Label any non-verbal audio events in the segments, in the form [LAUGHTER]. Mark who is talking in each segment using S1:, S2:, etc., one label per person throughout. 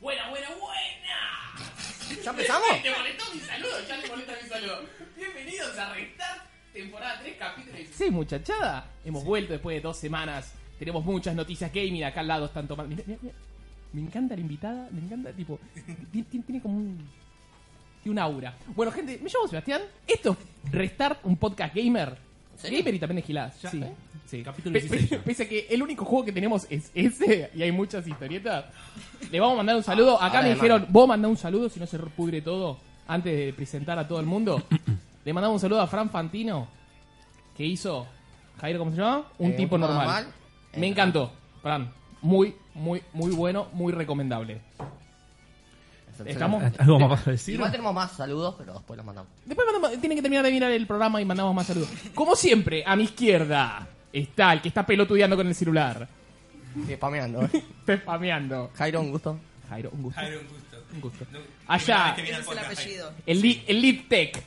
S1: ¡Buena, buena, buena!
S2: ¿Ya empezamos?
S1: ¿Te molestó mi saludo? Ya te molesta mi saludo. Bienvenidos a Restart, temporada 3, capítulo 16. Sí, muchachada. Hemos vuelto después de dos semanas. Tenemos muchas noticias gaming. Acá al lado están tomando. Mirá, mirá, mirá. Me encanta la invitada. Me encanta, tipo. Tiene, tiene- tiene como un. Tiene un aura. Bueno, gente, me llamo Sebastián. Esto es Restart, un podcast gamer. Gamer y también de giladas.
S3: Ya,
S1: sí.
S3: ¿eh?
S1: sí.
S3: Capítulo
S1: Pe-
S3: 16
S1: pe-
S3: ya.
S1: Pese a que el único juego que tenemos es ese y hay muchas historietas, le vamos a mandar un saludo. Acá
S2: A
S1: me
S2: ver,
S1: dijeron, vos mandá un saludo si no se pudre todo antes de presentar a todo el mundo.
S2: [COUGHS]
S1: le mandamos un saludo a Fran Fantino, que hizo, Javier, ¿cómo se llama? Un
S2: Eh,
S1: tipo
S2: un tipo
S1: normal.
S2: normal. Eh,
S1: Me encantó, Fran. Muy, muy, muy bueno, muy recomendable. Estamos.
S3: [LAUGHS] ¿Algo más para decir?
S2: Igual tenemos más saludos, pero después los mandamos.
S1: Después mandamos- tienen que terminar de mirar el programa y mandamos más saludos. Como siempre, a mi izquierda está el que está pelotudeando con el celular.
S2: Sí, spameando. eh.
S1: Está spameando.
S2: Jairo, un gusto.
S1: Jairo, un gusto.
S4: Jairo, un gusto.
S1: Un gusto.
S4: No, primera
S1: Allá,
S4: vez que viene
S5: Ese
S4: al
S5: es el
S4: podcast, Jairo.
S5: apellido.
S1: el, li- el Lead Tech.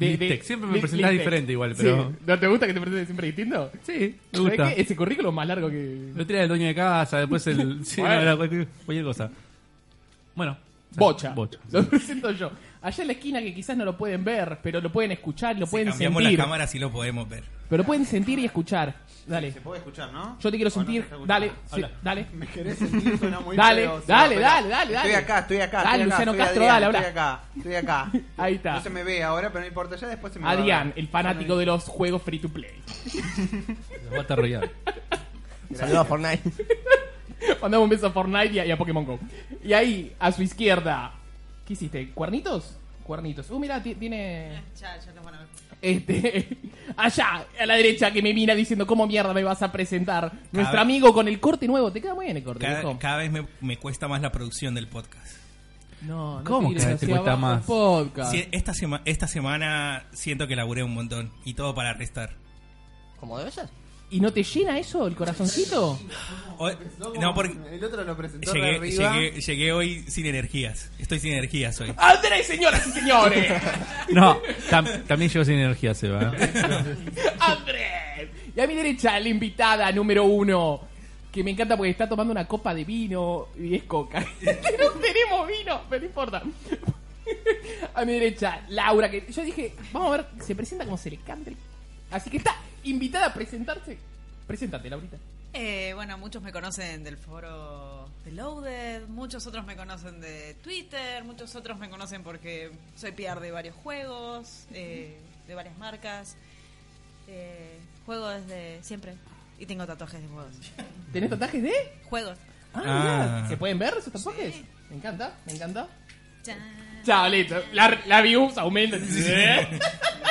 S3: Lead Tech. Siempre me
S1: Lead-
S3: presentás
S1: Lead Tech.
S3: diferente igual, pero-
S1: Sí. ¿No te gusta que te presentes siempre distinto?
S3: Sí, me
S1: ¿Sabés
S3: gusta.
S1: qué? Ese currículum es más largo que...
S3: Lo tira el dueño de casa, después el. Sí,
S1: Bueno.
S3: no, era cualquier, cualquier cosa. Bueno.
S1: Bocha.
S3: Bocha.
S1: Lo presento yo. Allá en la esquina que quizás no lo pueden ver, pero lo pueden escuchar, y lo pueden
S4: Cambiamos
S1: sentir.
S4: las cámaras y lo podemos ver.
S1: Pero lo pueden sentir y escuchar. Dale.
S6: Se puede escuchar, ¿no?
S1: Yo te quiero
S6: ¿O no
S1: sentir.
S6: se está escuchando?
S1: dale, sí,
S3: Habla.
S1: dale.
S6: Me querés sentir, suena muy
S1: Dale,
S6: feo,
S1: dale,
S6: Sebastián.
S1: dale, dale, dale.
S6: Estoy acá, estoy acá.
S1: Dale,
S6: estoy acá,
S1: Luciano
S6: soy
S1: Castro,
S6: Adrián,
S1: dale, habla.
S6: Estoy acá, estoy acá.
S1: [LAUGHS] Ahí está.
S6: No se me ve ahora, pero no importa, ya después se me va a ver.
S1: Adrián, el fanático de los juegos free to play. [LAUGHS]
S3: Lo mata arrollar.
S2: Saludos a Fortnite.
S1: Mandamos un beso a Fortnite y a, y a Pokémon Go. Y ahí, a su izquierda. ¿Qué hiciste? ¿Cuernitos? Cuernitos. Uh, mira, ti- tiene.
S5: Ya, ya los van a ver.
S1: Este. [LAUGHS] Allá, a la derecha, que me mira diciendo, ¿cómo mierda me vas a presentar? Nuestro
S4: Cada-
S1: amigo con el corte nuevo. Te queda muy bien el corte,
S4: Cada,
S1: viejo.
S4: cada vez me, me cuesta más la producción del podcast.
S1: No, no
S3: ¿Cómo
S1: tires
S3: cada vez te
S1: hacia
S3: cuesta
S1: abajo el
S3: más?
S1: podcast.
S4: Sí, esta, sema- esta semana siento que laburé un montón y todo para restar.
S2: ¿Cómo debe ser?
S1: ¿Y no te llena eso el corazoncito?
S6: Ah,
S4: Hoy-
S6: No,
S4: no,
S6: como-
S4: porque
S6: El otro lo presentó de
S4: llegué,
S6: arriba.
S4: llegué- llegué hoy sin energías. Estoy sin energías hoy.
S1: ¡Andrés, señoras y señores! [LAUGHS]
S3: No, tam- también llevo sin energía, Seba. ¿eh?
S1: ¡Andrés! Y a mi derecha, la invitada número uno. Que me encanta porque está tomando una copa de vino y es coca. [LAUGHS] Que no tenemos vino, pero no importa. A mi derecha, Laura, que yo dije, vamos a ver, se presenta como se le canta. el- Así que está invitada a presentarse. Preséntate, Laurita.
S5: Eh, bueno, muchos me conocen del foro de Loaded, muchos otros me conocen de Twitter, muchos otros me conocen porque soy PR de varios juegos, eh, de varias marcas. Eh, juego desde siempre y tengo tatuajes de juegos.
S1: ¿Tenés tatuajes de?
S5: Juegos.
S1: Ah,
S4: Ah.
S1: mirá. ¿Se pueden ver esos tatuajes? Me encanta, me encanta.
S5: Chan.
S1: Chao, listo. La, la views aumentan. ¿eh? [LAUGHS]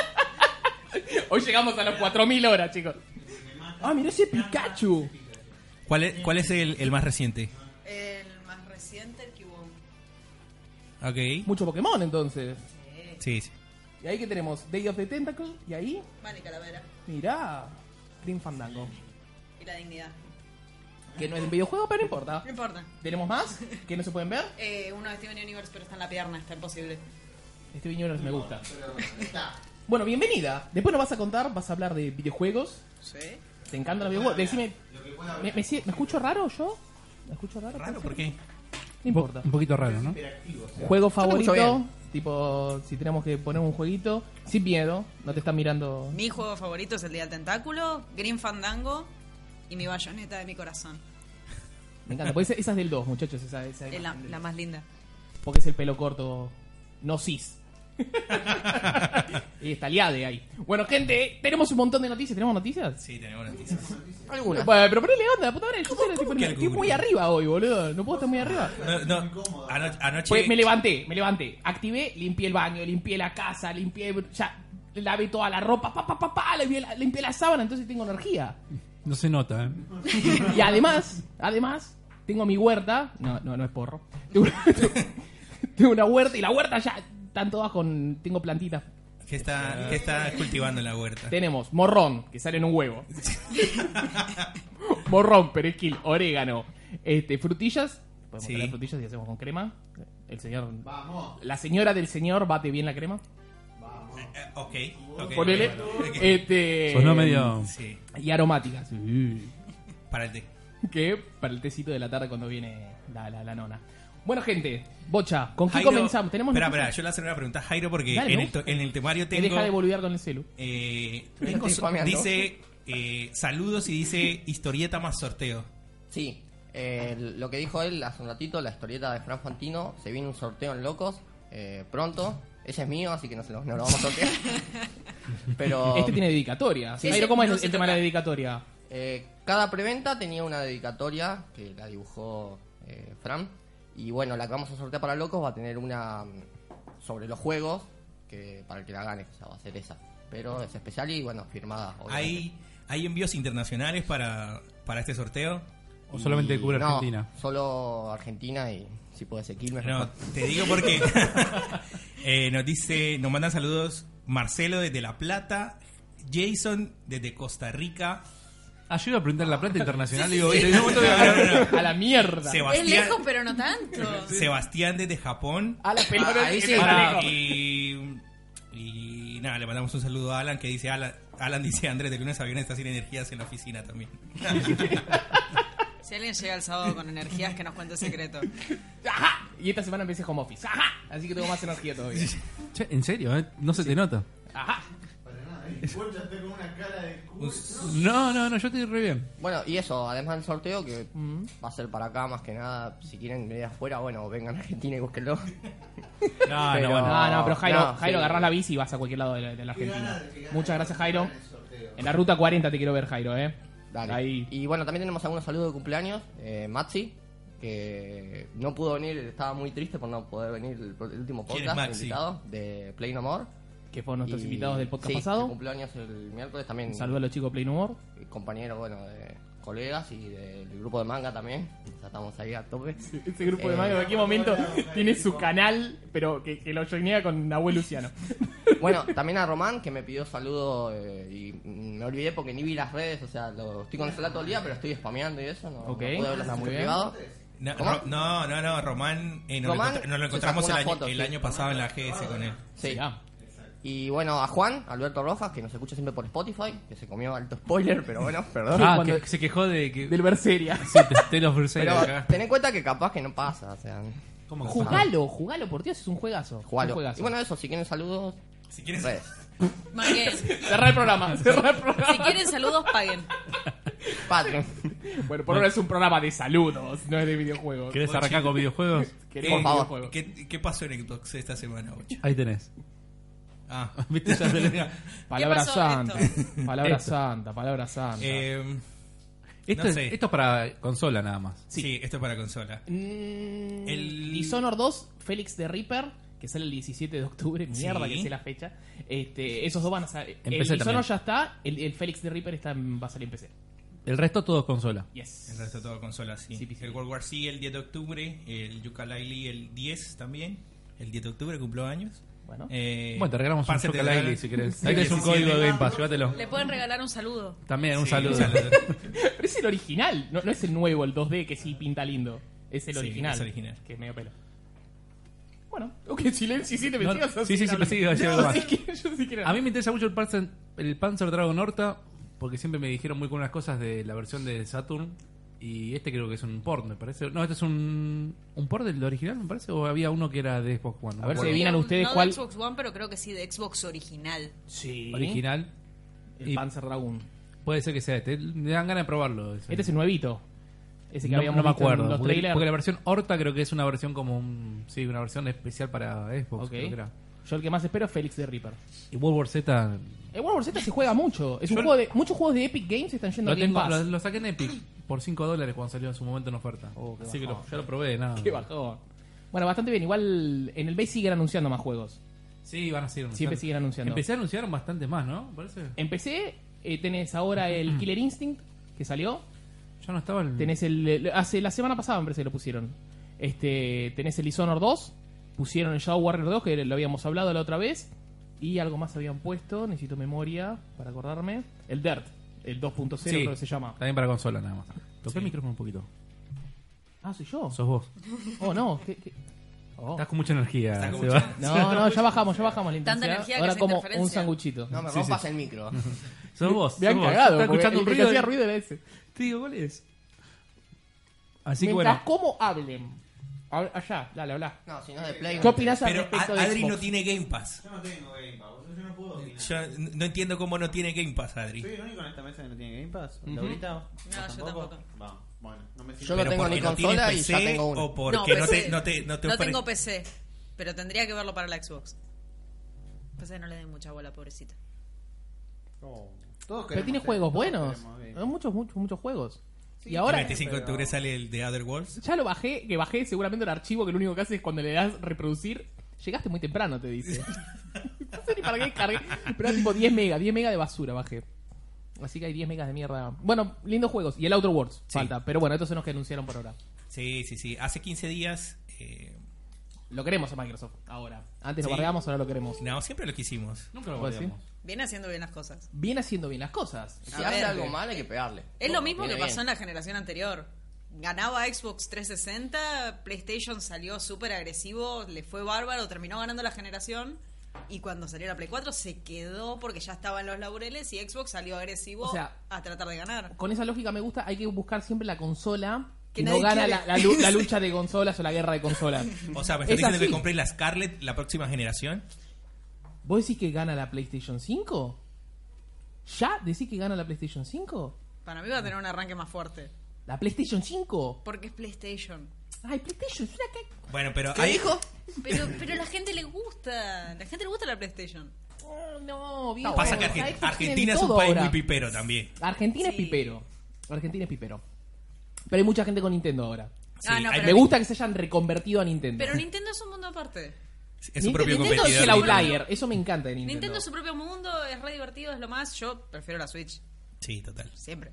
S1: Hoy llegamos a las 4.000 horas, chicos. Ah, mirá ese Pikachu.
S4: ¿Cuál es, cuál es el, el más reciente?
S5: El más reciente, el Kibon.
S4: Ok.
S1: Mucho Pokémon, entonces.
S5: eh,
S4: Sí, sí.
S1: Y ahí que tenemos Day of the Tentacle. Y ahí,
S5: Vale, calavera.
S1: mirá, Green Fandango.
S5: Y la dignidad.
S1: Que no es un videojuego, pero no importa.
S5: No importa.
S1: ¿Tenemos más? ¿Que no se pueden ver?
S5: Eh, uno de Steven Universe, pero está en la pierna, está imposible.
S1: Este viñuelo me gusta. Bueno, bienvenida. Después nos vas a contar, vas a hablar de videojuegos.
S5: Sí.
S1: ¿Te encantan los videojuegos? Decime, ¿me, me, si- me escucho raro yo? ¿Me escucho raro?
S4: Raro, ¿por qué?
S1: No importa.
S3: Un poquito raro, ¿no?
S1: Juego
S2: Yo lo
S1: favorito,
S2: uso
S1: tipo, si tenemos que poner un jueguito, sin miedo, no te están mirando.
S5: Mi juego favorito es el Día del Tentáculo, Green Fandango y mi bayoneta de mi corazón.
S1: Me encanta, porque esa, esa es del 2, muchachos, esa, esa
S5: Es la, la más linda.
S1: porque es el pelo corto, no
S2: [LAUGHS]
S1: cis. y está liade ahí. Bueno, gente, tenemos un montón de noticias, ¿tenemos noticias?
S4: Sí, tenemos noticias.
S2: Algunas.
S1: Bueno, pero ponele onda, puta madre, yo soy la tipo-
S4: que
S1: estoy
S4: alguna?
S1: muy arriba hoy, boludo, no puedo estar muy arriba.
S4: No, no, ano- anoche.
S1: Pues me levanté, me levanté, activé, limpié el baño, limpié la casa, limpié, ya, lavé toda la ropa, pa, pa, pa, pa, limpié la- limpié la sábana, entonces tengo energía.
S3: No se nota, ¿eh?
S1: [COUGHS] Y además, además, tengo mi huerta. No, no, no es porro. Tengo una, [LAUGHS] tengo una huerta y la huerta ya están todas con. Tengo plantitas.
S4: ¿Qué está, qué está cultivando en la huerta?
S1: Tenemos morrón, que sale en un huevo. [LAUGHS] morrón, perejil, orégano, este, frutillas. Podemos
S4: Sí.
S1: traer frutillas y hacemos con crema. El señor.
S6: Vamos.
S1: La señora del señor bate bien la crema.
S4: Eh, ok, ok.
S1: Ponele.
S4: Ok.
S1: Este.
S3: Sonó medio.
S4: Sí,
S1: Y aromáticas.
S4: para el té.
S1: que para el tecito de la tarde cuando viene la, la, la nona. Bueno, gente, Bocha, ¿con qué
S4: Jairo-
S1: comenzamos? Tenemos
S4: Espera,
S1: noticias?
S4: espera, yo le hacer una pregunta a Jairo porque
S1: Dale,
S4: en,
S1: me
S4: el, to- en el temario
S1: Que deja de
S4: tengo.
S1: boludear con el celu.
S2: [LAUGHS]
S4: eh,
S2: Lo
S4: tengo
S2: estoy
S4: so-
S2: spameando.
S4: dice eh, saludos y dice historieta más sorteo.
S2: Sí, eh, lo que dijo él hace un ratito, la historieta de Fran Fantino, se viene un sorteo en Locos eh, pronto. Ese es mío, así que no, se lo, no lo vamos a [LAUGHS] sortear. Pero
S1: Este tiene dedicatoria.
S5: Sí,
S1: Jairo,
S5: sí,
S1: ¿cómo
S5: no
S1: es
S5: se
S1: el tema de
S5: toca.
S1: la dedicatoria?
S2: eh, cada preventa tenía una dedicatoria que la dibujó eh, Fran. Y bueno, la que vamos a sortear para Locos va a tener una mm, sobre los juegos, que para el que la gane, o sea, va a ser esa. Pero es especial y bueno, firmada. obviamente.
S4: ¿Hay, ¿Hay envíos internacionales para, para este sorteo?
S3: O solamente cubre
S2: No,
S3: Argentina.
S2: Solo Argentina y si puede ser Quilmes.
S4: No,
S2: mejor.
S4: te digo porque [LAUGHS] eh, nos dice, nos mandan saludos Marcelo desde La Plata, Jason desde Costa Rica,
S3: Ah, yo iba a preguntar la plata internacional. digo,
S4: [LAUGHS] sí.
S3: en un momento voy a hablar-
S4: [LAUGHS]
S1: A la mierda.
S5: Es
S4: Sebastián,
S5: lejos, pero no tanto.
S4: Sebastián desde Japón
S1: A la pelota.
S2: Ah, ahí sí.
S1: Pará.
S4: y, y nada, le mandamos un saludo a Alan que dice Alan, Alan dice Andrés de lunes a viernes está sin energías en la oficina también.
S5: [LAUGHS] Si alguien llega el sábado con energías, que nos cuente el secreto.
S1: Ajá. Y esta semana empecé home office. Ajá. Así que tengo más energía todavía.
S3: Che, en serio, ¿eh? no se te nota.
S1: Ajá.
S3: No, no, no, yo estoy re bien.
S2: Bueno, y eso, además del sorteo que va a ser para acá más que nada, si quieren ir afuera, bueno, vengan a Argentina y búsquenlo.
S3: No,
S2: Pero-
S3: no, bueno.
S1: No, no, pero Jairo,
S2: no,
S1: Jairo
S2: sí.
S1: agarrás la bici y vas a cualquier lado de la, de la Argentina. Muchas gracias, Jairo. En la ruta 40 te quiero ver, Jairo, ¿eh?
S2: Dale.
S1: Ahí.
S2: Y bueno, también tenemos algunos saludos de cumpleaños. Eh, Maxi, que no pudo venir, estaba muy triste por no poder venir el, el último
S4: ¿Quién es
S2: podcast
S4: Maxi?
S2: invitado de Play No More.
S1: Que fueron nuestros
S2: Y-
S1: invitados del podcast
S2: sí, el
S1: pasado.
S2: cumpleaños el miércoles también.
S1: Un saludo a los chicos de Play No More.
S2: Compañeros, bueno, de colegas y del grupo de manga también. O sea, estamos ahí a tope.
S1: Ese grupo de
S2: Eh,
S1: magos en cualquier momento tiene su canal, pero que, que lo joinea con Nahuel Luciano. [LAUGHS]
S2: Bueno, también a Román, que me pidió saludo eh, y me olvidé porque ni vi las redes, o sea, lo, estoy con el celular todo el día, pero estoy spameando y eso, no,
S1: Ok.
S2: no pude verlas
S1: Ah,
S2: por
S1: muy bien.
S2: privado.
S4: No,
S2: ¿Cómo?
S4: Ro- no, no, no, Román, eh, nos,
S2: Román
S4: lo, encontra- nos lo
S2: se sacó
S4: encontramos el,
S2: una
S4: año,
S2: foto,
S4: el
S2: sí.
S4: año pasado en la GS con él.
S2: Sí.
S1: Ya.
S2: Y bueno, a Juan, Alberto Rojas, que nos escucha siempre por Spotify, que se comió alto spoiler, pero bueno, [LAUGHS] perdón.
S3: Ah,
S1: cuando-
S3: que se quejó de que.
S1: Del Berseria.
S3: Sí, te, te los brucé
S2: pero
S3: acá.
S2: ten en cuenta que capaz que no pasa, o sea,
S3: ¿Cómo?
S1: Jugalo, jugalo, por Dios, es un juegazo. Un
S2: jugalo.
S1: juegazo.
S2: Y bueno, eso, si quieren saludos, pues,
S4: Si quieres, eh,
S2: redes.
S5: Más bien, si
S1: Cerrá el programa, cerrá el programa.
S5: quieren saludos, paguen.
S2: Patreon.
S1: Bueno, por ahora es un programa de saludos, no es de videojuegos.
S3: ¿Querés arrancar con videojuegos?
S1: Queremos
S2: Por
S1: videojuegos.
S2: favor.
S4: ¿qué, qué pasó en Xbox esta semana, Bocha?
S3: Ahí tenés.
S4: Ah,
S3: ¿Viste? Ya tenés.
S1: Palabra
S5: pasó
S1: santa. Palabra
S3: Esto.
S1: santa, palabra santa.
S4: [LAUGHS] eh,
S3: Esto,
S4: No
S3: es-
S4: sé.
S3: esto es para consola nada más.
S4: sí. esto es para consola.
S1: Mm,
S4: El-
S1: Dishonored 2, Félix de Reaper, que sale el 17 de octubre, mierda
S4: Sí.
S1: que sé la fecha. Este, esos dos van a salir. El
S3: PC
S1: Dishonored
S3: también.
S1: ya está, el, el Félix de Reaper está, en- va a salir en PC.
S3: El resto todo es consola.
S1: Yes.
S4: El resto todo consola, sí.
S1: Sí, sí, sí.
S4: El World War C el 10 de octubre, el Yooka-Laylee el 10 también. El 10 de octubre cumplió años.
S1: Bueno.
S4: Eh,
S3: Bueno, te regalamos un
S4: Panzer te regala-
S3: Chocolate si querés.
S4: [LAUGHS] Sí,
S3: Ahí tenés
S4: sí,
S3: un
S4: sí,
S3: código
S4: sí.
S3: de Game Pass, llévatelo.
S5: Le pueden regalar un saludo.
S3: También, [LAUGHS] un
S4: Sí, [LAUGHS]
S3: saludo.
S1: Pero es el original, no, no es el nuevo, el 2D que sí pinta lindo. Es el
S4: Sí,
S1: original.
S4: es original.
S1: Que es medio pelo. Bueno, ok, silencio, sí, te
S3: No,
S1: metías
S3: sí, sí, sí, me sigue, ayer
S1: yo
S3: más.
S1: sí quiero- yo sí quiero.
S3: A mí me interesa mucho el Panzer, el Panzer Dragon Horta, porque siempre me dijeron muy buenas cosas de la versión de Saturn. Y este creo que es un port, me parece. No, este es un, un port del original, me parece. O había uno que era de Xbox One.
S1: A ver si
S3: Bueno,
S1: adivinan
S5: No,
S1: ustedes
S5: no
S1: cuál.
S5: de Xbox One, pero creo que sí de Xbox original.
S1: Sí.
S3: Original.
S1: El
S3: Y-
S1: Panzer Dragon.
S3: Puede ser que sea este. Me dan ganas de probarlo. ese.
S1: Este es el nuevito. Ese que
S3: no,
S1: habíamos
S3: no me
S1: visto en
S3: acuerdo.
S1: los
S3: porque,
S1: trailers.
S3: porque la versión Horta creo que es una versión como un. Sí, una versión especial para Xbox.
S1: Ok.
S3: creo que era.
S1: Yo el que más espero es Félix de Reaper.
S3: Y World War Z.
S1: El World War Z se juega mucho. Es un
S3: Yo-
S1: juego de, muchos juegos de Epic Games están yendo
S3: Lo,
S1: a Game
S3: tengo-
S1: Pass.
S3: lo- lo saqué en Epic por 5 dólares cuando salió en su momento en oferta.
S1: Oh, qué
S3: Así que lo,
S1: bajón.
S3: ya lo probé, nada.
S1: Qué bajón. Bueno, bastante bien. Igual en el B siguen anunciando más juegos.
S3: Sí, van a seguir anunciando.
S1: Siempre siguen anunciando.
S3: Empecé a anunciar bastante más, ¿no? Parece.
S1: En PC eh, tenés ahora
S3: Mm.
S1: el Killer Instinct que salió.
S3: Ya no estaba el.
S1: Tenés el, el- hace la semana pasada en PC lo pusieron. Este, tenés el Dishonored 2, pusieron el Shadow Warrior 2 que lo habíamos hablado la otra vez y algo más habían puesto, necesito memoria para acordarme. El Dirt, el 2.0 creo que se llama.
S3: También para consola, nada más. Toqué el micrófono un poquito.
S1: Ah, soy yo.
S3: Sos vos.
S1: Oh, no. ¿qué- qué? Oh.
S3: Estás con mucha energía,
S4: Está con
S3: Seba.
S4: mucha-
S1: No, no, ya bajamos, ya bajamos la
S5: Tanta
S1: intensidad.
S5: energía que
S1: Ahora
S5: hace
S1: como un
S5: interferencia.
S1: sanguchito.
S2: No me
S3: Sí,
S2: rompas
S3: sí.
S2: el micro.
S3: [LAUGHS] Sos vos.
S1: Me han
S3: sos vos.
S1: cagado.
S3: Estás
S1: porque
S3: escuchando
S1: el
S3: un
S1: que
S3: ruido.
S1: hacía ruido era ese.
S3: Te digo, ¿cuál es? Así que
S1: Mientras
S3: bueno.
S1: como hablen. Ahora- Allá, dale, habla.
S2: No, si no es de Play.
S1: ¿Qué opinas al
S4: Pero
S1: respecto
S4: Ad-
S1: de
S4: Adri no
S1: Xbox?
S4: tiene Game Pass.
S6: Yo no tengo Game Pass, o sea, yo no puedo opinar.
S4: Yo n- no entiendo cómo no tiene Game Pass, Adri.
S6: ¿Soy el único en esta mesa que no tiene Game Pass?
S1: Ujú.
S6: ¿De ahorita?
S5: No, yo tampoco.
S6: Vamos, bueno, no me
S2: Yo lo
S6: sirve.
S4: Pero
S2: tengo en
S4: porque
S2: mi
S4: no tienes
S2: consola y ya
S4: PC
S2: tengo uno.
S4: O porque no,
S5: PC.
S4: te, no te, no te
S5: No
S4: ofrece-
S5: tengo PC, pero tendría que verlo para la Xbox. Pasa que no le den mucha bola, pobrecita.
S6: Oh, Todos
S1: Pero
S6: queremos
S1: tiene
S6: ser-
S1: juegos
S6: todos
S1: buenos.
S6: queremos Game
S1: Hay muchos, muchos, muchos juegos.
S6: eh. Sí,
S1: y
S4: El
S1: ahora
S4: 25 de
S6: pero-
S4: octubre sale el de Other Worlds.
S1: ya lo bajé, que bajé seguramente el archivo que lo único que hace es cuando le das reproducir, llegaste muy temprano, te dice. [LAUGHS] no sé ni para qué descargué, pero era tipo 10 megas, 10 megas de basura bajé. Así que hay 10 megas de mierda. Bueno, lindos juegos. Y el Outer Worlds
S4: Sí.
S1: falta. Pero bueno, estos son los que anunciaron por ahora.
S4: Sí, sí, sí. Hace 15 días. eh,
S1: Lo queremos a Microsoft ahora. Antes
S4: Sí.
S1: lo bardeamos, ahora lo queremos.
S4: no, siempre lo quisimos.
S3: Nunca lo
S1: ¿Vos decís?
S3: guardamos.
S5: Viene haciendo bien las cosas.
S1: Viene haciendo bien las cosas.
S2: Si
S5: A
S2: hace
S5: ver.
S2: algo mal hay que pegarle.
S5: Es lo mismo que
S2: Viene
S5: pasó en
S2: bien.
S5: la generación anterior. Ganaba Xbox 360, PlayStation salió súper agresivo, le fue bárbaro, terminó ganando la generación. Y cuando salió la Play 4 se quedó porque ya estaban los laureles y Xbox salió agresivo
S1: O sea,
S5: a tratar de ganar.
S1: con esa lógica me gusta, hay que buscar siempre la consola que
S5: Que
S1: no
S5: nadie
S1: gana
S5: quiere.
S1: la, la lu- la lucha de consolas o la guerra de consolas.
S4: O sea, me
S1: Es
S4: estás diciendo
S1: así.
S4: que compré la Scarlett la próxima generación.
S1: ¿Vos decís que gana la PlayStation 5? ¿Ya decís que gana la PlayStation 5?
S5: Para mí va a tener un arranque más fuerte.
S1: ¿La PlayStation 5?
S5: Porque es PlayStation.
S1: Ay, PlayStation, es una ca-
S4: Bueno, pero.
S2: ¿Qué
S4: hay-
S2: dijo?
S5: Pero, pero la gente le gusta. La gente le gusta la PlayStation.
S1: Oh, no, bien.
S4: Pasa que Argen- Argentina es un país muy pipero también.
S1: Argentina es
S5: Sí.
S1: pipero. Argentina es pipero. Pero hay mucha gente con Nintendo ahora.
S4: Sí,
S5: Ah, no,
S4: hay-
S5: pero-
S1: Me gusta que se hayan reconvertido a Nintendo.
S5: Pero Nintendo es un mundo aparte.
S4: es su
S1: Ninte-
S4: propio
S1: Nintendo es el
S4: competidor.
S1: outlier. Eso me encanta de Nintendo.
S5: Nintendo es su propio mundo, es re divertido, es lo más. Yo prefiero la Switch,
S4: Sí, total.
S5: siempre.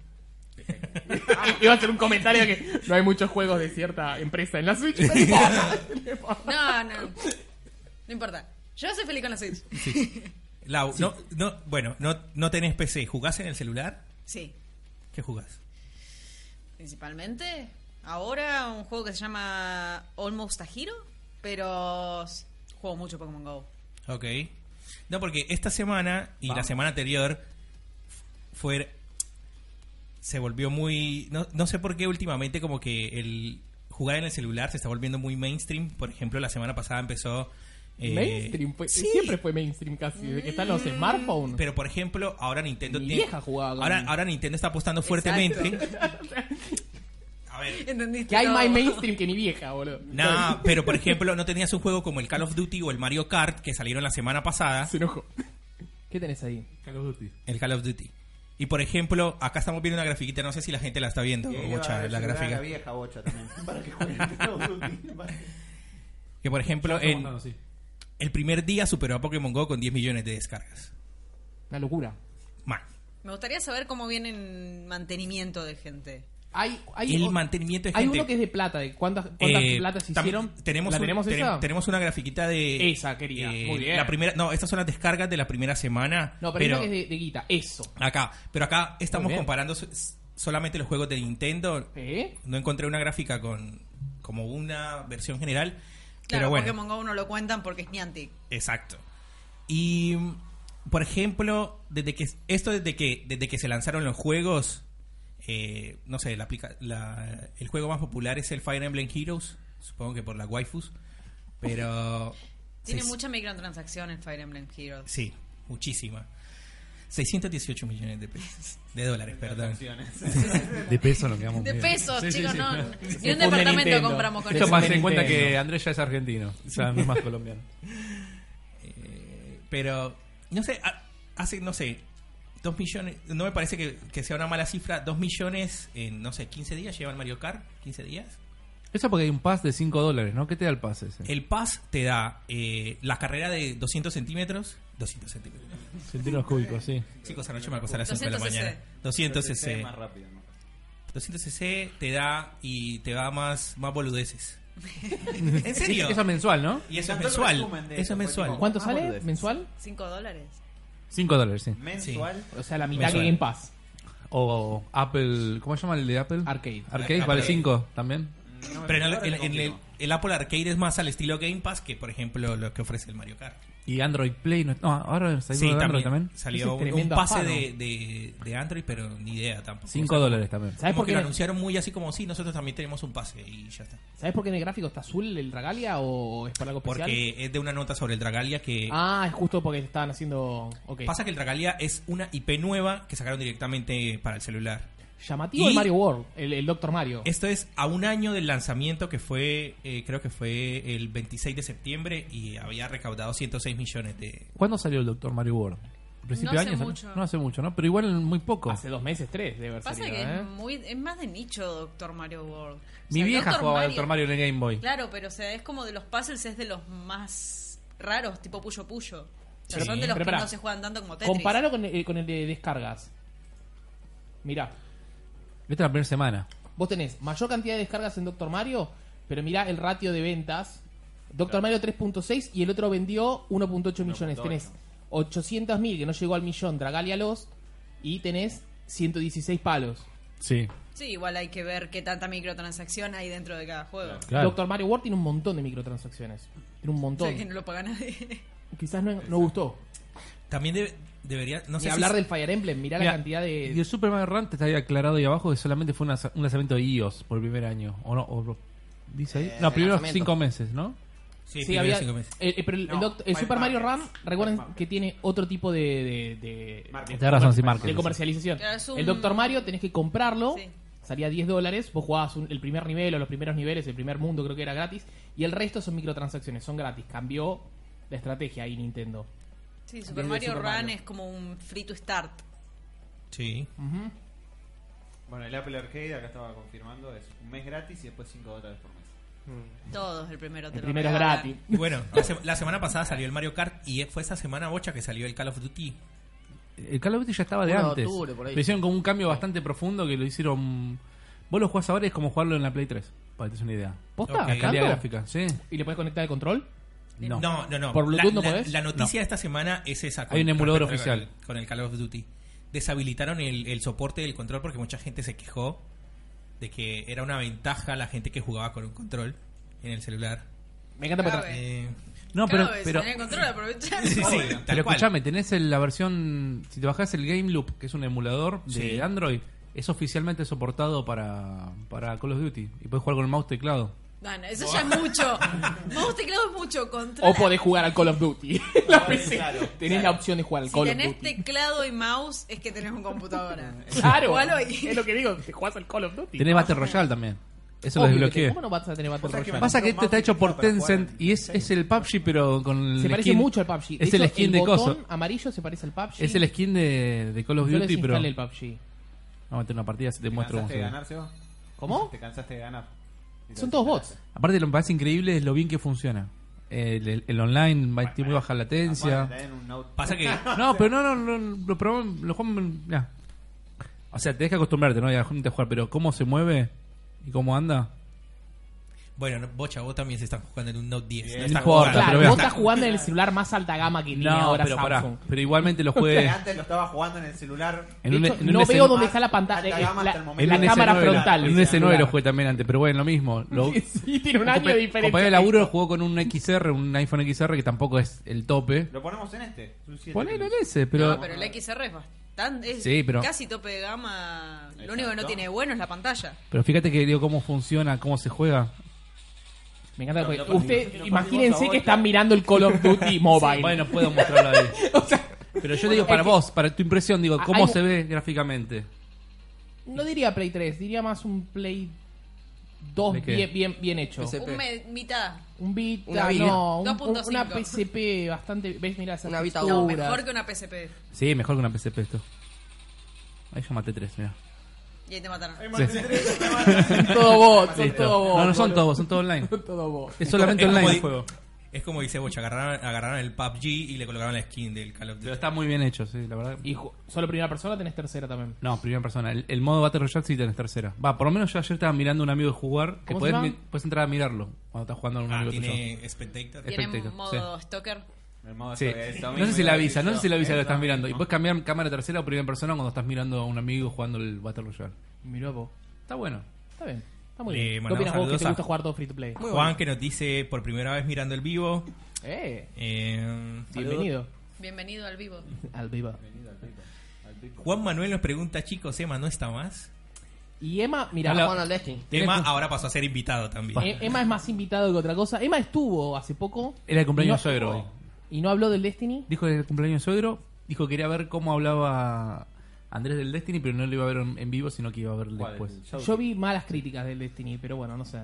S1: [LAUGHS] Iba a hacer un comentario que no hay muchos juegos de cierta empresa en la Switch.
S4: [LAUGHS]
S1: pero no importa.
S5: No, no. No importa. Yo soy feliz con la Switch.
S4: Lau, No, no, bueno, no, no tenés PC. ¿Jugás en el celular?
S5: Sí.
S4: ¿Qué jugás?
S5: Principalmente, ahora un juego que se llama Almost a Hero, pero s- juego mucho Pokémon Go.
S4: Ok. No, porque esta semana y la semana anterior fue. Se volvió muy. No, no sé por qué últimamente, como que el jugar en el celular se está volviendo muy mainstream. Por ejemplo, la semana pasada empezó. eh,
S1: mainstream, fue-
S4: sí,
S1: siempre fue mainstream casi, desde que están los smartphones.
S4: Pero por ejemplo, ahora Nintendo
S1: Mi
S4: tiene-
S1: vieja jugaba con-
S4: ahora, ahora Nintendo está apostando fuertemente. A ver.
S5: ¿Entendiste?
S1: que hay
S5: No.
S1: más mainstream que mi vieja,
S4: [LAUGHS]
S1: boludo.
S4: No, pero por ejemplo, no tenías un juego como el Call of Duty o el Mario Kart que salieron la semana pasada.
S1: Se enojó. ¿Qué tenés ahí?
S3: Call of Duty.
S4: El Call of Duty. Y por ejemplo, acá estamos viendo una grafiquita, no sé si la gente la está viendo,
S6: Pass.
S4: o bocha, la
S6: La
S4: gráfica.
S6: vieja bocha también. [LAUGHS] Para que juegue.
S4: Que por ejemplo,
S3: Estamos
S4: en-
S3: dando, sí.
S4: el primer día superó a Pokémon Go con 10 millones de descargas.
S1: Una locura.
S4: Mal.
S5: Me gustaría saber cómo viene en mantenimiento de gente.
S1: Hay, hay,
S4: El
S1: o-
S4: mantenimiento de
S1: hay
S4: gente.
S1: uno que es de plata. de ¿Cuántas, cuántas
S4: Eh,
S1: platas
S4: tam-
S1: hicieron?
S4: Tenemos,
S1: ¿La
S4: un-
S1: tenemos
S4: tenem-
S1: esa?
S4: tenemos una grafiquita de. eh,
S1: Esa, querida. Muy bien.
S4: La primera, no, estas son las descargas de la primera semana.
S1: No, pero, hay
S4: pero
S1: una que es de, de guita. Eso.
S4: acá. Pero acá estamos
S1: bien.
S4: comparando so- solamente los juegos de Nintendo.
S1: ¿Eh?
S4: No encontré una gráfica con como una versión general. pero
S5: Claro,
S4: bueno.
S5: Pokémon Go no lo cuentan porque es Niantic.
S4: Exacto. Y mm, por ejemplo, desde que esto desde que desde que se lanzaron los juegos, eh, no sé, la aplica- la- el juego más popular es el Fire Emblem Heroes, supongo que por las waifus, pero
S5: Tiene
S4: seis-
S5: mucha microtransacción en Fire Emblem Heroes.
S4: sí, muchísima. 618 millones de pesos, de dólares, perdón.
S3: De peso nos quedamos.
S5: De
S3: bien.
S5: pesos,
S3: Sí, sí,
S5: chicos,
S3: sí.
S5: no. Ni
S1: Confunde
S5: un departamento
S1: Nintendo.
S5: compramos con
S1: Esto
S3: Esto
S5: eso.
S3: más
S1: de
S3: en cuenta que
S1: Nintendo.
S3: Andrés ya es argentino. O sea, no es más colombiano.
S4: Eh, pero no sé, ha- hace no sé, 2 millones, no me parece que, que sea una mala cifra, 2 millones en no sé, 15 días llevan Mario Kart, 15 días.
S3: [LAUGHS] Eso porque hay un pass de 5 dólares, ¿no? ¿Qué te da el pass ese?
S4: El pass te da eh, la carrera de 200 centímetros. 200 centímetros.
S3: Centímetros cúbicos, sí.
S4: Chicos, anoche me acosté a las 5 de la
S5: 200 cc.
S4: mañana. 200
S6: Es
S4: cc.
S6: más rápido. ¿no?
S4: 200 cc te da y te da más,
S6: [LAUGHS]
S4: más boludeces. ¿En serio?
S3: Eso es mensual, ¿no?
S4: Y eso es
S6: Tanto
S4: mensual.
S6: resumen de
S4: Eso
S6: eso,
S4: es mensual.
S6: fue tipo-
S1: ¿Cuánto
S6: Ah,
S1: sale
S6: boludeces.
S1: mensual?
S5: 5 dólares.
S3: 5 dólares, sí.
S6: Mensual.
S1: O sea, la mitad
S4: Mensual.
S1: que Game Pass.
S3: O Apple, ¿cómo se llama el de Apple?
S1: Arcade.
S3: Arcade,
S4: Arcade.
S3: vale 5 también.
S6: No me-
S4: Pero en el,
S6: ahora
S4: en-
S6: te
S4: en el-
S6: confirmo.
S4: el Apple Arcade es más al estilo Game Pass que, por ejemplo, lo que ofrece el Mario Kart.
S3: Y Android Play. No, no, ahora salió
S4: Sí,
S3: de Android
S4: también,
S3: también.
S1: Ese
S4: salió
S1: es
S4: un- un
S1: tremendo
S4: pase
S1: afano.
S4: de, de, de Android, pero ni idea tampoco.
S3: 5
S4: O sea,
S3: dólares también.
S1: ¿Sabes
S4: como
S1: por,
S4: que
S1: qué
S4: lo
S1: en el,
S4: anunciaron muy así como sí, nosotros también tenemos un pase y ya está.
S1: ¿sabes por qué en el gráfico está azul el Dragalia o es por algo especial?
S4: Porque es de una nota sobre el Dragalia que
S1: Ah, es justo porque estaban haciendo. Ok.
S4: pasa que el Dragalia es una IP nueva que sacaron directamente para el celular.
S1: Llamativo
S4: Y-
S1: el Mario World, el, el Doctor Mario.
S4: Esto es a un año del lanzamiento que fue, eh, creo que fue el 26 de septiembre y había recaudado 106 millones de...
S3: ¿Cuándo salió el Doctor Mario World? ¿Al ¿Principio
S5: No
S3: de
S5: hace
S3: año? salió?
S5: mucho.
S3: No hace mucho, ¿no? Pero igual muy poco.
S1: Hace dos meses, tres, debe haber
S5: Pasa
S1: salido,
S5: que
S1: ¿eh?
S5: es, muy, es más de nicho Doctor Mario World. O
S3: Mi
S5: sea,
S3: vieja jugaba al Doctor Mario en el Game Boy.
S5: Claro, pero o sea, es como de los puzzles, es de los más raros, tipo Puyo Puyo. O sea,
S4: Sí,
S5: son de los
S1: pero
S5: que
S1: pará.
S5: no se juegan tanto como Tetris.
S1: Comparalo con, el- con el de descargas. Mirá,
S3: Esta es la primera semana.
S1: vos tenés mayor cantidad de descargas en Doctor Mario, pero mirá el ratio de ventas. Doctor Mario 3.6 y el otro vendió 1.8 millones. Tenés 800.000 que no llegó al millón, Dragalia Lost, y tenés 116 palos.
S3: Sí.
S5: Sí, igual hay que ver qué tanta microtransacción hay dentro de cada juego.
S3: Claro.
S1: Doctor Mario World tiene un montón de microtransacciones. Tiene un
S5: [LAUGHS] O
S1: montón.
S5: sea, que no lo paga nadie.
S1: Quizás no, no gustó.
S4: También debe- debería... No
S1: Ni
S4: sé si-
S1: hablar del Fire Emblem, mirá
S3: Mira,
S1: la cantidad de...
S3: Y el Super Mario Run te está ahí aclarado ahí abajo que solamente fue una- un lanzamiento de iOS por el primer año. ¿O no? O- ¿Dice ahí? no, primero
S2: lanzamiento.
S3: cinco meses, ¿no?
S4: Sí,
S1: Sí,
S4: primero
S1: había-
S4: cinco meses.
S1: eh, eh, pero el, el
S6: No,
S1: doc- el
S6: Five
S1: Super Mario RAM,
S6: Markets.
S1: recuerden
S6: Five Markets.
S1: que tiene otro tipo de, de- de,
S6: Marketing.
S3: Tienes razón, sí,
S1: de
S3: Market.
S1: comercialización.
S5: Claro, es un-
S1: El Doctor Mario tenés que comprarlo,
S5: Sí.
S1: salía 10 dólares, vos jugabas un- el primer nivel o los primeros niveles, el primer mundo creo que era gratis, y el resto son microtransacciones, son gratis. Cambió la estrategia ahí Nintendo.
S5: Sí, Super
S1: Desde
S5: Mario
S1: Super
S5: Run
S1: Mario.
S5: es como un free to start.
S4: Sí.
S1: Ujú.
S6: Bueno, el Apple Arcade, acá estaba confirmando, es un mes gratis y después 5 dólares por mes.
S5: Todos, el primero te
S1: El
S5: lo
S1: primero es
S5: regalan.
S1: gratis.
S4: Y Bueno, la, se- la semana pasada salió el Mario Kart y fue esa semana bocha que salió el Call of Duty.
S3: El Call of Duty ya estaba de
S2: Uno de
S3: antes.
S2: octubre, por ahí.
S3: Lo hicieron como un cambio bastante profundo que lo hicieron. Vos lo jugás ahora y es como jugarlo en la Play 3. Para que te des una idea.
S1: ¿Posta?
S4: Ok.
S3: La calidad
S1: ¿Tanto?
S3: gráfica, sí.
S1: ¿Y le puedes conectar el control?
S3: No.
S4: No, no, no.
S1: ¿Por Bluetooth
S4: la,
S1: no
S4: la-
S1: podés?
S4: la noticia de esta semana es esa.
S3: Hay un emulador
S4: respecto al-
S3: oficial.
S4: con el Call of Duty. Deshabilitaron el, el soporte del control porque mucha gente se quejó de que era una ventaja la gente que jugaba con un control en el celular.
S1: Me encanta porque
S5: Cabe.
S4: Eh,
S3: No,
S5: Claro,
S3: pero.
S5: si
S3: pero
S5: tenés control, aprovechá.
S4: [LAUGHS] sí, sí, tal
S3: Pero
S4: cual.
S3: escuchame, tenés el- la versión. Si te bajás el Game Loop, que es un emulador
S4: Sí.
S3: de Android, es oficialmente soportado para, para Call of Duty. Y puedes jugar con el mouse teclado.
S5: Bueno, eso ya es mucho. Mouse teclado es mucho. Control.
S1: O podés jugar al Call of Duty. [LAUGHS] la PC.
S6: claro,
S1: tenés la opción de jugar al
S5: Si
S1: Call of
S5: tenés
S1: Duty.
S5: teclado y mouse, es que tenés un computadora.
S1: Claro.
S5: Jugalo ahí.
S1: Es lo que digo, te jugás al Call of Duty.
S3: Tenés Battle Royale también. Eso
S1: Obvio
S3: lo
S1: que
S3: desbloqueé.
S1: te- ¿Cómo no vas a tener Battle
S6: Pasa que
S1: Royale?
S3: Pasa que
S6: Compré un
S3: este está
S6: mouse
S3: hecho por
S6: para jugar
S3: Tencent
S6: en
S3: y es, es el PUBG, pero con.
S1: Se
S3: el
S1: parece
S3: skin-
S1: mucho al PUBG. De
S3: Es
S1: hecho,
S3: el skin de
S1: botón
S3: coso.
S1: amarillo se parece al PUBG.
S3: Es el skin de, de Call of
S1: Yo
S3: Duty, pero.
S1: desinstalé
S3: Vamos
S1: el PUBG.
S3: a meter una partida, se te
S6: ¿Te
S3: muestro.
S6: cansaste de
S3: cómo se ve.
S6: ganar, Seba?
S1: ¿Cómo?
S6: Te cansaste de ganar. Y
S1: Son
S6: lo
S1: todos
S6: desinstalaste.
S1: bots.
S3: Aparte, lo que me parece increíble es lo bien que funciona. El, el- el online va-
S6: eh,
S3: tiene muy baja
S6: Bueno,
S3: latencia.
S6: te dan un note.
S4: Pasa que
S6: eh.
S3: No, pero no, no, no, lo probamos, lo jugamos. mirá. O sea, tenés que acostumbrarte, ¿no? Y a la gente a jugar, pero cómo se mueve y cómo anda.
S4: Bueno, no, Bocha, vos también se estás jugando en un Note 10.
S6: Bien.
S4: no estás
S3: No importa,
S4: jugando.
S1: Claro,
S3: pero
S1: vos
S3: vean.
S1: estás jugando en el celular más alta gama que tiene
S3: No,
S1: ahora
S3: pero pará.
S1: Samsung.
S3: Pero
S1: [LAUGHS]
S3: igualmente lo
S6: Que
S3: juegue.
S6: Antes lo estaba jugando en el celular.
S3: En
S1: De
S3: un-
S1: hecho,
S3: en un
S1: no
S3: SN
S1: veo dónde está la pantalla.
S6: Alta
S1: eh,
S6: gama
S1: la
S6: hasta el
S1: la
S6: momento.
S3: En un
S1: cámara
S3: S9 lo-
S1: frontal.
S3: En un
S1: del
S3: S9 lo
S1: celular.
S3: jugué también antes, pero bueno, lo mismo.
S1: [LAUGHS]
S3: Lo,
S1: Sí, tiene un año
S3: compa-
S1: de diferencia.
S3: compañero de laburo jugó con un XR, un iPhone XR que tampoco es el tope.
S6: Lo ponemos en este. es un siete
S3: Ponelo en
S6: plus.
S3: ese, pero.
S5: No, pero el XR es bastante. Es
S3: Sí, pero-
S5: casi tope de gama.
S6: Exacto.
S5: Lo único que no tiene bueno es la pantalla.
S3: Pero fíjate que digo cómo funciona, cómo se juega.
S1: Me encanta. que
S6: Lo- lo
S1: Usted,
S6: partimos a
S1: imagínense
S6: bocha.
S1: que están mirando el Call
S6: [LAUGHS]
S1: of Duty Mobile.
S3: Bueno, puedo mostrarlo ahí.
S1: [LAUGHS] O sea,
S3: Pero yo
S1: [LAUGHS]
S3: digo para vos, para tu impresión, digo,
S1: Ah,
S3: cómo
S1: hay-
S3: se ve gráficamente.
S1: no diría Play 3, diría más un Play 2
S3: ¿De qué?
S1: bien, bien, bien hecho.
S2: PSP.
S5: Un me- mitad.
S1: Un Vita,
S2: Una Vita.
S1: no, un- un-
S5: 2.5.
S1: una PSP bastante. ¿Ves? Mira esas
S2: Una Vita
S5: No,
S1: texturas.
S5: mejor que una PSP.
S3: Sí, mejor que una PCP esto. Ahí ya maté tres, mira.
S5: Y ahí te mataron.
S1: este.
S6: Ay, madre,
S3: Sí.
S6: me interesa,
S1: [LAUGHS]
S6: me mata.
S1: Son todos bots, son
S3: Listo.
S1: todos bots.
S3: No, no son
S1: boludo.
S3: todos, son todos online.
S1: Son todos bots. [LAUGHS]
S3: Es solamente
S4: Es como
S3: online
S4: di-
S3: el juego.
S4: Es como dice Bocha, agarraron, agarraron el PUBG y le colocaron la skin del Call of Duty.
S3: Pero está muy bien hecho, sí, la verdad.
S1: Y ju- solo primera persona tenés tercera también.
S3: No, primera persona. El, el modo Battle Royale sí tenés tercera. Va, por lo menos yo ayer estaba mirando a un amigo jugar. Que
S1: ¿Cómo
S3: podés,
S1: se llama?
S3: mi- podés entrar a mirarlo cuando estás jugando a un
S4: Ah,
S3: amigo tuyo.
S4: tiene Spectator.
S5: Tiene
S3: espectacular,
S5: modo stalker.
S6: El modo
S3: Sí.
S6: esto- esto
S3: No
S6: mismo
S3: sé si
S6: iba
S3: la
S6: a decir
S3: avisa, no
S6: yo.
S3: sé si la avisa que lo
S6: Esto
S3: estás mirando. Y
S6: mismo.
S3: puedes cambiar cámara tercera o primera persona cuando estás mirando a un amigo jugando el Battle Royale.
S1: Mirá vos.
S3: Está bueno.
S1: Está bien. Está muy
S4: Le
S3: Eh,
S1: bien. ¿Qué
S4: mandamos
S1: opinas vos que
S4: saludos
S1: te
S4: a-
S1: gusta jugar todo free to play?
S4: Juan que nos dice por primera vez mirando el vivo.
S1: Eh,
S4: Eh,
S1: bienvenido
S5: Bienvenido al vivo.
S1: al vivo.
S6: Bienvenido al Pipo. Al Pipo.
S4: Juan Manuel nos pregunta, chicos, Emma no está más.
S1: Y Emma, mira,
S2: Hola, Juan Aldestin.
S4: Emma ahora pasó a ser invitado también.
S1: E- Emma es más invitado que otra cosa. Emma estuvo hace poco.
S3: Era el cumpleaños
S1: Y
S3: de suegro hoy.
S1: ¿Y no habló del Destiny?
S3: Dijo del cumpleaños de suegro, dijo que quería ver cómo hablaba Andrés del Destiny, pero no lo iba a ver en en vivo, sino que iba a ver
S6: ¿Cuál?
S3: después.
S6: El Showtime.
S1: Yo vi malas críticas del Destiny, pero bueno, no sé.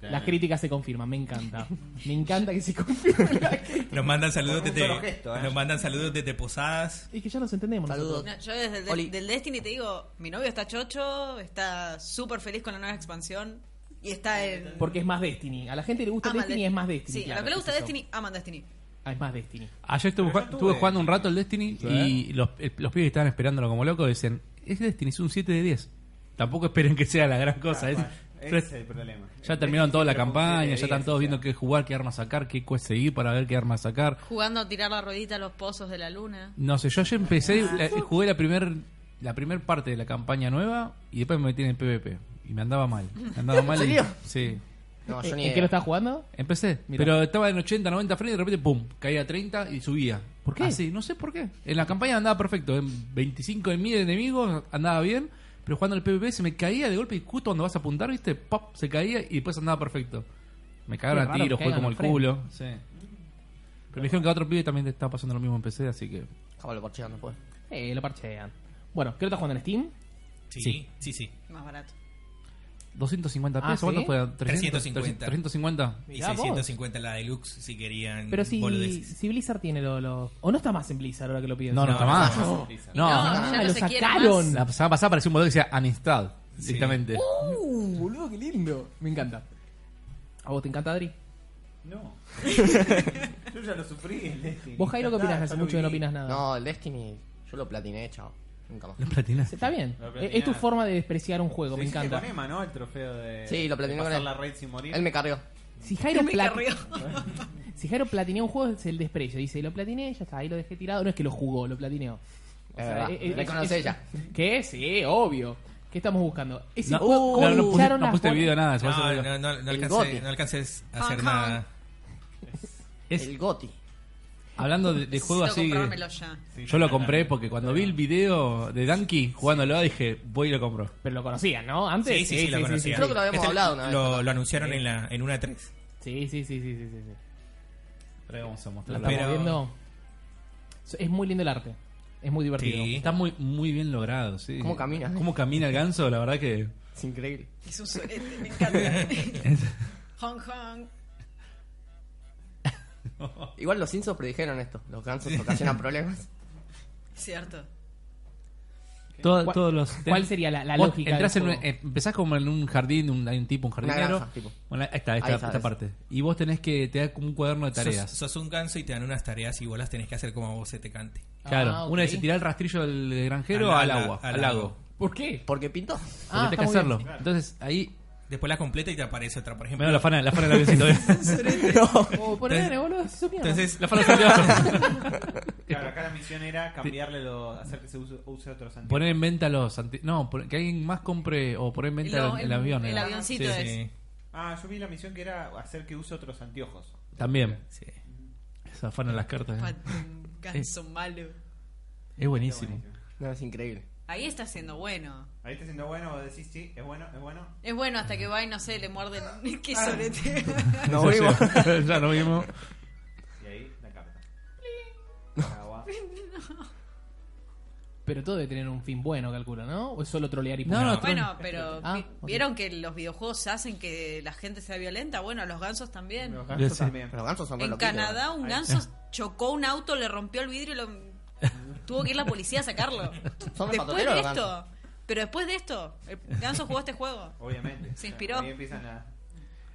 S1: Las
S6: Claro.
S1: críticas se confirman, me encanta. Me encanta que se confirmen las críticas.
S4: Nos mandan saludos
S2: Con un
S4: desde,
S2: solo gesto, ¿eh?
S4: nos mandan saludos desde Posadas.
S1: Es que ya nos entendemos.
S2: Saludos.
S5: No, yo desde el
S2: Oli.
S5: del, del Destiny te digo, mi novio está chocho, está súper feliz con la nueva expansión y está en...
S1: Porque es más Destiny. A la gente que le gusta
S5: ama
S1: Destiny
S5: Destiny.
S1: es más Destiny.
S5: Sí, a
S1: claro,
S5: lo que le gusta
S1: es eso.
S5: Destiny, aman Destiny.
S1: Ah, es más Destiny.
S3: Ayer estuve,
S6: Pero yo
S3: ju-
S6: estuve.
S3: estuve jugando un rato el Destiny
S6: Sí.
S3: y los, el- los pibes que estaban esperándolo como locos decían, es Destiny, es un 7 de 10. Tampoco esperen que sea la gran cosa. es-
S6: Ah,
S3: pero
S6: Bueno, ese
S3: es-
S6: es el problema.
S3: ya terminaron toda la
S6: Pero con
S3: campaña,
S6: siete
S3: ya están
S6: días,
S3: todos
S6: o sea,
S3: viendo qué jugar, qué arma sacar, qué quest seguir para ver qué arma sacar.
S5: Jugando a tirar la ruedita a los pozos de la luna.
S3: No sé, yo ya empecé,
S6: Ah,
S3: la- jugué la primer, la primer parte de la campaña nueva y después me metí en el PvP. Y me andaba mal. Me andaba mal. y-
S2: serio?
S3: sí.
S2: No, yo
S1: Eh, ¿En
S2: ni
S1: qué
S2: idea.
S1: lo estás jugando?
S3: Empecé,
S1: Mirá.
S3: pero estaba en 80, 90 frames y de repente, pum, caía a 30 y subía. ¿Por
S1: qué?
S3: sí, no sé por qué. En la campaña andaba perfecto, en 25 de mil enemigos andaba bien, pero jugando el PvP se me caía de golpe y justo cuando vas a apuntar, viste, pop, se caía y después andaba perfecto. Me
S1: Qué
S3: cagaron a
S1: raro
S3: tiros,
S1: que
S3: jugué
S1: caigan
S3: como el
S1: los frames.
S3: culo. Sí. Pero me dijeron que a otro pibe también le estaba pasando lo mismo en PC, así que...
S2: Déjame lo parcheando después.
S1: Eh, lo parchean. Bueno, ¿qué lo estás jugando en Steam?
S4: Sí, sí,
S3: Sí.
S4: sí.
S5: Más barato.
S3: 250
S1: Ah,
S3: pesos, ¿cuánto
S1: ¿sí?
S3: fue?
S4: 350.
S3: 350.
S4: Y
S1: Mirá vos.
S4: 650 la deluxe si querían.
S1: Pero si,
S4: Mm, boludeces.
S1: si Blizzard tiene los... o no está más en Blizzard ahora que lo pides.
S3: No, no,
S4: No,
S3: está
S4: no,
S3: más.
S6: no,
S3: No,
S6: no, no.
S5: No, ya
S1: Ah,
S5: no
S1: lo
S5: se quiere
S1: sacaron.
S3: La semana pasada apareció un boludo que decía uninstall directamente.
S1: Uh, boludo, qué lindo. Me encanta. ¿A vos te encanta, Adri?
S3: [LAUGHS]
S6: No. Yo ya lo sufrí. el Destiny.
S1: Vos, Jairo,
S6: Ya
S1: ¿qué opinás?
S6: está,
S1: Hace
S6: ya lo
S1: mucho que no
S6: viví.
S1: opinas nada.
S2: No, el Destiny, yo lo platiné, chao. Nunca más.
S3: Lo platinaste.
S1: Está bien.
S6: Lo
S1: Es, es tu
S6: platinás.
S1: forma de despreciar un juego,
S6: Lo
S1: me
S6: hiciste
S1: encanta.
S6: con Emma, ¿no? El trofeo de.
S2: Sí, lo platiné
S6: de
S2: con
S6: pasar
S2: él.
S6: la raid sin morir.
S2: Él me carrió.
S1: Si Jairo,
S5: Me
S1: plat-
S5: carrió.
S1: [LAUGHS] si Jairo platineó un juego, es el desprecio. Dice, lo platiné, ya está, ahí lo dejé tirado. No es que lo jugó, lo platineó. O
S2: Es verdad.
S1: eh, eh,
S2: Me
S1: es-
S2: conoce
S1: es-
S2: ya.
S1: ¿Qué? Sí, obvio. ¿Qué estamos buscando? Ese
S3: No,
S1: juego
S3: claro, no, puse,
S1: escucharon
S3: no
S1: las
S3: puse
S1: voces-
S3: video nada. se va a hacer
S4: No,
S3: video.
S4: no, no, no
S2: El
S4: alcancé,
S2: Goti.
S4: no alcancé
S2: Ah,
S4: a hacer
S5: Ajá.
S4: nada.
S3: Es-
S2: El Goti.
S3: hablando de, de juego
S5: Necesito
S3: así. que-
S5: comprármelo ya.
S6: Sí,
S3: yo lo
S6: ya,
S3: compré
S6: ya.
S3: porque cuando vi el video de Danky jugándolo dije, voy y lo compro.
S1: Pero lo conocían, ¿no? Antes.
S4: Sí, sí, sí, lo conocía.
S2: Creo que lo habíamos hablado una vez,
S4: Lo,
S2: ¿no?
S4: lo anunciaron en, la, en una 3.
S1: Sí, sí, sí, sí, sí, sí, sí.
S3: Pero vamos a
S1: Lo
S3: mostrarlo.
S1: estamos
S4: Pero-
S1: viendo. Es muy lindo el arte. Es muy divertido.
S4: Sí.
S3: Está muy, muy bien logrado, sí.
S2: ¿Cómo camina?
S3: ¿Cómo camina el ganso? La verdad que.
S2: Es increíble.
S5: Es un sorete, me encanta.
S3: [LAUGHS]
S5: Hong Kong.
S2: Oh. Igual los Simpsons predijeron esto. Los gansos ocasionan problemas.
S5: Cierto.
S3: Todo-
S1: ¿Cuál-
S3: todos los.
S1: ¿Cuál sería la, la
S3: Vos
S1: lógica?
S3: entrás
S1: del
S3: en un-
S1: juego?
S3: eh, empezás como en un jardín, un, hay un tipo, un
S2: Una
S3: jardinero.
S2: granja, tipo.
S3: Bueno, ahí está, esta,
S2: Ahí está,
S3: esta
S2: esa.
S3: parte. Y vos tenés que. Te da como un cuaderno de
S4: Sos,
S3: tareas.
S4: sos un ganso y te dan unas tareas y vos las tenés que hacer como a vos se te cante.
S3: Claro,
S1: Ah, ok.
S3: una es tirar el rastrillo del granjero al,
S4: Al- al-
S3: agua,
S4: al
S3: al,
S4: lago.
S3: lago.
S1: ¿Por qué?
S2: Porque pintó.
S1: Ah,
S3: porque tenés que
S1: está muy
S3: hacerlo. Entonces ahí.
S4: Después las completa y te aparece otra, por ejemplo.
S3: Bueno, la fana, la fana del avioncito. eh.
S1: bien. Oh, ponele, boludo, eso es mierda.
S4: Entonces,
S3: la fana del avioncito.
S6: Claro, acá la misión era cambiarle los. hacer que se use, use otros
S3: [LAUGHS]
S6: anteojos.
S3: Poner en venta los. anti- No, pon- que alguien más compre o poner en venta
S5: Lo-
S3: el,
S5: el-
S3: avión. eh.
S5: el
S3: era.
S5: avioncito
S3: Sí,
S5: es.
S3: sí.
S4: sí,
S6: Ah, yo vi la misión que era hacer que use otros anteojos.
S3: También.
S4: sí.
S3: Se afanan las cartas. eh.
S5: Pat- un Ganso malo.
S3: Es buenísimo.
S2: No, es increíble.
S5: Ahí está siendo bueno.
S6: Ahí está siendo bueno, vos decís, sí, es bueno, es bueno.
S5: Es bueno hasta que va y no sé, le muerde el... [LAUGHS] Qué sorete.
S2: Nos
S3: Ya
S2: vimos.
S3: sé, [LAUGHS] ya nos vimos.
S6: Y ahí la carta. Agua.
S1: Pero todo debe tener un fin bueno, calculo, ¿no? ¿O es solo trolear y
S3: No,
S1: punto?
S3: no, tro-
S5: Bueno, pero
S1: Ah,
S5: vi-
S1: ok.
S5: vieron que los videojuegos hacen que la gente sea violenta. Bueno, los gansos también.
S6: Los
S3: Yo
S6: gansos
S3: sé.
S6: también.
S2: Pero los gansos son re
S5: En
S2: loquitos.
S5: Canadá un
S6: Ahí.
S5: ganso chocó un auto, le rompió el vidrio y lo... tuvo que ir la policía a sacarlo.
S2: Son re
S5: Después
S2: patoteros
S5: de
S2: los gansos.
S5: esto, pero después de esto, el ganso jugó este juego.
S6: Obviamente.
S5: Se inspiró.
S6: Ahí empiezan a.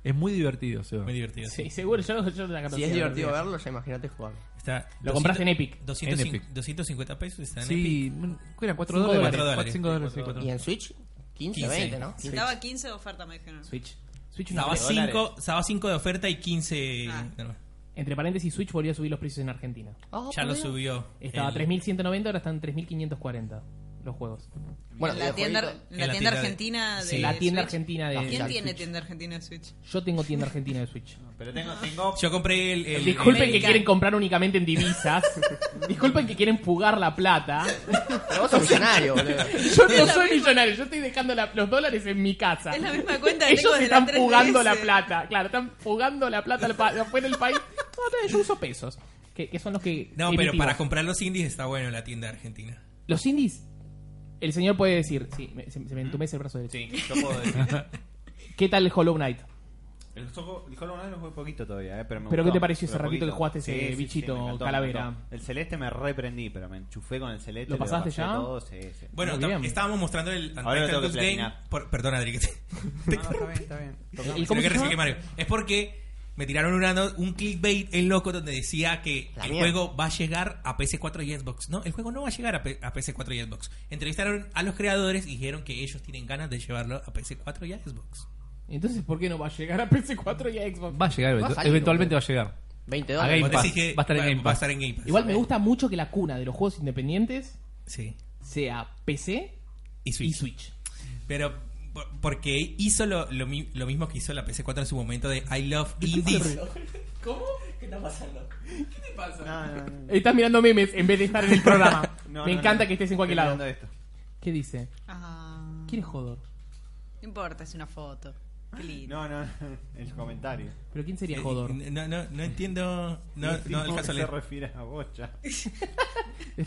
S3: Es muy divertido, Seba.
S4: Muy divertido.
S1: Sí,
S4: Sí.
S1: seguro, yo, yo la
S2: Si es divertido verlo, ya imagínate jugarlo.
S4: Está
S1: Lo compraste en Epic.
S4: 200
S3: En Epic.
S4: 250 pesos está en Epic.
S3: Sí, bueno, ¿qué eran? 4
S1: Cinco
S3: dólares.
S1: dólares.
S3: Cuatro-
S4: dólares.
S3: cinco dólares, sí, cuatro
S2: Y en Switch, 15,
S4: 15.
S2: 20, ¿no?
S5: Estaba 15 de oferta, me dijeron.
S1: Switch. Switch no
S4: Estaba
S1: creo.
S4: 5, estaba cinco de oferta y 15.
S5: Ah.
S4: no,
S1: Entre paréntesis, Switch volvió a subir los precios en Argentina.
S2: Ah,
S4: ya lo
S2: por Dios.
S4: subió.
S1: Estaba
S4: El-
S1: 3.190, ahora están 3.540.
S3: los juegos.
S2: Bueno,
S5: en
S2: [LAUGHS]
S5: la tienda,
S2: videojueguito.
S5: en la tienda argentina de.
S1: Sí, la tienda
S5: Switch.
S1: argentina de.
S5: ¿Quién
S2: de
S5: tiene
S2: Switch.
S5: tienda argentina de Switch?
S1: Yo tengo tienda argentina de
S5: [LAUGHS]
S1: Switch.
S6: Pero tengo, tengo
S4: Yo compré el. el-
S1: Disculpen
S4: el-
S1: que quieren comprar únicamente en
S5: [LAUGHS]
S1: divisas. Disculpen que quieren fugar la plata.
S2: Pero vos sos millonario, boludo.
S1: Yo no soy millonario, yo estoy dejando la- los dólares en mi casa.
S5: Es la misma cuenta que tengo
S1: Ellos
S5: de
S1: están
S5: la
S1: fugando
S5: 3DS.
S1: la plata. Claro, están fugando la plata al pa- afuera del país. No, no, yo uso pesos, que, que son los que.
S4: No, pero
S1: emitimos.
S4: para comprar los indies está bueno la tienda argentina.
S1: Los indies, el señor puede decir. Sí, me- se, se me entumece el brazo derecho.
S6: Sí, yo puedo
S2: [LAUGHS]
S6: decir.
S1: ¿Qué tal el Hollow Knight?
S6: El, Soco- el Hollow Knight lo jugué poquito todavía, eh, pero me
S1: ¿Pero
S6: gustó,
S1: qué te pareció ese
S6: pero
S1: ratito
S6: poquito.
S1: que jugaste ese
S6: Sí, sí, sí,
S1: bichito
S6: me encantó, me
S1: calavera?
S6: encantó. El celeste me reprendí, pero me enchufé con el celeste.
S1: ¿Lo pasaste
S6: bajé
S1: ya?
S6: todo, sí, sí.
S4: Bueno,
S1: Muy
S4: tam-
S1: bien.
S4: estábamos mostrando el
S6: Ahora lo tengo que
S4: Untitled Goose Game.
S6: platinar.
S4: por- perdón, Adri, que te-
S6: No, no, está bien, está bien.
S1: ¿Y
S4: Sino
S1: cómo
S4: que
S1: se
S4: recién que
S1: llama?
S4: Mario. Es porque me tiraron una no- un clickbait el loco donde decía que
S2: La
S4: el
S2: mierda.
S4: juego va a llegar a PC4 y Xbox. No, el juego no va a llegar a, P- a PC4 y Xbox. Entrevistaron a los creadores y dijeron que ellos tienen ganas de llevarlo a PC4 y a Xbox.
S1: Entonces, ¿por qué no va a llegar a PS4 y a Xbox?
S3: Va a llegar,
S2: Va a
S3: eventu-
S2: salir,
S3: eventualmente va a
S2: boludo.
S3: llegar.
S2: 20
S3: A Game
S4: Vos
S2: dólares.
S3: Pass.
S4: decís que
S3: Va a estar en Game
S4: Va a
S3: Pass.
S4: estar en Game Pass.
S1: Igual me gusta mucho que la cuna de los juegos independientes
S4: Sí.
S1: sea PC
S4: Y
S1: y
S4: Switch.
S1: Switch.
S4: Pero por- porque hizo lo, lo mi- lo mismo que hizo la PC4 en su momento de I Love Indies.
S1: ¿Cómo? ¿Qué está pasando? ¿Qué te pasa?
S6: No, no, no, no.
S1: Estás mirando memes en vez de estar en el [LAUGHS] programa. [LAUGHS]
S6: No,
S1: Me
S6: no,
S1: encanta
S6: no.
S1: que estés en cualquier
S6: Estoy
S1: lado.
S6: mirando esto.
S1: ¿Qué dice?
S5: Ah,
S1: ¿Quién es Jodor?
S5: No importa, es una foto. Qué lindo.
S6: No, no, el comentario.
S1: ¿Pero quién sería
S4: Eh,
S1: Jodor?
S4: No, no, no entiendo. No,
S6: El
S4: no
S6: tipo
S4: alcanzo a
S6: que se
S4: leer.
S6: refiere a bocha.
S1: Estaría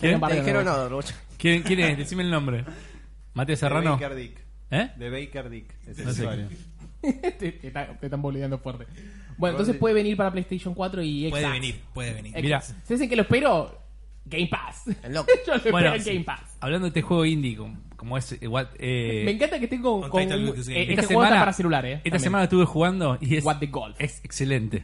S3: ¿Quién?
S1: bárbaro,
S2: Te dijeron
S1: ¿no?
S2: no, Rocha.
S3: ¿Quién, quién es? Decime el nombre. Mateo
S6: De
S3: Serrano.
S6: Baker Dick.
S3: ¿Eh?
S6: De Baker Dick. Es el
S3: No sé.
S6: usuario.
S1: [LAUGHS] te, te está- te están boludeando fuerte. Bueno, entonces puede venir para PlayStation 4 y Xbox.
S4: Puede venir, puede venir.
S1: Xbox.
S3: Mirá.
S1: ¿Sabes en qué lo espero? Game Pass. [LAUGHS]
S2: El loco.
S1: Yo lo
S3: Bueno,
S1: espero
S3: sí.
S1: en Game Pass.
S3: Hablando de este juego indie, como, como es. eh, what- eh,
S1: Me encanta que tengo con,
S4: Untitled
S1: eh,
S4: Goose Game.
S1: este
S3: esta
S1: juego está
S3: semana-
S1: para celular, eh.
S3: Esta
S1: también.
S3: semana estuve jugando y es,
S1: What the Golf.
S3: es
S1: [LAUGHS]
S3: excelente.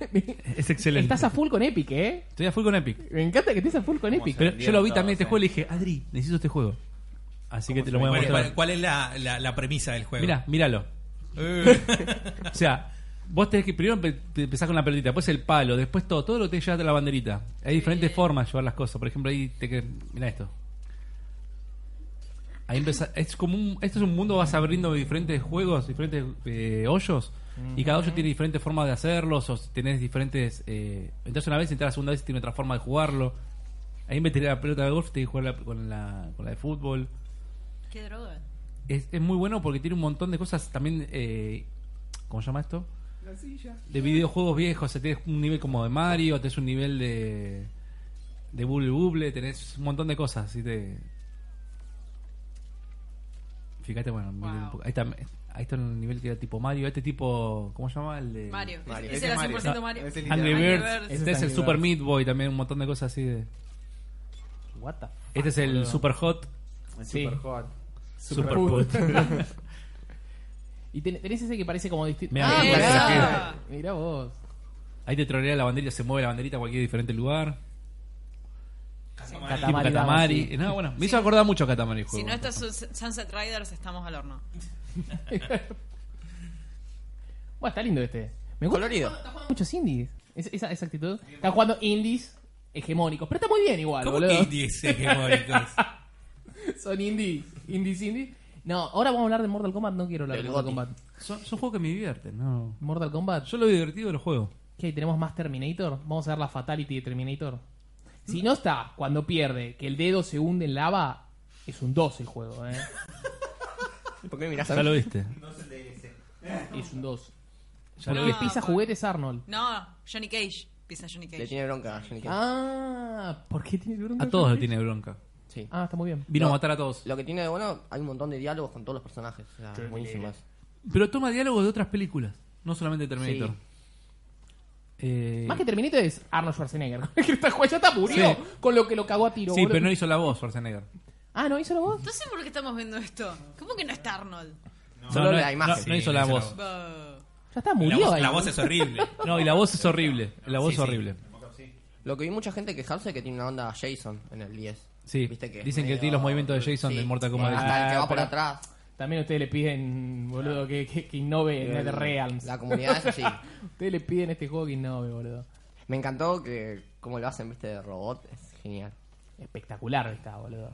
S3: es excelente.
S1: Estás a full con Epic, eh.
S3: Estoy a full con Epic.
S1: Me encanta que estés a full con
S6: ¿Cómo
S1: Epic.
S6: se-
S3: Pero yo lo vi
S6: Vendiendo,
S3: también este
S4: eh.
S6: sí.
S3: juego y le dije, Adri, necesito este juego. Así que te lo voy a
S4: Bueno,
S3: mostrar.
S4: ¿cuál, cuál es la, la- la premisa del juego?
S3: Mirá, míralo.
S4: Eh,
S3: O sea, vos tenés que primero empe- te empezás con la pelotita, después el palo, después todo, todo lo que te lleva a la banderita. Hay diferentes formas de llevar las cosas. Por ejemplo, ahí te que mira esto. Ahí empezás, es como un, esto es un mundo vas abriendo diferentes juegos, diferentes eh, hoyos y cada hoyo tiene diferentes formas de hacerlos o si tenés diferentes eh, entras una vez, entras la segunda vez y tiene otra forma de jugarlo. Ahí meter la pelota de golf, te que jugar la- con la con la de fútbol
S5: Qué droga.
S3: es, es muy bueno porque tiene un montón de cosas también. Eh, ¿Cómo se llama esto? De videojuegos viejos. O sea, tenés un nivel como de Mario, tenés un nivel de. de Bubble Bubble, tenés un montón de cosas. Así te. Fíjate, bueno, miré un
S5: Wow.
S3: poco. ahí está. Ahí está un nivel que era tipo Mario. Este tipo. ¿Cómo se llama? El de.
S5: Mario.
S2: Mario.
S5: Ese
S6: Ese
S5: era
S6: es Mario.
S5: 100% Mario.
S6: Ese es
S3: Angry
S5: Angry
S3: Birds.
S5: Birds.
S3: Este es
S1: Angry
S3: el
S1: Birds.
S3: Super Meat Boy también, un montón de cosas así de.
S1: What the fuck,
S3: Este es el
S1: Ah, boludo.
S3: Super Hot.
S6: Es
S1: Sí.
S6: super hot.
S3: Super
S1: Put.
S3: Put.
S1: [LAUGHS] Y ten- tenés ese que parece como distinto.
S3: Mirá,
S5: Ah,
S3: mirá.
S5: mirá.
S1: Mirá vos.
S3: Ahí te trolea la banderita, se mueve la banderita a cualquier diferente lugar. Tipo
S1: Catamari,
S3: Katamari.
S1: vamos, sí.
S3: No, bueno, me hizo acordar mucho a Katamari el
S5: Si
S3: juego.
S5: no estás Sun- Sunset Riders, estamos al horno.
S1: Bueno, está lindo este. Me gusta.
S2: Colorido.
S1: Está jugando muchos indies. Es- esa, esa actitud. Está jugando indies hegemónicos. Pero está muy bien igual,
S4: ¿Cómo
S1: boludo.
S4: que indies hegemónicos?
S1: [LAUGHS] Son indies. Indies, indies. No, ahora vamos a hablar de Mortal Kombat. No quiero hablar de
S2: Del
S1: Mortal
S2: Goti.
S1: Kombat.
S3: Son, son juegos que me divierten, no.
S1: Mortal Kombat.
S3: Yo lo divertido de los juegos.
S1: ¿Qué? ¿Tenemos más Terminator? Vamos a ver la Fatality de Terminator. Si no está cuando pierde que el dedo se hunde en lava, es un 2 el juego, [LAUGHS] ¿eh?
S2: ¿Por qué mirás a
S3: Ya lo
S2: mí?
S3: viste.
S1: Es un 2.
S3: Ya lo
S1: Porque
S3: viste.
S1: pisa
S5: por-
S1: juguetes Arnold.
S5: No, Johnny Cage. Pisa Johnny
S2: Le
S5: Cage.
S2: tiene bronca a Johnny Cage.
S1: Ah, ¿por qué tiene bronca?
S3: A todos le tiene bronca.
S2: Sí.
S1: Ah, está muy bien.
S3: Vino
S2: No.
S3: a matar a todos.
S2: Lo que tiene de bueno, hay un montón de diálogos con todos los personajes. O sea, buenísimas.
S3: Pero toma diálogos de otras películas, no solamente de Terminator.
S2: Sí.
S3: Eh,
S1: Más que Terminator es Arnold Schwarzenegger. [LAUGHS] Que está- ya está murió
S3: Sí.
S1: con lo que lo cagó a tiro.
S3: sí,
S1: boludo.
S3: pero no hizo la voz, Schwarzenegger.
S1: Ah, ¿no hizo la voz?
S5: Entonces, ¿por qué estamos viendo esto? ¿Cómo que no está Arnold?
S3: No,
S2: Solo la imagen.
S3: [LAUGHS] no- no hizo
S4: Sí,
S3: la
S4: no hizo
S3: voz.
S4: la
S5: Bah.
S1: Ya está,
S4: la,
S1: murió
S4: voz,
S1: ahí.
S4: la voz
S3: [LAUGHS]
S4: es horrible.
S3: No, y la voz es horrible. La voz
S4: Sí,
S3: es
S4: sí.
S3: horrible.
S2: Lo que vi mucha gente quejarse es que tiene una onda Jason en el 10.
S3: Sí.
S2: Viste que es
S3: Dicen que
S2: medio-
S3: tiene los movimientos de Jason
S2: Sí.
S3: del Mortal Kombat.
S1: Ah,
S2: Hasta el que va por
S1: pero-
S2: atrás.
S1: También ustedes le piden, boludo, que, que, que innove en NetherRealms.
S2: La comunidad
S3: [LAUGHS]
S2: es así.
S1: Ustedes le piden a este juego que innove, boludo.
S2: Me encantó que cómo lo hacen, viste, de robot. Es genial.
S1: Espectacular está, boludo.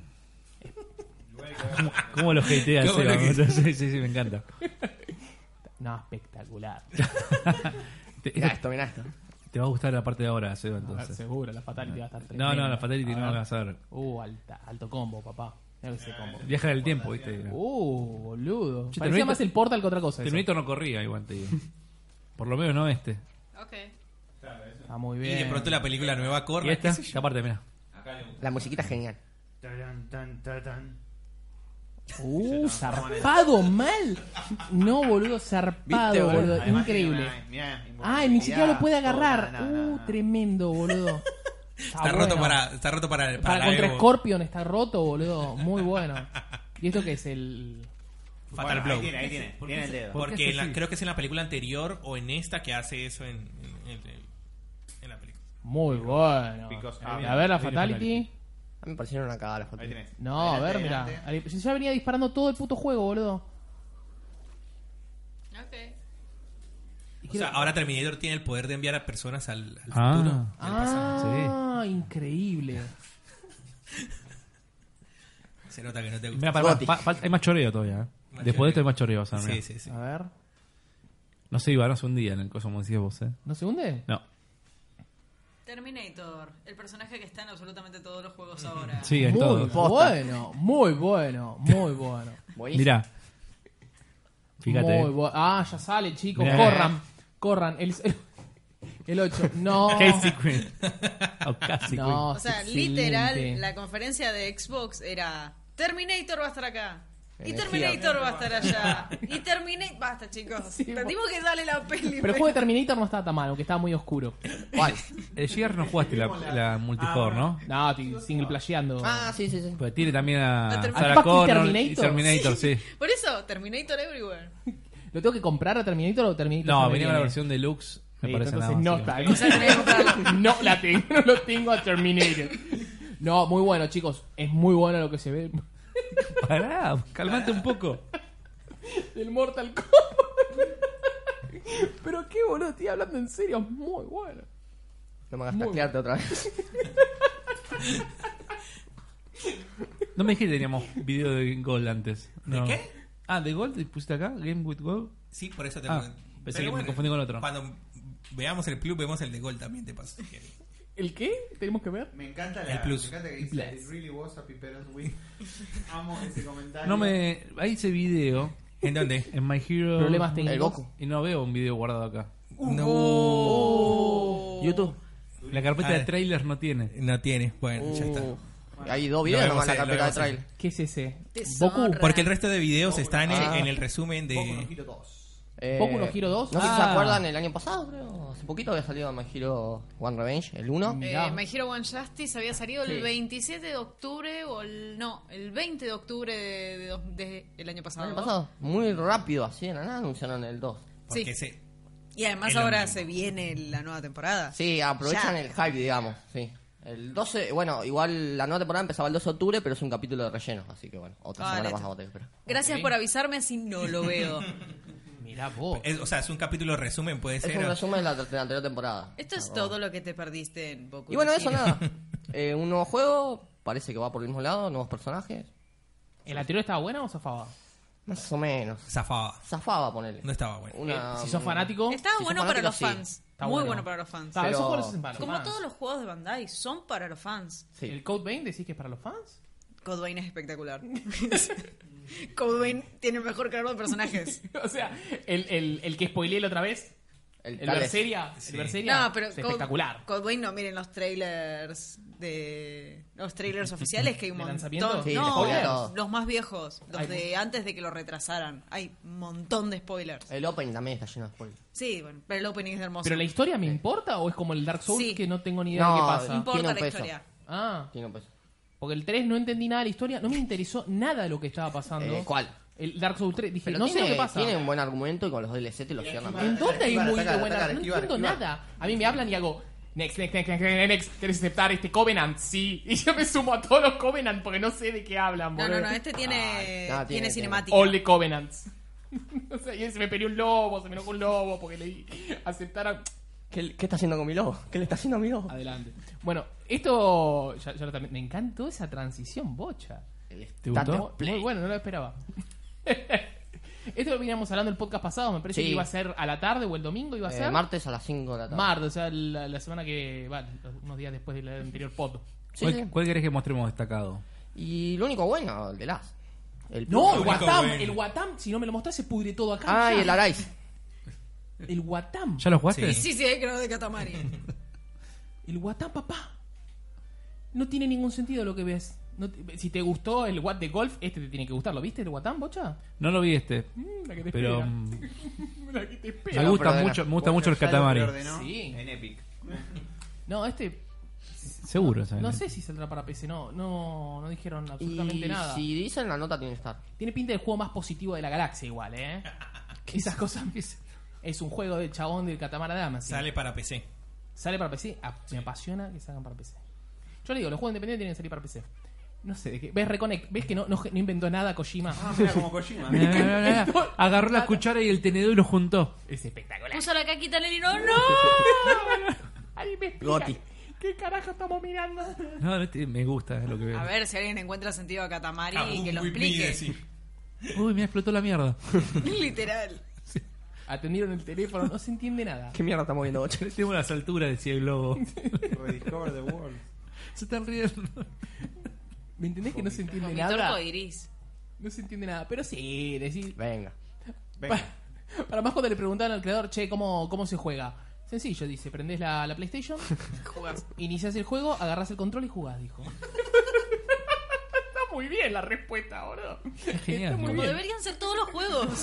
S3: ¿Cómo lo hatea
S4: ¿Cómo
S3: Seba?
S4: lo
S3: [LAUGHS] Sí, sí, sí, me encanta.
S1: No, espectacular.
S3: Te,
S2: Mirá esto, mirá esto.
S3: te va a gustar la parte de ahora, Seba,
S1: Ah,
S3: entonces.
S1: Seguro, la Fatality va a estar
S3: No,
S1: tremenda.
S3: no, la Fatality
S1: A
S3: no la
S1: ver.
S3: vas a ver.
S1: Uh, alta, alto combo, papá. Mira ese combo.
S3: Viaja del tiempo, ¿viste?
S1: Uh, boludo.
S3: Ah, Che,
S1: Parecía
S3: Terminator-
S1: más el portal que otra cosa. eso.
S3: Terminator no corría igual, te digo. Por lo menos no este.
S5: Ok.
S1: Está muy
S4: Y
S1: bien.
S4: de pronto la película nueva
S3: Y
S4: corre.
S3: esta, esta parte, mira.
S2: La musiquita es genial.
S6: Tarán, tan, tarán.
S1: Uh, zarpado mal. No, boludo, zarpado,
S2: ¿Viste, boludo?
S1: boludo.
S6: Además tiene
S1: Increíble.
S6: una- mirá,
S1: Ay, ni siquiera lo puede agarrar.
S6: No, no, no,
S1: uh,
S6: no.
S1: tremendo, boludo. Está,
S4: Está
S1: bueno.
S4: roto para. Está roto para.
S1: Para,
S4: la
S1: contra
S4: Evo.
S1: Scorpion está roto, boludo. Muy bueno. ¿Y esto qué es? El.
S6: Bueno,
S4: Fatal Blow.
S6: Ahí tiene, ahí
S3: [LAUGHS]
S6: tiene. Tiene el dedo.
S3: ¿Por qué
S4: Porque en la-
S3: así?
S4: creo que es en la película anterior o en esta que hace eso en, en- en- en- en la película.
S1: Muy bueno.
S6: Because-
S1: A ver, la Fatality.
S2: A mí me parecieron una cagada las fotos.
S6: Ahí tenés.
S1: No, a ver, mira. Yo ya venía disparando todo el puto juego, boludo.
S5: Ok.
S4: O sea, ahora Terminator tiene el poder de enviar a personas al, al
S3: Ah.
S4: futuro. y al pasado.
S1: Ah, increíble.
S4: Se nota que no te gusta.
S3: Mira, para,
S2: Gothic.
S3: hay más choreo todavía. ¿eh? Después
S4: Más
S3: de esto
S4: choreo.
S3: hay más choreo, o sea, mirá.
S4: sí, sí, sí.
S1: A ver.
S3: No se iba, no hace un día en el coso, como decías vos, ¿eh?
S1: ¿No se hunde?
S3: No.
S5: Terminator, el personaje que está en absolutamente todos los juegos ahora.
S3: Sí, en
S1: muy
S3: todo.
S1: bueno, muy bueno, muy bueno.
S2: Buenísimo.
S3: Mirá. [LAUGHS] Fíjate. ¿eh?
S1: Muy bueno. Ah, ya sale, chicos.
S3: Mirá.
S1: Corran, corran. El, el 8.
S3: [LAUGHS]
S1: No.
S3: Casey Quinn. O Casey
S1: No,
S5: O sea,
S1: Oh, es excelente.
S5: literal, la conferencia de Xbox era Terminator va a estar acá. Y Terminator va a
S1: [LAUGHS]
S5: estar allá. Y Terminator. Basta, chicos.
S1: Sí,
S5: Entendimos que sale la peli. [LAUGHS] pues.
S1: Pero el juego de Terminator no estaba tan mal, aunque estaba muy
S3: [LAUGHS]
S1: oscuro.
S2: ¿Cuál?
S3: Quinn. Eh, Gear no jugaste la, la multijugador, ¿no?
S1: No, estoy single playando.
S2: Ah, sí, sí, sí.
S3: Pues tiene también a
S5: La Terminator.
S3: Sarah
S1: Fucking
S3: Connor y
S1: Terminator.
S3: Terminator, sí.
S5: Por eso, Terminator Everywhere.
S1: ¿Lo tengo que comprar a Terminator o Terminator? ya
S3: No,
S1: me
S3: venía
S1: viene?
S3: la versión deluxe, me
S1: Sí,
S3: parece nada
S1: entonces
S3: más.
S1: no
S3: sí.
S1: está. [LAUGHS] no la tengo, no lo tengo a Terminator. No, muy bueno, chicos. Es muy bueno lo que se ve
S3: Pará, calmate un poco.
S1: del Mortal Kombat. Pero qué boludo, estoy hablando en serio, es muy bueno.
S2: No me hagas taclearte otra vez.
S3: No me dijiste que teníamos video de Gold antes. No.
S4: qué?
S3: Ah, de Gold, pusiste acá, Game with Gold.
S4: Sí, por eso te
S3: Ah,
S4: pregunté.
S3: pensé que me confundí con otro.
S4: Cuando veamos el club, vemos el de gol también, te paso.
S1: ¿El qué? ¿Tenemos que ver?
S6: Me encanta la.
S4: El plus.
S6: Me encanta que dice.
S1: Plus.
S6: It really was a piperos
S1: [LAUGHS]
S6: win. Amo ese comentario.
S3: No me. Ahí ese video
S4: ¿En dónde?
S3: en My Hero.
S1: Problemas técnicos.
S2: El Goku.
S3: Y no veo un video guardado acá.
S4: No.
S2: YouTube.
S3: La carpeta
S4: Ah.
S3: de trailers no tiene.
S4: No tiene. Bueno, ya está.
S2: Uh, Hay dos videos
S4: Lo
S2: nomás en la
S4: vemos, eh,
S2: carpeta
S4: lo
S2: de
S4: vemos,
S2: trail.
S1: ¿Qué es ese?
S5: Deshonra.
S1: ¿Boku?
S4: Porque el resto de videos están en,
S2: Ah.
S4: en el resumen
S6: Boku no
S4: de.
S6: Hero 2.
S2: Eh,
S1: Boku no Hero 2.
S2: No sé si se
S1: Ah.
S2: acuerdan, el año pasado, creo. Hace poquito había salido My Hero One Revenge, el 1.
S1: Mirá.
S5: Eh, My Hero One Justice había salido
S2: Sí.
S5: el 27 de octubre o el, no, el 20 de octubre de, de dos- de- el año
S2: El
S5: pasado.
S2: año pasado. Muy rápido, así de la nada anunciaron el 2.
S4: Porque
S5: Sí.
S4: se-
S5: Y además
S4: Es lo
S5: ahora
S4: mismo.
S5: se viene la nueva temporada.
S2: Sí, aprovechan
S5: Ya.
S2: el hype, digamos. Sí. El 12, bueno, igual la nueva temporada empezaba el 12 de octubre, pero es un capítulo de relleno, así que bueno, otra
S5: Ah,
S2: semana
S5: listo.
S2: más vamos a tener que esperar.
S5: Gracias
S1: Ok.
S5: por avisarme si no lo
S2: [LAUGHS]
S5: veo.
S1: Mirá vos.
S4: es- o sea, es un capítulo resumen, puede
S2: Es
S4: ser.
S2: un resumen de la, de la anterior temporada.
S5: Esto es todo lo que te perdiste en Boku.
S2: Y bueno,
S5: no
S2: eso
S5: Hero. [LAUGHS]
S2: [LAUGHS] nada. Eh, un nuevo juego, parece que va por el mismo lado, nuevos personajes.
S1: ¿El anterior estaba bueno o zafaba?
S2: Más o menos.
S4: Zafaba.
S2: Zafaba, ponele.
S4: No estaba bueno.
S2: Una-
S1: Eh, si sos fanático,
S5: Está
S2: Si
S5: bueno
S2: sos
S5: para
S2: fanático,
S5: los
S2: sí.
S5: fans.
S1: Está
S5: Muy
S1: bueno.
S5: bueno. para los fans.
S1: está, esos
S2: Pero-
S1: juegos son para los
S5: Como
S1: fans.
S5: todos los juegos de Bandai son para los fans.
S2: Sí.
S1: ¿El Code Vein decís que es para los fans? [LAUGHS]
S5: Codwain es espectacular. [LAUGHS] Codwain tiene el mejor cargo de personajes.
S1: o sea, el, el, el que spoileé la otra vez,
S2: El,
S1: el
S2: tal vez.
S1: Berseria,
S4: Sí.
S1: el Berseria,
S5: No, pero
S1: es
S5: Code-
S1: espectacular.
S5: Codwain no, miren los trailers de los trailers oficiales que hay
S1: [LAUGHS]
S5: un
S1: ¿De
S5: montón.
S1: lanzamiento?
S2: Sí,
S5: no,
S2: spoilers.
S5: los, los más viejos, los
S1: Hay
S5: de antes de que lo retrasaran. Hay un montón de spoilers.
S2: El Open también está lleno de spoilers.
S5: Sí, bueno, pero el opening es hermoso.
S1: ¿Pero la historia me importa o es como el Dark Souls
S5: Sí.
S1: que no tengo ni idea
S2: No,
S1: de qué pasa?
S5: no importa
S2: tiene
S5: la
S2: un peso.
S5: historia.
S1: Ah,
S2: Tiene un peso.
S1: porque el 3 no entendí nada de la historia, no me interesó nada de lo que estaba pasando.
S2: Eh, ¿Cuál?
S1: El Dark Souls 3, dije,
S2: Pero
S1: no
S2: tiene,
S1: sé lo que pasa.
S2: tiene un buen argumento y con los DLC te lo cierran.
S1: ¿En dónde hay
S6: Esquivar,
S1: muy
S6: atacar,
S1: buena?
S6: atacar,
S1: No
S6: esquivar,
S1: entiendo
S6: esquivar.
S1: nada. A mí me hablan y hago, next, next, next, next, next, next, ¿querés aceptar este Covenant? Sí. [LAUGHS] Y yo me sumo a todos los Covenant porque no sé de qué hablan,
S5: No, no,
S1: boludo.
S5: no, este tiene,
S2: Ay, no, tiene-
S5: tiene
S2: tiene.
S5: cinemática. [LAUGHS]
S1: All the Covenants. [LAUGHS] o sea, y se me peleó un lobo, se me enojó un lobo porque leí aceptar a...
S2: ¿Qué, ¿Qué está haciendo con mi lobo? ¿Qué le está haciendo a mi lobo?
S1: Adelante. Bueno, esto. Ya, ya lo terminé. Me encantó esa transición bocha.
S2: El
S3: ¿Te gustó?
S2: Status Play.
S1: Muy bueno, no lo esperaba. [LAUGHS] Esto lo veníamos hablando el podcast pasado, me parece
S2: Sí.
S1: que iba a ser a la tarde o el domingo, iba a
S2: Eh,
S1: ser.
S2: martes a las 5 de la tarde.
S1: Martes, o sea, la, la semana que va, unos días después del anterior pod.
S2: Sí,
S3: ¿Cuál,
S2: sí.
S3: cuál querés que mostremos destacado?
S2: Y lo único bueno, el de las. El
S1: No,
S4: el
S1: el
S4: único
S1: Guatam,
S4: bueno.
S1: el Guatam, si no me lo mostrás se pudre todo acá.
S2: Ah,
S1: ya.
S2: y el Arais.
S1: El Guatam,
S3: ¿Ya lo jugaste?
S5: Y sí, sí, hay que no de Catamari.
S1: [LAUGHS] el Guatam, papá. No tiene ningún sentido lo que ves. No te- si te gustó el What de Golf, este te tiene que gustar. ¿Lo viste el Guatam, bocha?
S3: No lo vi este.
S1: Mm, la que te
S3: Pero
S1: espera.
S3: mm,
S1: La que te espera.
S3: me
S2: no,
S3: gusta
S2: pero de
S3: mucho,
S2: las
S3: me gusta mucho el
S6: Ya lo
S3: Katamari.
S6: preordenó
S1: Sí.
S6: En Epic.
S1: [LAUGHS] No, este
S3: Seguro, ¿sabes?
S1: no sé si saldrá para PC, no, no, no dijeron absolutamente
S2: Y
S1: nada.
S2: si dicen la nota tiene que estar.
S1: Tiene pinta del juego más positivo de la galaxia igual, ¿eh? Esas cosas es un juego del chabón del Katamara Damacy.
S4: Sale para PC.
S1: Sale para PC. Ah, Me apasiona que salgan para PC. Yo le digo, los juegos independientes tienen que salir para PC. No sé, de qué- ¿ves Reconnect? ¿Ves que no, no, no inventó nada Kojima?
S6: Ah, mira, como Kojima.
S3: Mirá, mirá, mirá, mirá. Agarró la cuchara y el tenedor y lo juntó.
S1: Es espectacular.
S5: Puso la caquita en el hilo. ¡No!
S1: [LAUGHS] Ay, me explica.
S2: Goti.
S1: ¿Qué carajo estamos mirando?
S3: No, no, este- me gusta es lo que veo.
S5: A ver si alguien encuentra sentido a Catamari
S4: Ah,
S5: y que lo
S4: uy, mire,
S5: explique.
S4: sí.
S3: Uy, me explotó la mierda.
S5: [LAUGHS]
S3: [LAUGHS]
S5: Literal.
S1: Atendieron el teléfono, no se entiende nada.
S2: ¿Qué mierda estamos viendo, bocha?
S3: Tengo las alturas, decía el globo.
S6: Rediscover the World.
S3: [LAUGHS] Se están riendo.
S1: ¿Me entendés que no se entiende
S5: Vomitor
S1: nada?
S5: coiris.
S1: No se entiende nada, pero sí, decir.
S2: Venga.
S6: Venga.
S1: Para, para más cuando le preguntaban al creador, che, ¿cómo, cómo se juega? Sencillo, dice, prendés la, la PlayStation, jugás. Iniciás el juego, agarrás el control y jugás, dijo. Está muy bien la respuesta, boludo.
S3: genial,
S1: Está muy
S3: ¿no?
S5: Como
S1: bien.
S5: deberían ser todos los
S1: [LAUGHS]
S5: juegos.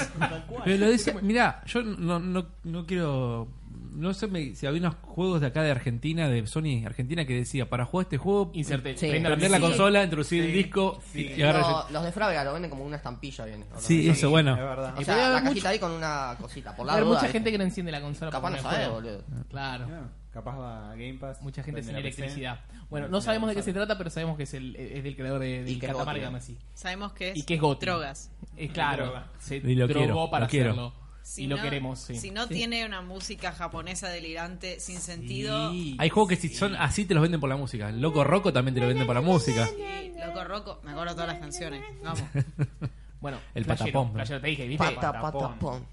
S3: Pero lo dice, mirá, yo no, no, no quiero. No sé me- si había unos juegos de acá de Argentina, de Sony Argentina, que decía para jugar este juego,
S1: Inserte,
S2: Sí,
S1: prenda
S3: prender la
S1: PC.
S3: consola, introducir el
S6: Sí,
S3: disco
S6: sí.
S3: y agarrar
S2: Lo- los de Frávega lo venden como una estampilla. Viene,
S3: Sí,
S2: O
S3: eso, bueno.
S6: Es verdad.
S2: sea,
S1: Y puede
S2: la
S1: haber
S2: cajita
S1: mucho-
S2: ahí con una cosita. Por la
S1: Hay
S2: duda,
S1: mucha
S2: ¿viste?
S1: gente que no enciende la consola
S2: Capaz
S1: para
S2: no
S1: poner
S2: sabe,
S1: juego.
S2: boludo.
S1: Claro.
S6: Ah, Capaz va a Game Pass.
S1: Mucha gente
S6: vende
S1: sin
S6: la PC.
S1: electricidad. Bueno, no sabemos de qué se trata, pero sabemos que es, el, es del creador de, del
S2: que es
S1: Catamarca,
S2: Gotti.
S1: Damasí.
S5: Sabemos que es,
S1: Y que es Gotti.
S5: drogas.
S1: Eh, claro,
S6: Droga.
S1: se
S3: Y lo
S1: drogó
S3: quiero,
S1: para
S3: lo quiero.
S1: hacerlo. y lo
S5: no-
S1: queremos, sí.
S5: Si no tiene una música japonesa delirante sin sentido,
S1: Sí.
S3: Hay juegos que si son así te los venden por la música. El Loco Roco también te lo venden por la música.
S5: y loco roco, me acuerdo todas las canciones. Vamos.
S1: Bueno,
S3: El
S1: flashero,
S3: patapón, ¿no?
S1: flashero, te dije, ¿viste?
S2: Pata,
S6: Patapón.
S2: pata, pon.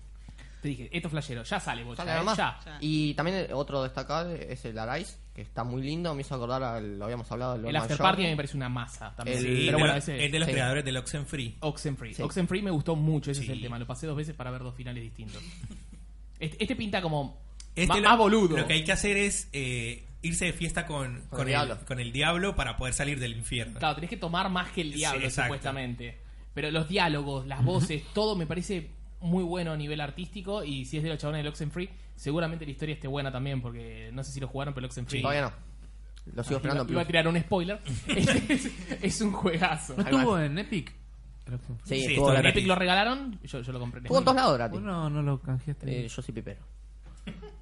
S1: Te dije, esto es flashero, ya sale, bocha,
S2: Sale nada
S1: eh,
S2: más.
S1: ya.
S5: Ya.
S2: Y también el otro destacable es el Arais, que está muy lindo. Me hizo acordar, al, lo habíamos hablado, del
S1: El
S2: Batman
S1: after
S2: Show.
S1: party me parece una masa también.
S2: El-
S4: Sí,
S1: pero
S4: de
S1: bueno,
S4: lo-
S1: ese
S4: es de los
S2: sí.
S4: creadores del Oxenfree.
S1: Oxenfree.
S2: Sí.
S1: Oxenfree me gustó mucho, ese
S4: Sí.
S1: es el tema. Lo pasé dos veces para ver dos finales distintos. Este, este pinta como
S4: Este
S1: ma-
S4: lo-
S1: más boludo.
S4: Lo que hay que hacer es eh, irse de fiesta con, con, el,
S2: diablo.
S4: con el diablo para poder salir del infierno.
S1: Claro, tenés que tomar más que el
S4: Sí,
S1: diablo,
S4: exacto.
S1: supuestamente. Pero los diálogos, las voces, todo me parece muy bueno a nivel artístico. Y si es de los chabones del Oxenfree, seguramente la historia esté buena también, porque no sé si lo jugaron, pero el Oxenfree...
S2: Todavía no. Lo sigo
S1: Iba,
S2: esperando en
S1: Ah, iba a
S2: Plus.
S1: tirar un
S4: [LAUGHS]
S1: spoiler. [LAUGHS] es, es- es un juegazo.
S3: ¿No estuvo en Epic?
S2: Sí,
S4: Sí,
S2: estuvo
S4: esto-
S2: gratis.
S1: En Epic lo regalaron, yo, yo lo compré.
S2: Estuvo en todos lados gratis.
S3: Vos no, no lo canjeaste.
S2: Eh, yo soy pipero.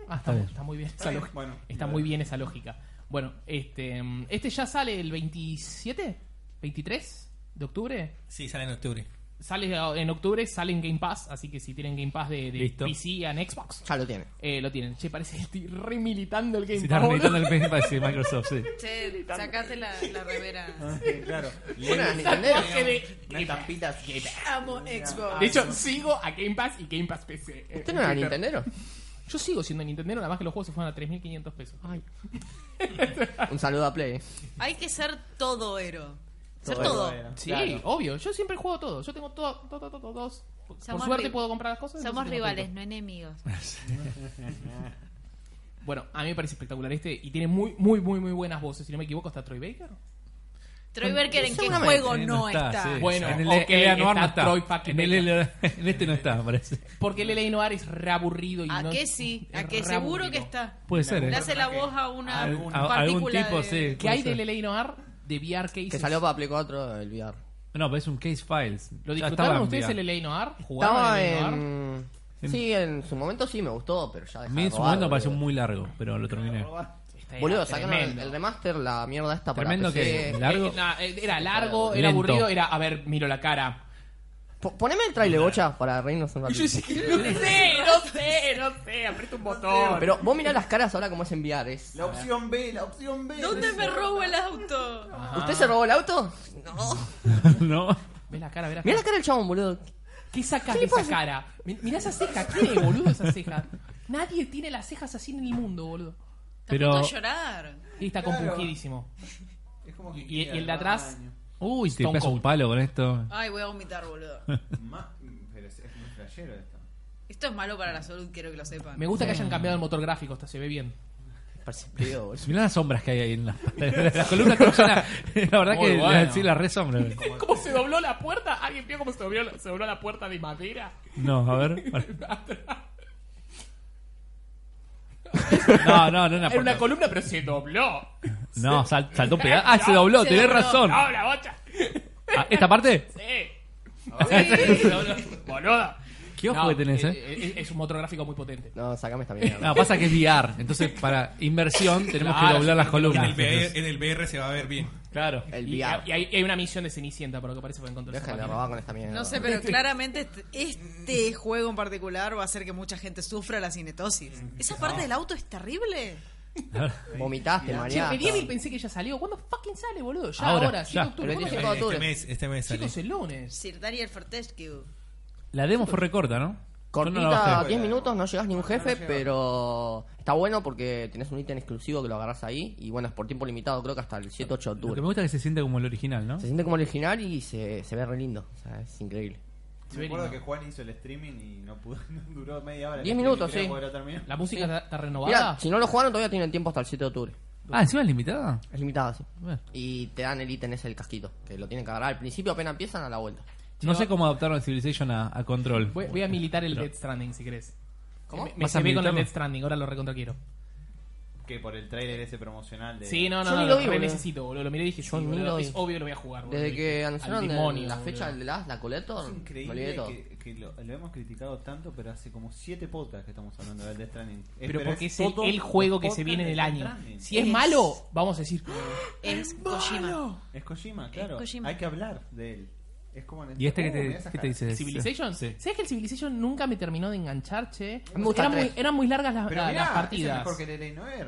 S1: Ah, está, está muy bien. esa
S6: bien,
S1: lógica.
S6: bueno.
S1: está muy bien esa lógica. Bueno, este, mm, este ya sale el 27, 23 de octubre.
S4: Sí, sale en octubre.
S1: Sale a- en octubre, sale en Game Pass, así que si tienen Game Pass de, de
S3: Listo.
S1: PC and Xbox,
S2: Ya lo tiene.
S1: eh, lo tienen. Che, parece que estoy remilitando el Game
S3: Si
S1: Pass.
S3: estás
S1: boludo.
S3: reeditando el Game Pass de Microsoft, sí.
S5: Che, sacate la, la remera.
S6: Ah, [LAUGHS] sí,
S1: [LAUGHS]
S6: claro.
S2: Bueno,
S6: Leo-
S2: Nintendo.
S1: Tatuaje de-
S2: Una tapita así.
S5: Amo Xbox.
S1: De hecho, sigo a Game Pass y Game Pass PC. eh,
S2: ¿Usted no era
S1: en Twitter.
S2: Nintendero?
S1: Yo sigo siendo Nintendero, nada más que los juegos se fueron a 3.500 pesos.
S2: Un saludo a Play.
S5: Hay que ser todo héroe. Ser
S2: Todo
S5: todo.
S6: héroe.
S1: Sí,
S2: Claro.
S1: obvio. Yo siempre juego todo. Yo tengo todo, todo, todo, todo, todos. Por
S5: Somos
S1: suerte
S5: ri-
S1: puedo comprar las cosas.
S5: Somos
S1: entonces tengo
S5: rivales,
S1: todo.
S5: no enemigos.
S1: Bueno, a mí me parece espectacular este y tiene muy, muy, muy, muy buenas voces. Si no me equivoco, está Troy Baker.
S5: Troy Berker, ¿en qué
S2: Seguramente,
S5: juego
S3: Eh,
S5: no está?
S3: sí.
S1: Bueno,
S3: en el
S1: ok,
S3: LA Noir no
S1: está Troy
S3: está.
S1: fucking
S3: En, el LA en este no está, me parece.
S1: Porque el L.A. Noir es reaburrido y
S5: ¿A
S1: no
S5: qué sí? ¿A
S1: es
S5: qué
S1: re
S5: seguro
S1: aburrido.
S5: que está?
S3: Puede ser,
S5: Le
S3: ¿eh?
S5: hace la voz a una
S3: Algún-
S5: partícula
S3: a- algún tipo,
S5: de-
S3: sí.
S1: ¿Qué hay
S3: Puede
S1: del L.A. Noir de VR Cases?
S2: Que salió para Play 4 el VR.
S3: No, pero es un Case Files.
S1: ¿Lo
S3: Ya
S1: disfrutaron
S3: estaba
S1: ustedes
S3: en
S1: el L.A. Noir? ¿Jugaron
S2: Estaba
S1: al L.A. Noir?
S2: en. Sí, en su momento sí me gustó, pero ya
S3: A
S2: dejaba
S3: mí en su
S2: robado,
S3: momento me
S2: boludo.
S3: pareció muy largo, pero lo terminé.
S1: Está
S2: Boludo, sacaron el,
S1: tremendo.
S2: el remaster, la mierda esta para
S3: Tremendo
S2: PC.
S3: que- largo.
S1: Eh, na- eh, era largo, era
S3: Lento.
S1: aburrido, era, a ver, miro la cara.
S2: Po- poneme el trailer, bocha, para reírnos un
S1: Y
S2: ratito.
S1: yo decía [LAUGHS] que no sé, no sé, no sé, aprieta un botón.
S2: Pero vos mirá las caras ahora cómo es enviar. Es...
S6: La opción B, la opción B.
S5: ¿Dónde me robo el auto?
S2: ¿Usted se robó el auto? No.
S3: [LAUGHS] no.
S1: Ves la cara, verás.
S2: Mirá la cara del chabón, boludo.
S1: ¿Qué sacas de esa cara? Mi- Mirá esa ceja, ¿qué, boludo, esa ceja? Nadie tiene las cejas así en el mundo, boludo.
S3: Pero-
S5: Pero... llorar.
S1: Y está
S6: Claro.
S1: compungidísimo.
S6: Es como
S1: Y,
S6: que
S1: y- y el de atrás. Uy,
S3: Te
S1: Stone
S3: pasa un
S1: Cold.
S3: palo con esto.
S5: Ay, voy a vomitar, boludo.
S6: Ma- Pero es, es muy flashero esto.
S5: Esto es malo para la salud, quiero que lo sepan.
S1: Me gusta que hayan cambiado el motor gráfico, hasta se ve bien.
S2: Parece pedo, boludo.
S3: Mirá las sombras que hay ahí [LAUGHS] en las paredes. Las columnas que son la- La verdad
S1: Muy
S3: que
S1: bueno.
S3: sí, las re sombras.
S1: ¿Cómo se dobló la puerta? ¿Alguien vio cómo se dobló, la- se dobló la puerta de madera?
S3: No,
S1: [LAUGHS]
S3: a ver. No, no, no, una
S1: Era una
S3: puerta.
S1: columna, pero se dobló.
S3: No, sal- saltó
S1: [LAUGHS]
S3: un pedazo. Ah, se dobló,
S5: Se
S3: tenés
S5: dobló.
S3: razón.
S1: No, la bocha. [LAUGHS]
S3: Ah, ¿Esta parte?
S1: Sí. Se dobló. Boludo.
S3: ¿Qué ojo que tenés, eh?
S1: eh, Es, es un motor gráfico muy potente.
S2: No, sacame esta mierda.
S3: No, pasa que es VR. Entonces, para inversión, tenemos que
S1: Claro,
S3: doblar las
S4: En
S3: columnas.
S4: el, VR, en el VR se va a ver bien.
S3: Claro.
S2: El
S1: Y, y
S2: VR.
S1: hay, y hay una misión de Cenicienta, por lo que parece, para encontrar esa
S2: Dejen de
S1: máquina.
S2: robar con esta mierda.
S5: No sé, pero claramente este- este juego en particular va a hacer que mucha gente sufra la cinetosis. Esa parte del auto es terrible.
S2: Vomitaste,
S1: Che,
S2: María.
S1: Medieval pensé que ya salió. ¿Cuándo fucking sale, boludo? Ya
S3: Ahora,
S1: ahora,
S3: ya.
S1: 7 de octubre.
S2: Pero
S1: ¿Cuándo
S2: tiene
S1: sale?
S2: Todo
S4: Este
S2: octubre.
S4: mes, este mes salió.
S1: Chicos, el lunes.
S5: Sir Daniel Fortescue.
S3: La demo fue recorta, ¿no? Yo no la
S2: Cortita,
S3: bajé.
S2: 10 minutos, no llegas ni un jefe, pero está bueno porque tenés un ítem exclusivo que lo agarras ahí. Y bueno, es por tiempo limitado, creo que hasta el 7-8 de
S3: Lo que
S2: octubre.
S3: me gusta es que se siente como el original, ¿no?
S2: Se siente como el original y se, se ve re lindo. O sea, es increíble.
S1: Se
S6: Me
S1: ve
S6: acuerdo que
S1: lindo.
S6: Juan hizo el streaming y no pudo, [LAUGHS] no duró media hora. el
S2: Diez
S6: streaming,
S2: minutos,
S6: creo,
S2: sí.
S6: porque lo terminó.
S1: La música está, está renovada.
S2: Mira, si no lo jugaron, todavía tienen tiempo hasta el 7 de octubre.
S3: Ah, encima es limitada.
S2: Es limitado, sí.
S3: Bueno.
S2: Y te dan el ítem ese, el casquito, que lo tienen que agarrar al principio, apenas empiezan a la vuelta.
S3: No sé cómo adaptaron Civilization a, a Control.
S1: Voy, voy a militar el Death Stranding si querés.
S2: ¿Cómo?
S1: Me, me
S3: ¿Vas a
S1: cebé con el
S3: militarlo?
S1: Death Stranding, ahora lo recontra quiero.
S6: Que por el trailer ese promocional de.
S1: Sí, no, no,
S2: Yo
S1: no,
S2: ni
S1: lo,
S2: lo vi,
S1: re
S2: boludo.
S1: necesito, boludo. Lo miré y dije, sí,
S2: Yo ni
S1: boludo,
S2: lo
S1: es
S2: vi.
S1: obvio que lo voy a jugar, boludo.
S2: Desde que
S1: Al
S2: anunciaron el-
S1: demonio,
S2: la
S1: boludo.
S2: fecha del Last, la Collector,
S6: Es
S2: me olvidé de
S6: increíble
S2: todo.
S6: que, que lo, lo hemos criticado tanto, pero hace como siete podcasts que estamos hablando del Death Stranding. Eh,
S1: Pero porque
S6: es
S1: es el,
S6: todo
S1: el juego que
S6: podcast
S1: se viene en
S6: de
S1: el
S6: Death
S1: año.
S6: Stranding.
S1: Si es
S5: Es-
S1: malo, vamos a decir. "Eh,
S5: Es Kojima.
S6: Es Kojima, claro.
S5: Kojima.
S6: Hay que hablar de él. Es como en el-
S3: ¿Y este que
S6: Uh, mirá
S3: te,
S6: esas
S3: qué te
S6: caras.
S3: dice?
S1: ¿Civilization? ¿Sabes que el Civilization nunca me terminó de enganchar, che?
S2: Me gusta
S1: Eran
S2: el
S1: muy,
S2: tres.
S1: eran muy largas las,
S6: Pero
S1: la-
S6: mirá,
S1: Ah, las
S6: es
S1: partidas.
S6: mejor que el L.A. Noir,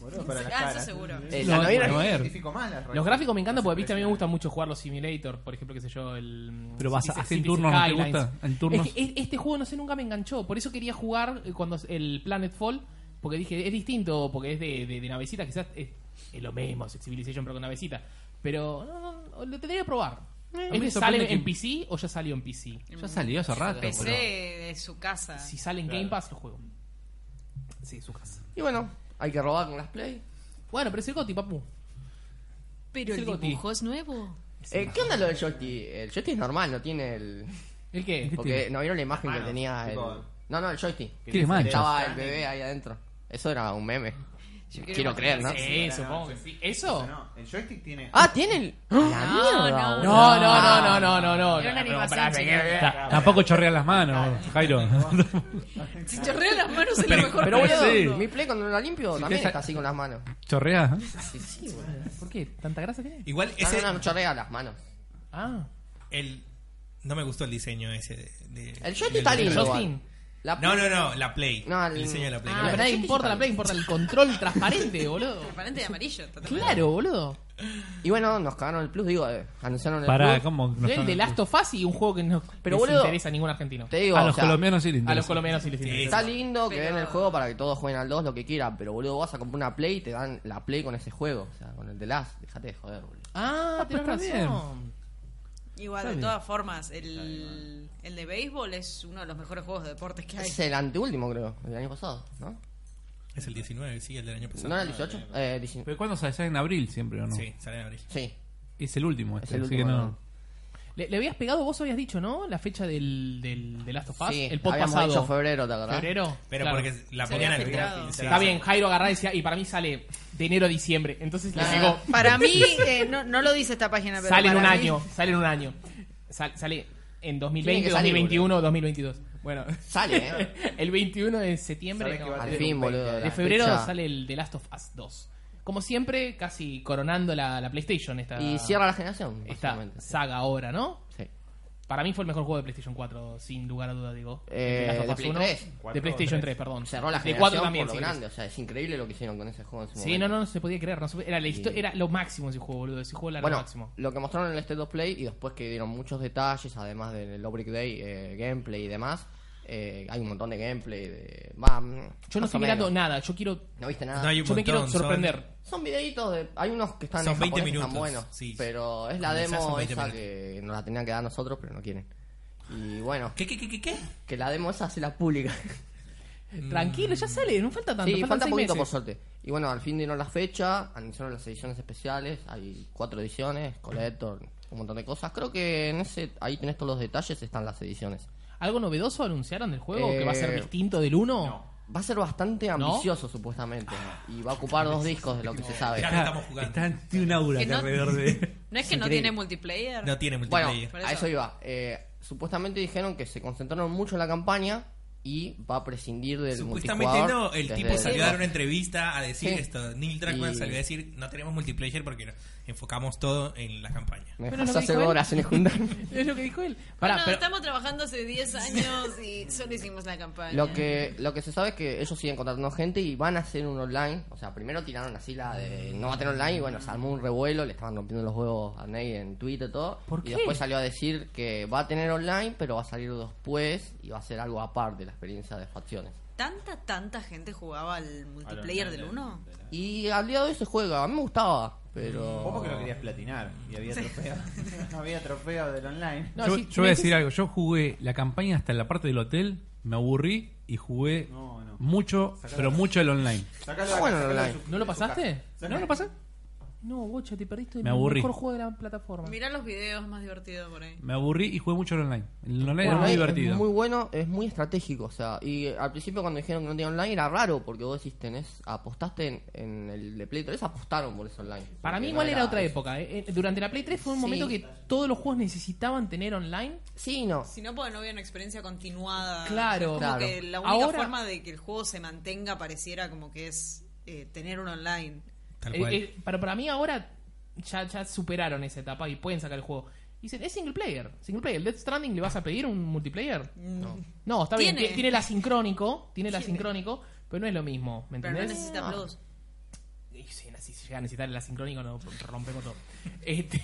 S6: boludo, para las
S5: [LAUGHS] Ah, eso
S6: caras.
S5: seguro.
S2: Eh,
S6: Yo
S2: la novia
S3: no,
S2: era-
S3: era-
S6: identifico más las
S1: Los
S6: reglas.
S1: gráficos me encantan
S6: Es
S1: porque, viste, a mí me gusta
S6: impresionante.
S1: mucho jugar los Simulator, por ejemplo, qué sé yo, el...
S3: Pero vas a-
S1: Cities-
S3: hacen
S1: Cities
S3: turnos, ¿no te
S1: Skylines.
S3: gusta? En turnos.
S1: Es que es- este juego, no sé, nunca me enganchó. Por eso quería jugar eh, cuando el Planetfall, porque dije, es distinto, porque es de, de, de navecita, quizás es, es lo mismo, es Civilization, pero con navecita. Pero no, no, no, lo tendría que probar.
S3: Eh, mí me
S1: ¿Este
S3: sorprende
S1: sale en
S3: que-
S1: PC o ya salió en PC?
S3: Ya salió hace rato.
S5: PC
S3: pero-
S5: de su casa.
S1: Si sale en Game Pass, lo juego. Sí, su casa.
S2: Y bueno, hay que robar con las Play.
S1: Bueno, pero es el Goti, papu.
S5: Pero
S1: Es
S5: el
S1: el Goti.
S5: dibujo es nuevo.
S2: Eh, ¿Qué onda lo del joystick? El joystick es normal, no tiene el...
S1: ¿El qué?
S2: Porque no vieron la imagen que
S6: Manos,
S2: tenía el...
S6: tipo-
S2: No, no, el joystick.
S6: Que
S3: Tiene
S6: te
S3: manchas.
S2: Estaba el
S6: Stranding.
S2: bebé ahí adentro. Eso era un meme.
S5: Yo
S2: Quiero
S5: [LAUGHS]
S2: creer, ¿no?
S1: Sí,
S6: no,
S1: supongo
S6: no,
S1: que
S6: sí.
S1: sí. ¿Eso?
S6: No, el joystick tiene.
S2: Ah, tiene el... ¡La mierda!
S5: no,
S1: No,
S2: boludo!
S1: no, no, no, no, no, no.
S5: Era
S1: Pero
S5: una animación,
S1: pará,
S5: chicos.
S1: que-
S3: Ta- tampoco chorrean las manos, Jairo.
S5: Si chorrea las manos es lo mejor.
S2: Pero
S5: del
S2: bueno,
S3: Sí.
S5: mundo.
S2: mi Play cuando no la limpio también
S3: te-
S2: está así con las manos.
S3: Chorrea.
S1: ¿Por qué? ¿Tanta grasa tiene?
S4: Igual
S2: No,
S4: ese.
S2: no, no, no chorrea las manos.
S1: Ah.
S4: El, no me gustó el diseño ese. De, de-
S2: El joystick
S4: del-
S2: está
S4: del-
S2: lindo.
S1: Justin.
S2: igual. La-
S4: No, no, no, la Play.
S2: No,
S4: el,
S2: el-
S4: diseño de la Play.
S1: Ah,
S4: No,
S1: pero nadie importa la play, importa el control transparente, boludo.
S5: Transparente de amarillo. totalmente.
S1: Claro, boludo.
S2: Y bueno, nos cagaron el plus, digo, eh, anunciaron el
S3: Pará,
S2: plus.
S3: ¿cómo? no
S1: El
S3: están-
S1: de Last of Us y un juego que no
S2: Pero,
S1: les
S2: boludo,
S1: interesa a ningún argentino.
S2: Te digo,
S3: A
S2: o
S3: los
S2: sea,
S3: colombianos sí les
S1: A los
S3: interesa.
S1: colombianos sí les interesa.
S2: Está lindo que
S5: Pero-
S2: den el juego para que todos jueguen al 2 lo que quieran, pero boludo, vas a comprar una Play y te dan la Play con ese juego, o sea, con el de Last, déjate de joder, boludo.
S1: Ah,
S3: pero
S1: tenés
S3: está
S1: razón.
S5: Igual, de todas formas, el, el de béisbol es uno de los mejores juegos de deportes que hay.
S2: Es el anteúltimo, creo, el año pasado, ¿no?
S4: Es el 19, sí, el del año pasado.
S2: ¿No era el 18? Eh, 19.
S3: ¿Pero cuándo sale? ¿Sale en abril siempre o no?
S4: Sí, sale en abril.
S2: Sí.
S3: Es el último este,
S2: el
S3: así que
S2: último,
S3: no.
S2: ¿no?
S1: Le, le habías pegado, vos habías dicho, ¿no? La fecha del, del, de Last of Us.
S2: sí,
S1: el pod
S2: habíamos
S1: pasado.
S2: dicho febrero, ¿te acordás?
S1: ¿Febrero?
S4: Pero
S1: Claro.
S4: porque la
S5: Se
S4: ponían
S5: había
S4: al
S5: filtrado.
S4: sí,
S1: Está
S4: sí.
S1: bien, Jairo agarrá y decía, y para mí sale de enero a diciembre. Entonces le
S2: Ah.
S1: llegó. [LAUGHS]
S5: Para mí, eh, no, no lo dice esta página, pero
S1: Sale en
S5: para
S1: un
S5: mí-
S1: año, sale en un año. Sal- sale en 2020,
S2: Tiene que salir,
S1: 2021 o 2022. Bueno, [LAUGHS]
S2: Sale,
S3: [LAUGHS]
S2: ¿eh?
S1: el 21 de septiembre,
S6: Sabes que
S1: no,
S6: va a
S2: Al
S1: de-
S2: fin, boludo.
S1: de
S2: la
S1: febrero
S2: fecha.
S1: sale el The Last of Us 2. Como siempre, casi coronando la, la PlayStation esta,
S2: Y cierra la generación,
S1: esta
S2: básicamente.
S1: saga ahora, ¿no?
S2: Sí.
S1: Para mí fue el mejor juego de PlayStation 4, sin lugar a duda, digo.
S2: Eh,
S1: Last of
S2: de
S1: Us
S2: Play
S1: 1.
S2: 3.
S1: De
S6: Cuatro,
S1: PlayStation 3,
S6: tres.
S1: perdón.
S2: Cerró la
S1: de
S2: generación
S1: 4 también,
S2: por
S1: sí.
S2: lo grande. O sea, es increíble lo que hicieron con ese juego en su
S1: Sí,
S2: momento.
S1: no, no, no se podía creer. no se podía- era, la histo-
S2: Sí.
S1: era lo máximo ese juego, boludo. Ese juego era
S2: Bueno,
S1: lo máximo.
S2: lo que mostraron en el State of Play y después que dieron muchos detalles, además del Low Brick Day, eh, gameplay y demás, eh, hay un montón de gameplay. De... va, mm,
S1: Yo no
S2: más o
S1: estoy mirando
S2: menos.
S1: nada. Yo quiero.
S2: No viste nada.
S4: No hay un
S1: Yo me quiero
S4: montón, son-
S1: sorprender.
S2: Son videitos de. Hay unos que están
S4: Son
S2: en
S4: 20
S2: japonés que
S4: minutos,
S2: están buenos.
S4: sí.
S2: Pero es la
S4: Quizás son
S2: demo
S4: 20
S2: esa
S4: minutos.
S2: que nos la tenían que dar a nosotros, pero no quieren. Y bueno,
S4: ¿Qué, qué, qué, qué, qué?
S2: que la demo esa se la pública.
S4: Mm.
S1: Tranquilo, ya sale. No falta tanto.
S2: sí,
S1: faltan
S2: falta
S1: seis
S2: poquito por
S1: meses.
S2: suerte. Y bueno, al fin dieron la fecha, anunciaron las ediciones especiales, hay cuatro ediciones, Collector, un montón de cosas. Creo que en ese, ahí tenés todos los detalles, están las ediciones.
S1: ¿Algo novedoso anunciaron del juego? ¿Que va a ser
S2: Eh,
S1: distinto del 1?
S6: No.
S2: Va a ser bastante ambicioso supuestamente y va a ocupar dos discos de lo que se sabe.
S4: Ya no estamos jugando.
S3: Está ante un aura
S5: Que
S3: acá
S5: no-
S3: alrededor de.
S5: No es que no
S2: Increíble.
S5: tiene multiplayer.
S4: No tiene
S2: Bueno,
S4: multiplayer.
S5: Por
S2: a
S5: eso.
S2: eso iba. Eh, supuestamente dijeron que se concentraron mucho en la campaña y va a prescindir del
S4: Supuestamente
S2: multijugador
S4: no, el
S2: desde
S4: tipo salió a dar una
S2: dos.
S4: entrevista a decir
S2: Sí.
S4: esto. Neil Druckmann
S2: Y-
S4: salió a decir, no tenemos multiplayer porque nos enfocamos todo en la campaña.
S2: Me
S1: Pero
S2: dejas
S1: lo que
S2: hacer
S1: dijo él-
S2: horas en juntarme.
S1: [LAUGHS] Es lo que dijo él.
S5: Bueno,
S1: Pará, pero-
S5: estamos trabajando hace 10
S1: [LAUGHS]
S5: años y solo hicimos la campaña.
S2: Lo que, lo que se sabe es que ellos siguen contratando gente y van a hacer un online. O sea, primero tiraron así la de no va a tener online y bueno, se armó un revuelo, le estaban rompiendo los huevos a Ney en Twitter y todo.
S1: ¿Por
S2: y
S1: qué?
S2: después salió a decir que va a tener online, pero va a salir después y va a ser algo aparte de la experiencia de facciones.
S5: ¿Tanta, tanta gente jugaba al multiplayer del 1?
S2: Y al día de hoy se juega, a mí me gustaba,
S1: Mm.
S2: pero...
S6: Vos porque lo querías platinar y había [LAUGHS] trofeos. había trofeos del online.
S1: No,
S3: yo,
S1: sí,
S3: yo voy a
S1: me
S3: decir algo. Yo jugué la campaña hasta la parte del hotel, me aburrí y jugué
S6: No, no.
S3: mucho,
S6: Sacá
S3: pero
S6: la-
S3: mucho el online.
S6: Sacalo
S2: Está
S6: de-
S2: Ah, bueno el
S6: sacalo de
S2: online.
S6: su-
S1: ¿No lo
S6: de su
S1: pasaste?
S6: caja.
S1: ¿No
S6: Sacalo.
S1: lo pasaste? No, bocha, te perdiste el
S3: Me aburrí.
S1: mejor juego de la plataforma.
S5: Mirá los videos más divertidos por ahí.
S3: Me aburrí y jugué mucho el online. El online era
S2: Bueno,
S3: muy
S2: es-
S3: divertido.
S2: Es muy bueno, es muy estratégico. O sea, y eh, al principio cuando dijeron que no tenía online era raro, porque vos decís, tenés, apostaste en, en el de Play 3, apostaron por ese online.
S1: Para
S2: Porque
S1: mí
S2: no
S1: igual era otra época. eh. Eh, Durante la Play 3 fue un
S2: Sí.
S1: momento que todos los juegos necesitaban tener online.
S2: Sí, no.
S5: Si no, porque no había una experiencia continuada.
S1: Claro.
S5: Es como
S2: Claro.
S5: que la única
S1: Ahora-
S5: forma de que el juego se mantenga pareciera como que es eh, tener un online.
S4: Tal
S1: Eh,
S4: cual.
S1: eh, pero para mí ahora ya, ya superaron esa etapa y pueden sacar el juego. Dicen, es single player. Single player. Death Stranding le vas a pedir un multiplayer.
S5: No.
S1: No, está bien.
S5: Tiene.
S1: tie- Tiene el asincrónico. Tiene el asincrónico. Pero no es lo mismo. ¿Me
S5: Pero no
S1: entendés? Ah.
S5: necesita
S2: No.
S5: plus.
S1: Y si, si llega a necesitar el asincrónico, no rompemos todo. Este,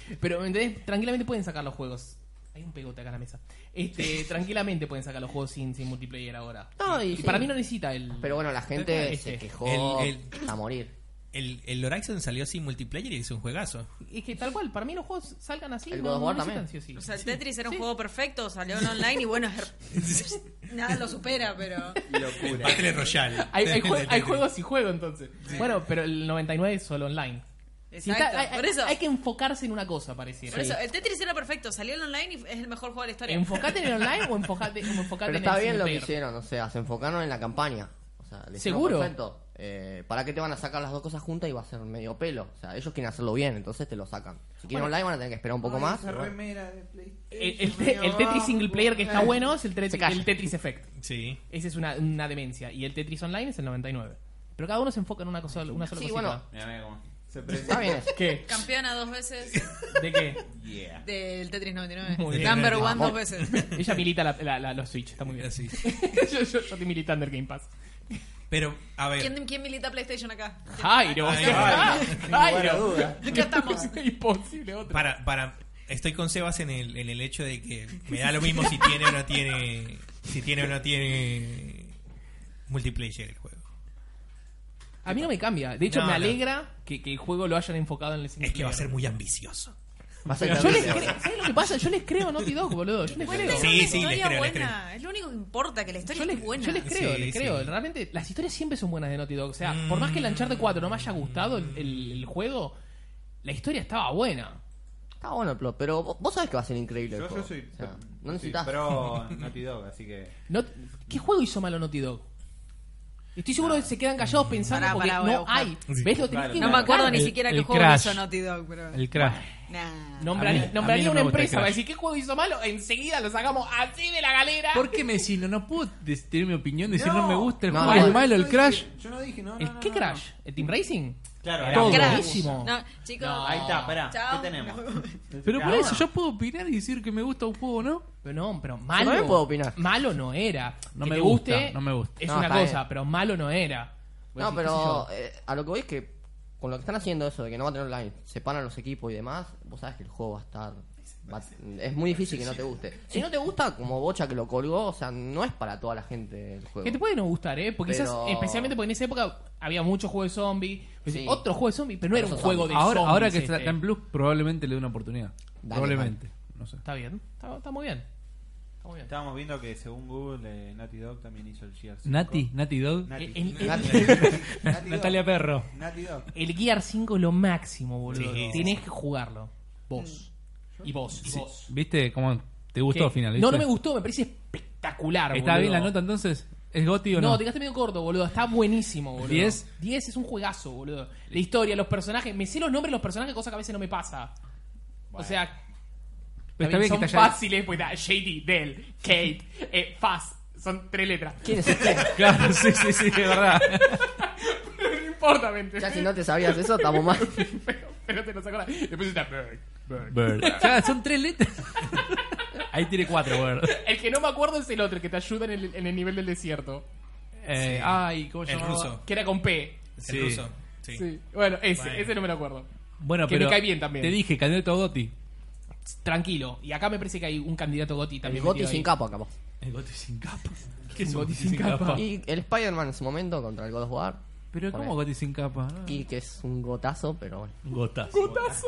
S1: [LAUGHS] pero, ¿me entendés? Tranquilamente pueden sacar los juegos. Hay un pegote acá en la mesa. Este, tranquilamente pueden sacar los juegos sin, sin multiplayer ahora.
S2: No, y
S1: Y
S2: sí.
S1: para mí no necesita el.
S2: Pero bueno, la gente
S1: Este,
S2: se quejó
S4: el- el-
S2: a morir.
S4: El, el Horizon salió sin multiplayer y es un juegazo.
S1: Es que tal cual, para mí los juegos salgan así.
S2: El
S1: no,
S2: God of
S1: no
S2: War
S1: necesitan
S2: también.
S1: sí o sí.
S5: O sea, el
S1: Sí.
S5: Tetris era un
S1: Sí.
S5: juego perfecto, salió en online y bueno,
S1: [LAUGHS]
S5: es- nada lo supera, pero.
S6: Locura.
S4: Battle Royale.
S1: Hay, hay,
S4: Del
S1: jue- hay
S4: [LAUGHS] Tetris.
S1: juegos y juegos entonces. Bueno, pero el 99 es solo online. Si
S5: Exacto.
S1: está- hay,
S5: por eso,
S1: hay que enfocarse en una cosa, pareciera.
S5: por eso, el Tetris era perfecto, salió en online y es el mejor juego de la historia.
S1: ¿Enfocate en el online o enfocate, o enfocate
S2: Pero
S1: en
S2: está
S1: el
S2: bien lo que
S1: single player?
S2: hicieron, o sea, se enfocaron en la campaña. O sea, le hicieron
S1: ¿Seguro?
S2: perfecto. Eh, ¿Para qué te van a sacar las dos cosas juntas y va a ser medio pelo? O sea, ellos quieren hacerlo bien, entonces te lo sacan. Si quieren online van a tener que esperar un poco
S6: Ay,
S2: más.
S6: esa
S2: pero bueno.
S6: remera de PlayStation,
S1: El, el te-
S6: mío,
S1: el Tetris single player que está
S6: vamos.
S1: bueno es el, Tetris-
S2: Se calla.
S1: el Tetris Effect.
S4: Sí.
S1: Esa es una, una demencia. Y el Tetris Online es el 99. Pero cada uno se enfoca en una, cosa, una sola
S2: Sí,
S1: cosita.
S2: bueno.
S6: Mira, mira cómo se
S2: Está
S6: presenta.
S2: bien eso.
S1: ¿Qué?
S5: [LAUGHS] Campeona dos veces
S1: ¿De qué?
S6: Yeah.
S5: del Tetris 99.
S1: Muy bien.
S5: Number one dos
S2: Vamos.
S5: veces.
S1: [LAUGHS] Ella milita la, la- la- los Switch. Está muy bien.
S4: Así.
S1: yo, yo, yo estoy militando el Game Pass.
S4: Pero, a ver.
S5: ¿Quién, quién milita PlayStation acá?
S1: Jairo.
S4: Jairo.
S6: lugar a
S1: Jairo.
S6: duda.
S5: ¿De qué estamos?
S1: Imposible otro.
S4: Para, para, estoy con Sebas en el, en el hecho de que me da lo mismo si tiene o no tiene, si tiene o no tiene multiplayer el juego.
S1: A mí no me cambia. De hecho,
S4: No,
S1: me
S4: no.
S1: alegra que, que el juego lo hayan enfocado en el single
S4: Es que va a ser
S1: player.
S4: muy ambicioso.
S2: Va a ser
S1: Yo les
S2: terrible.
S1: creo, ¿Sabes lo que pasa? Yo les creo a Naughty Dog, boludo. Yo les creo.
S5: Es
S4: Sí,
S5: una
S4: sí,
S5: historia
S4: les creo, les
S5: buena. Es lo único que importa, que la historia
S1: Yo les,
S5: es buena.
S1: yo les creo,
S4: Sí,
S1: les creo.
S4: sí.
S1: Realmente, las historias siempre son buenas de Naughty Dog. O sea, por más que el Uncharted
S3: Mm.
S1: 4 no me haya gustado el, el- el juego, la historia estaba buena.
S2: Está bueno el plot, pero vos, vos sabés que va a ser increíble. el
S6: Yo, yo
S2: juego.
S6: soy.
S2: O sea, no
S6: soy
S2: necesitas. [LAUGHS]
S6: pro Naughty Dog, así que.
S1: No- ¿Qué juego hizo malo Naughty Dog? Estoy seguro que se quedan callados
S3: Mm.
S1: pensando
S5: Pará,
S1: porque
S5: pará, voy a
S1: no
S5: buscar.
S1: hay. ¿Ves? Lo tenés
S6: Vale.
S1: que
S5: No me
S1: buscar.
S5: acuerdo ni
S3: El-
S5: siquiera
S3: el
S5: qué juego
S3: Crash.
S5: hizo Naughty Dog, pero.
S3: El crash.
S5: Nah.
S1: Nombraría,
S3: A mí-
S1: nombraría
S3: a mí no
S1: una
S3: me gusta
S1: empresa
S3: el
S1: para
S3: Crash.
S1: decir qué juego hizo malo, enseguida lo sacamos así de la galera.
S3: ¿Por qué me sino? No puedo des- tener mi opinión, decir no, me gusta el
S2: No,
S3: juego,
S2: no,
S3: es malo el
S6: Yo
S3: Crash.
S6: dije- Yo no dije, no, no,
S1: ¿El
S6: no,
S1: qué
S6: no,
S1: Crash? ¿El Team Racing?
S6: no. Claro,
S1: Era
S6: era
S1: todo.
S6: Crash.
S1: buenísimo.
S5: Ah, No, chicos.
S6: No, ahí está, pará.
S5: Chao.
S6: ¿Qué [LAUGHS] tenemos?
S3: Pero por
S6: Cagón.
S3: eso yo puedo opinar y decir que me gusta un juego, ¿no?
S1: Pero no, pero malo.
S2: también puedo opinar.
S1: Malo no era.
S3: No
S1: Que
S3: me
S1: te
S3: gusta,
S1: guste
S3: no me gusta.
S1: Es
S2: No,
S1: una
S2: está
S1: cosa,
S2: bien.
S1: pero malo no era. Voy a
S2: No,
S1: decir, qué sé yo.
S2: pero eh, a lo que voy es que con lo que están haciendo eso de que no va a tener online, separan los equipos y demás, vos sabes que el juego va a estar... va- es muy difícil que no te guste. Si no te gusta, como Bocha que lo colgó, o sea, no es para toda la gente el juego.
S1: Que te puede no gustar, ¿eh? Porque
S2: Pero-
S1: quizás, especialmente porque en esa época había muchos juegos de zombies. pues,
S2: Sí.
S1: Otro juego de zombies, pero no
S2: Pero
S1: era un
S2: son
S1: juego de
S3: Ahora,
S1: zombies.
S3: ahora que está,
S1: este.
S3: está en Plus, probablemente le dé una oportunidad.
S2: Dale,
S3: probablemente. No sé.
S1: Está bien, está, está muy bien. Está muy bien.
S6: Estábamos viendo que según Google, eh, Naughty Dog también hizo el Gears. cinco.
S3: Nati, Nati Dog. [LAUGHS]
S6: Nati.
S1: El- el- el-
S2: Nati.
S6: Naughty Dog.
S3: Natalia Perro.
S6: Naughty Dog.
S1: El Gear 5 es lo máximo, boludo.
S4: Sí.
S1: Tenés que jugarlo. Vos. Y vos. Y vos.
S3: ¿Viste cómo te gustó
S1: ¿Qué?
S3: al final?
S1: No,
S3: ¿viste?
S1: no me gustó, me parece espectacular,
S3: ¿Está
S1: boludo.
S3: bien la nota entonces? ¿Es Goti o
S1: No,
S3: no?
S1: te quedaste medio corto, boludo. Está buenísimo, boludo.
S3: ¿Diez?
S1: 10 es un juegazo, boludo. La historia, los personajes. Me sé los nombres de los personajes, cosa que a veces no me pasa. O sea,
S3: Pero está bien
S1: son
S3: que te haya-
S1: fáciles, pues da Shady, Dell, Kate, eh, Faz. Son tres letras.
S2: ¿Quién es
S3: [LAUGHS]
S2: este?
S3: [LAUGHS] Claro, sí, sí, sí, es verdad.
S1: no importa, ¿me entendés?
S2: Ya si no te sabías eso, estamos mal.
S1: pero, [LAUGHS] pero te lo sacó la... Después está Bird, Bird.
S3: Bird. Ya, son tres letras. Ahí tiene cuatro, [LAUGHS] Bird.
S1: El que no me acuerdo es el otro, el que te ayuda en el, en el nivel del desierto.
S3: Eh, Ay, ¿cómo se
S4: El
S3: llamaba?
S4: ruso.
S1: Que era con P.
S3: Sí.
S4: El ruso. Sí.
S1: Sí. Bueno, ese,
S4: Bueno.
S1: ese no me lo acuerdo.
S3: Bueno,
S1: Que me
S3: pero
S1: cae bien también.
S3: Te dije, candidato a Goti.
S1: Tranquilo. Y acá me parece que hay un candidato Goti
S2: El
S1: también.
S2: Goti
S1: metido ahí.
S2: sin capa, capaz.
S3: El Goti sin capa. ¿Qué es
S1: un
S3: un
S1: Gotti
S3: Goti
S1: sin
S3: sin capa?
S1: capa?
S2: Y el Spider-Man en su momento contra el God of War.
S3: Pero ¿cómo
S2: Poné.
S3: Goti sin capa? No.
S2: Y que es un gotazo, pero bueno.
S3: Gotas.
S1: Putazo.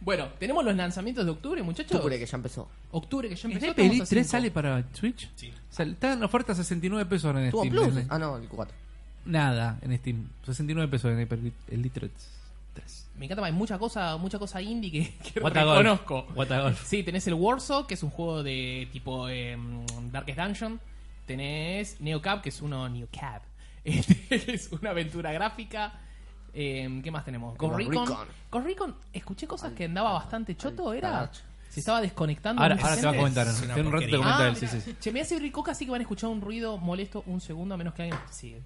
S1: Bueno, tenemos los lanzamientos de octubre, muchachos.
S2: Tú crees que ya empezó.
S1: Octubre que ya
S3: ¿El
S1: empezó.
S3: Dead
S1: estamos
S3: Elite
S1: a
S3: 3
S1: cinco.
S3: sale para Switch?
S4: Sí.
S3: O sea, está en oferta 69 pesos ahora en
S2: ¿Tuvo
S3: Steam.
S2: Plus?
S3: Desde-
S2: Ah, no, el 4.
S3: Nada en Steam. 69 pesos en Hyper Elite 3.
S1: Me encanta, hay mucha cosa, mucha cosa indie que, que
S3: What a golf.
S1: reconozco.
S3: What a golf.
S1: Sí, tenés el Warsaw, que es un juego de tipo eh, Darkest Dungeon. Tenés Neocab, que es uno Neocab. Este, [LAUGHS] es una aventura gráfica. Eh, ¿Qué más tenemos? Ghost
S2: Ghost
S1: Recon.
S2: Recon.
S1: Ghost Recon, escuché cosas que andaba bastante choto,
S2: al
S1: ¿era?
S2: caracho.
S1: Se estaba desconectando.
S3: Ahora,
S1: mucha
S3: ahora te va a
S1: gente.
S3: comentar.
S4: Es una
S3: En un rato te
S4: porquería.
S3: comenta
S1: Ah,
S3: él. Sí,
S1: mirá.
S3: sí. sí.
S1: Che, me hace abrir coca, así que van a escuchar un ruido molesto un segundo, a menos que alguien sigue.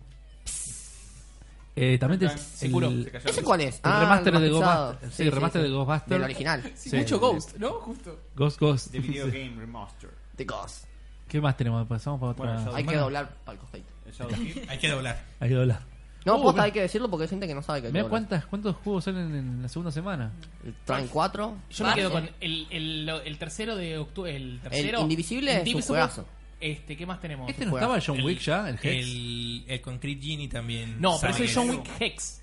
S3: Eh, también te,
S1: Seguro.
S3: el,
S6: Se cayó.
S2: ¿Ese cuál es? Ah,
S3: el remaster de
S2: remasterizado.
S3: Ghostbusters. Sí, el remaster de Ghostbusters.
S2: Del original.
S1: Sí,
S3: Sí.
S1: mucho Ghost, ¿no? Justo.
S3: Ghost Ghost.
S6: The
S3: [LAUGHS]
S6: Video
S3: Sí.
S6: Game Remaster.
S2: De Ghost.
S3: ¿Qué más tenemos? Pasamos para otra.
S6: Bueno, ya-
S2: Hay que
S6: Bueno.
S2: doblar para el costadito.
S6: El Shadow Keep.
S4: Hay que doblar.
S3: Hay que hablar.
S2: No,
S1: Uh,
S2: posta,
S1: mira.
S2: hay que decirlo porque hay gente que no sabe que hay que
S3: Mira
S2: doblar.
S3: cuántas, cuántos juegos salen en la segunda semana.
S2: El Tran 4.
S1: Yo me quedo con el, el, el tercero de octubre. El, tercero,
S2: Indivisible es un juegazo.
S1: Este, ¿qué más tenemos?
S3: ¿Este no
S2: Juegas.
S3: estaba John Wick ya? El Hex.
S4: El, el Concrete Genie también.
S1: No, pero ese
S4: sale
S1: es
S4: en
S1: John
S4: el-
S1: Wick Hex.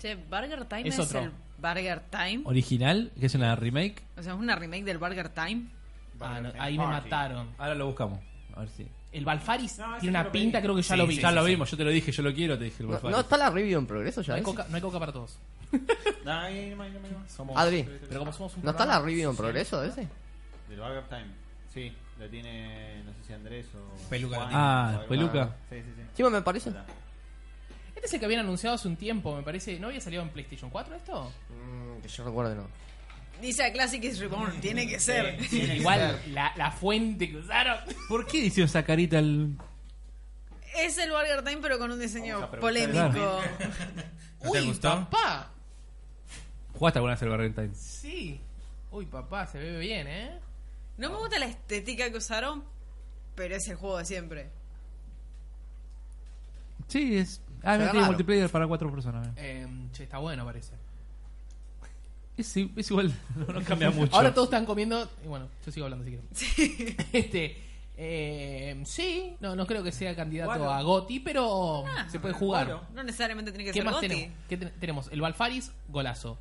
S5: Che, Burger Time
S1: Es
S5: es,
S1: otro.
S5: el Burger Time.
S3: Original, que es una remake.
S5: O sea, es una remake del Burger Time.
S1: Ah, no,
S6: Burger
S1: ahí
S6: Time
S1: me
S6: Party.
S1: mataron.
S3: Ahora lo buscamos. A ver si.
S1: El Balfaris
S6: No, ese
S1: tiene
S6: yo
S1: una
S6: lo pedí.
S1: pinta, creo que ya
S4: Sí,
S1: lo vi.
S4: sí,
S3: ya
S1: no,
S3: lo
S4: sí.
S3: vimos, yo te lo dije, yo lo quiero, te dije el
S2: No,
S3: Wolfari.
S2: no está la review en progreso ya. ¿eh?
S1: hay
S2: ves?
S1: coca, no hay coca para todos.
S6: Ay, no, no, no, no.
S1: Somos-
S2: Adri,
S1: Pero como somos un
S2: ¿no está la
S1: programa-
S2: review en progreso ¿eh? de ese?
S6: Del Burger Time. Sí, la tiene, no sé si Andrés o.
S4: Peluca
S6: Juan
S4: la tiene.
S6: o
S3: Ah,
S6: algo.
S3: peluca.
S6: Sí, sí, sí.
S2: Sí, me parece.
S6: Hola.
S1: Este es el que habían anunciado hace un tiempo, me parece. ¿No había salido en PlayStation 4 esto?
S2: Mm, que yo recuerdo no.
S5: Dice a Classic is Reborn, tiene que ser.
S6: Tiene que ser.
S1: Igual la, la fuente que usaron.
S3: ¿Por qué hicieron esa carita al.
S5: Es el Burger Time, pero con un
S6: Vamos
S5: diseño
S6: a preguntar.
S5: polémico.
S4: ¿No te
S1: Uy,
S4: gustó?
S1: papá.
S3: ¿Jugaste alguna vez el Valentine?
S1: Sí. Uy, papá, se ve bien, ¿eh?
S5: No me gusta la estética que usaron, pero es el juego de siempre.
S3: Sí, es.
S2: Se ve
S3: Ah, mira, tiene
S2: raro.
S3: multiplayer para cuatro personas. mira.
S1: Eh, che, está bueno, parece.
S3: Es, i- es igual, [LAUGHS] no, no cambia mucho.
S1: Ahora todos están comiendo. Y bueno, yo sigo hablando si quieren. [LAUGHS] Este. eh, sí, no, no creo que sea candidato
S6: Bueno.
S1: a Goti, pero
S5: Ah,
S1: se puede jugar.
S6: bueno.
S5: No necesariamente tiene que
S1: ¿Qué
S5: ser
S1: más
S5: Gotti.
S1: tenemos? ¿Qué ten- tenemos? El Valfaris, golazo.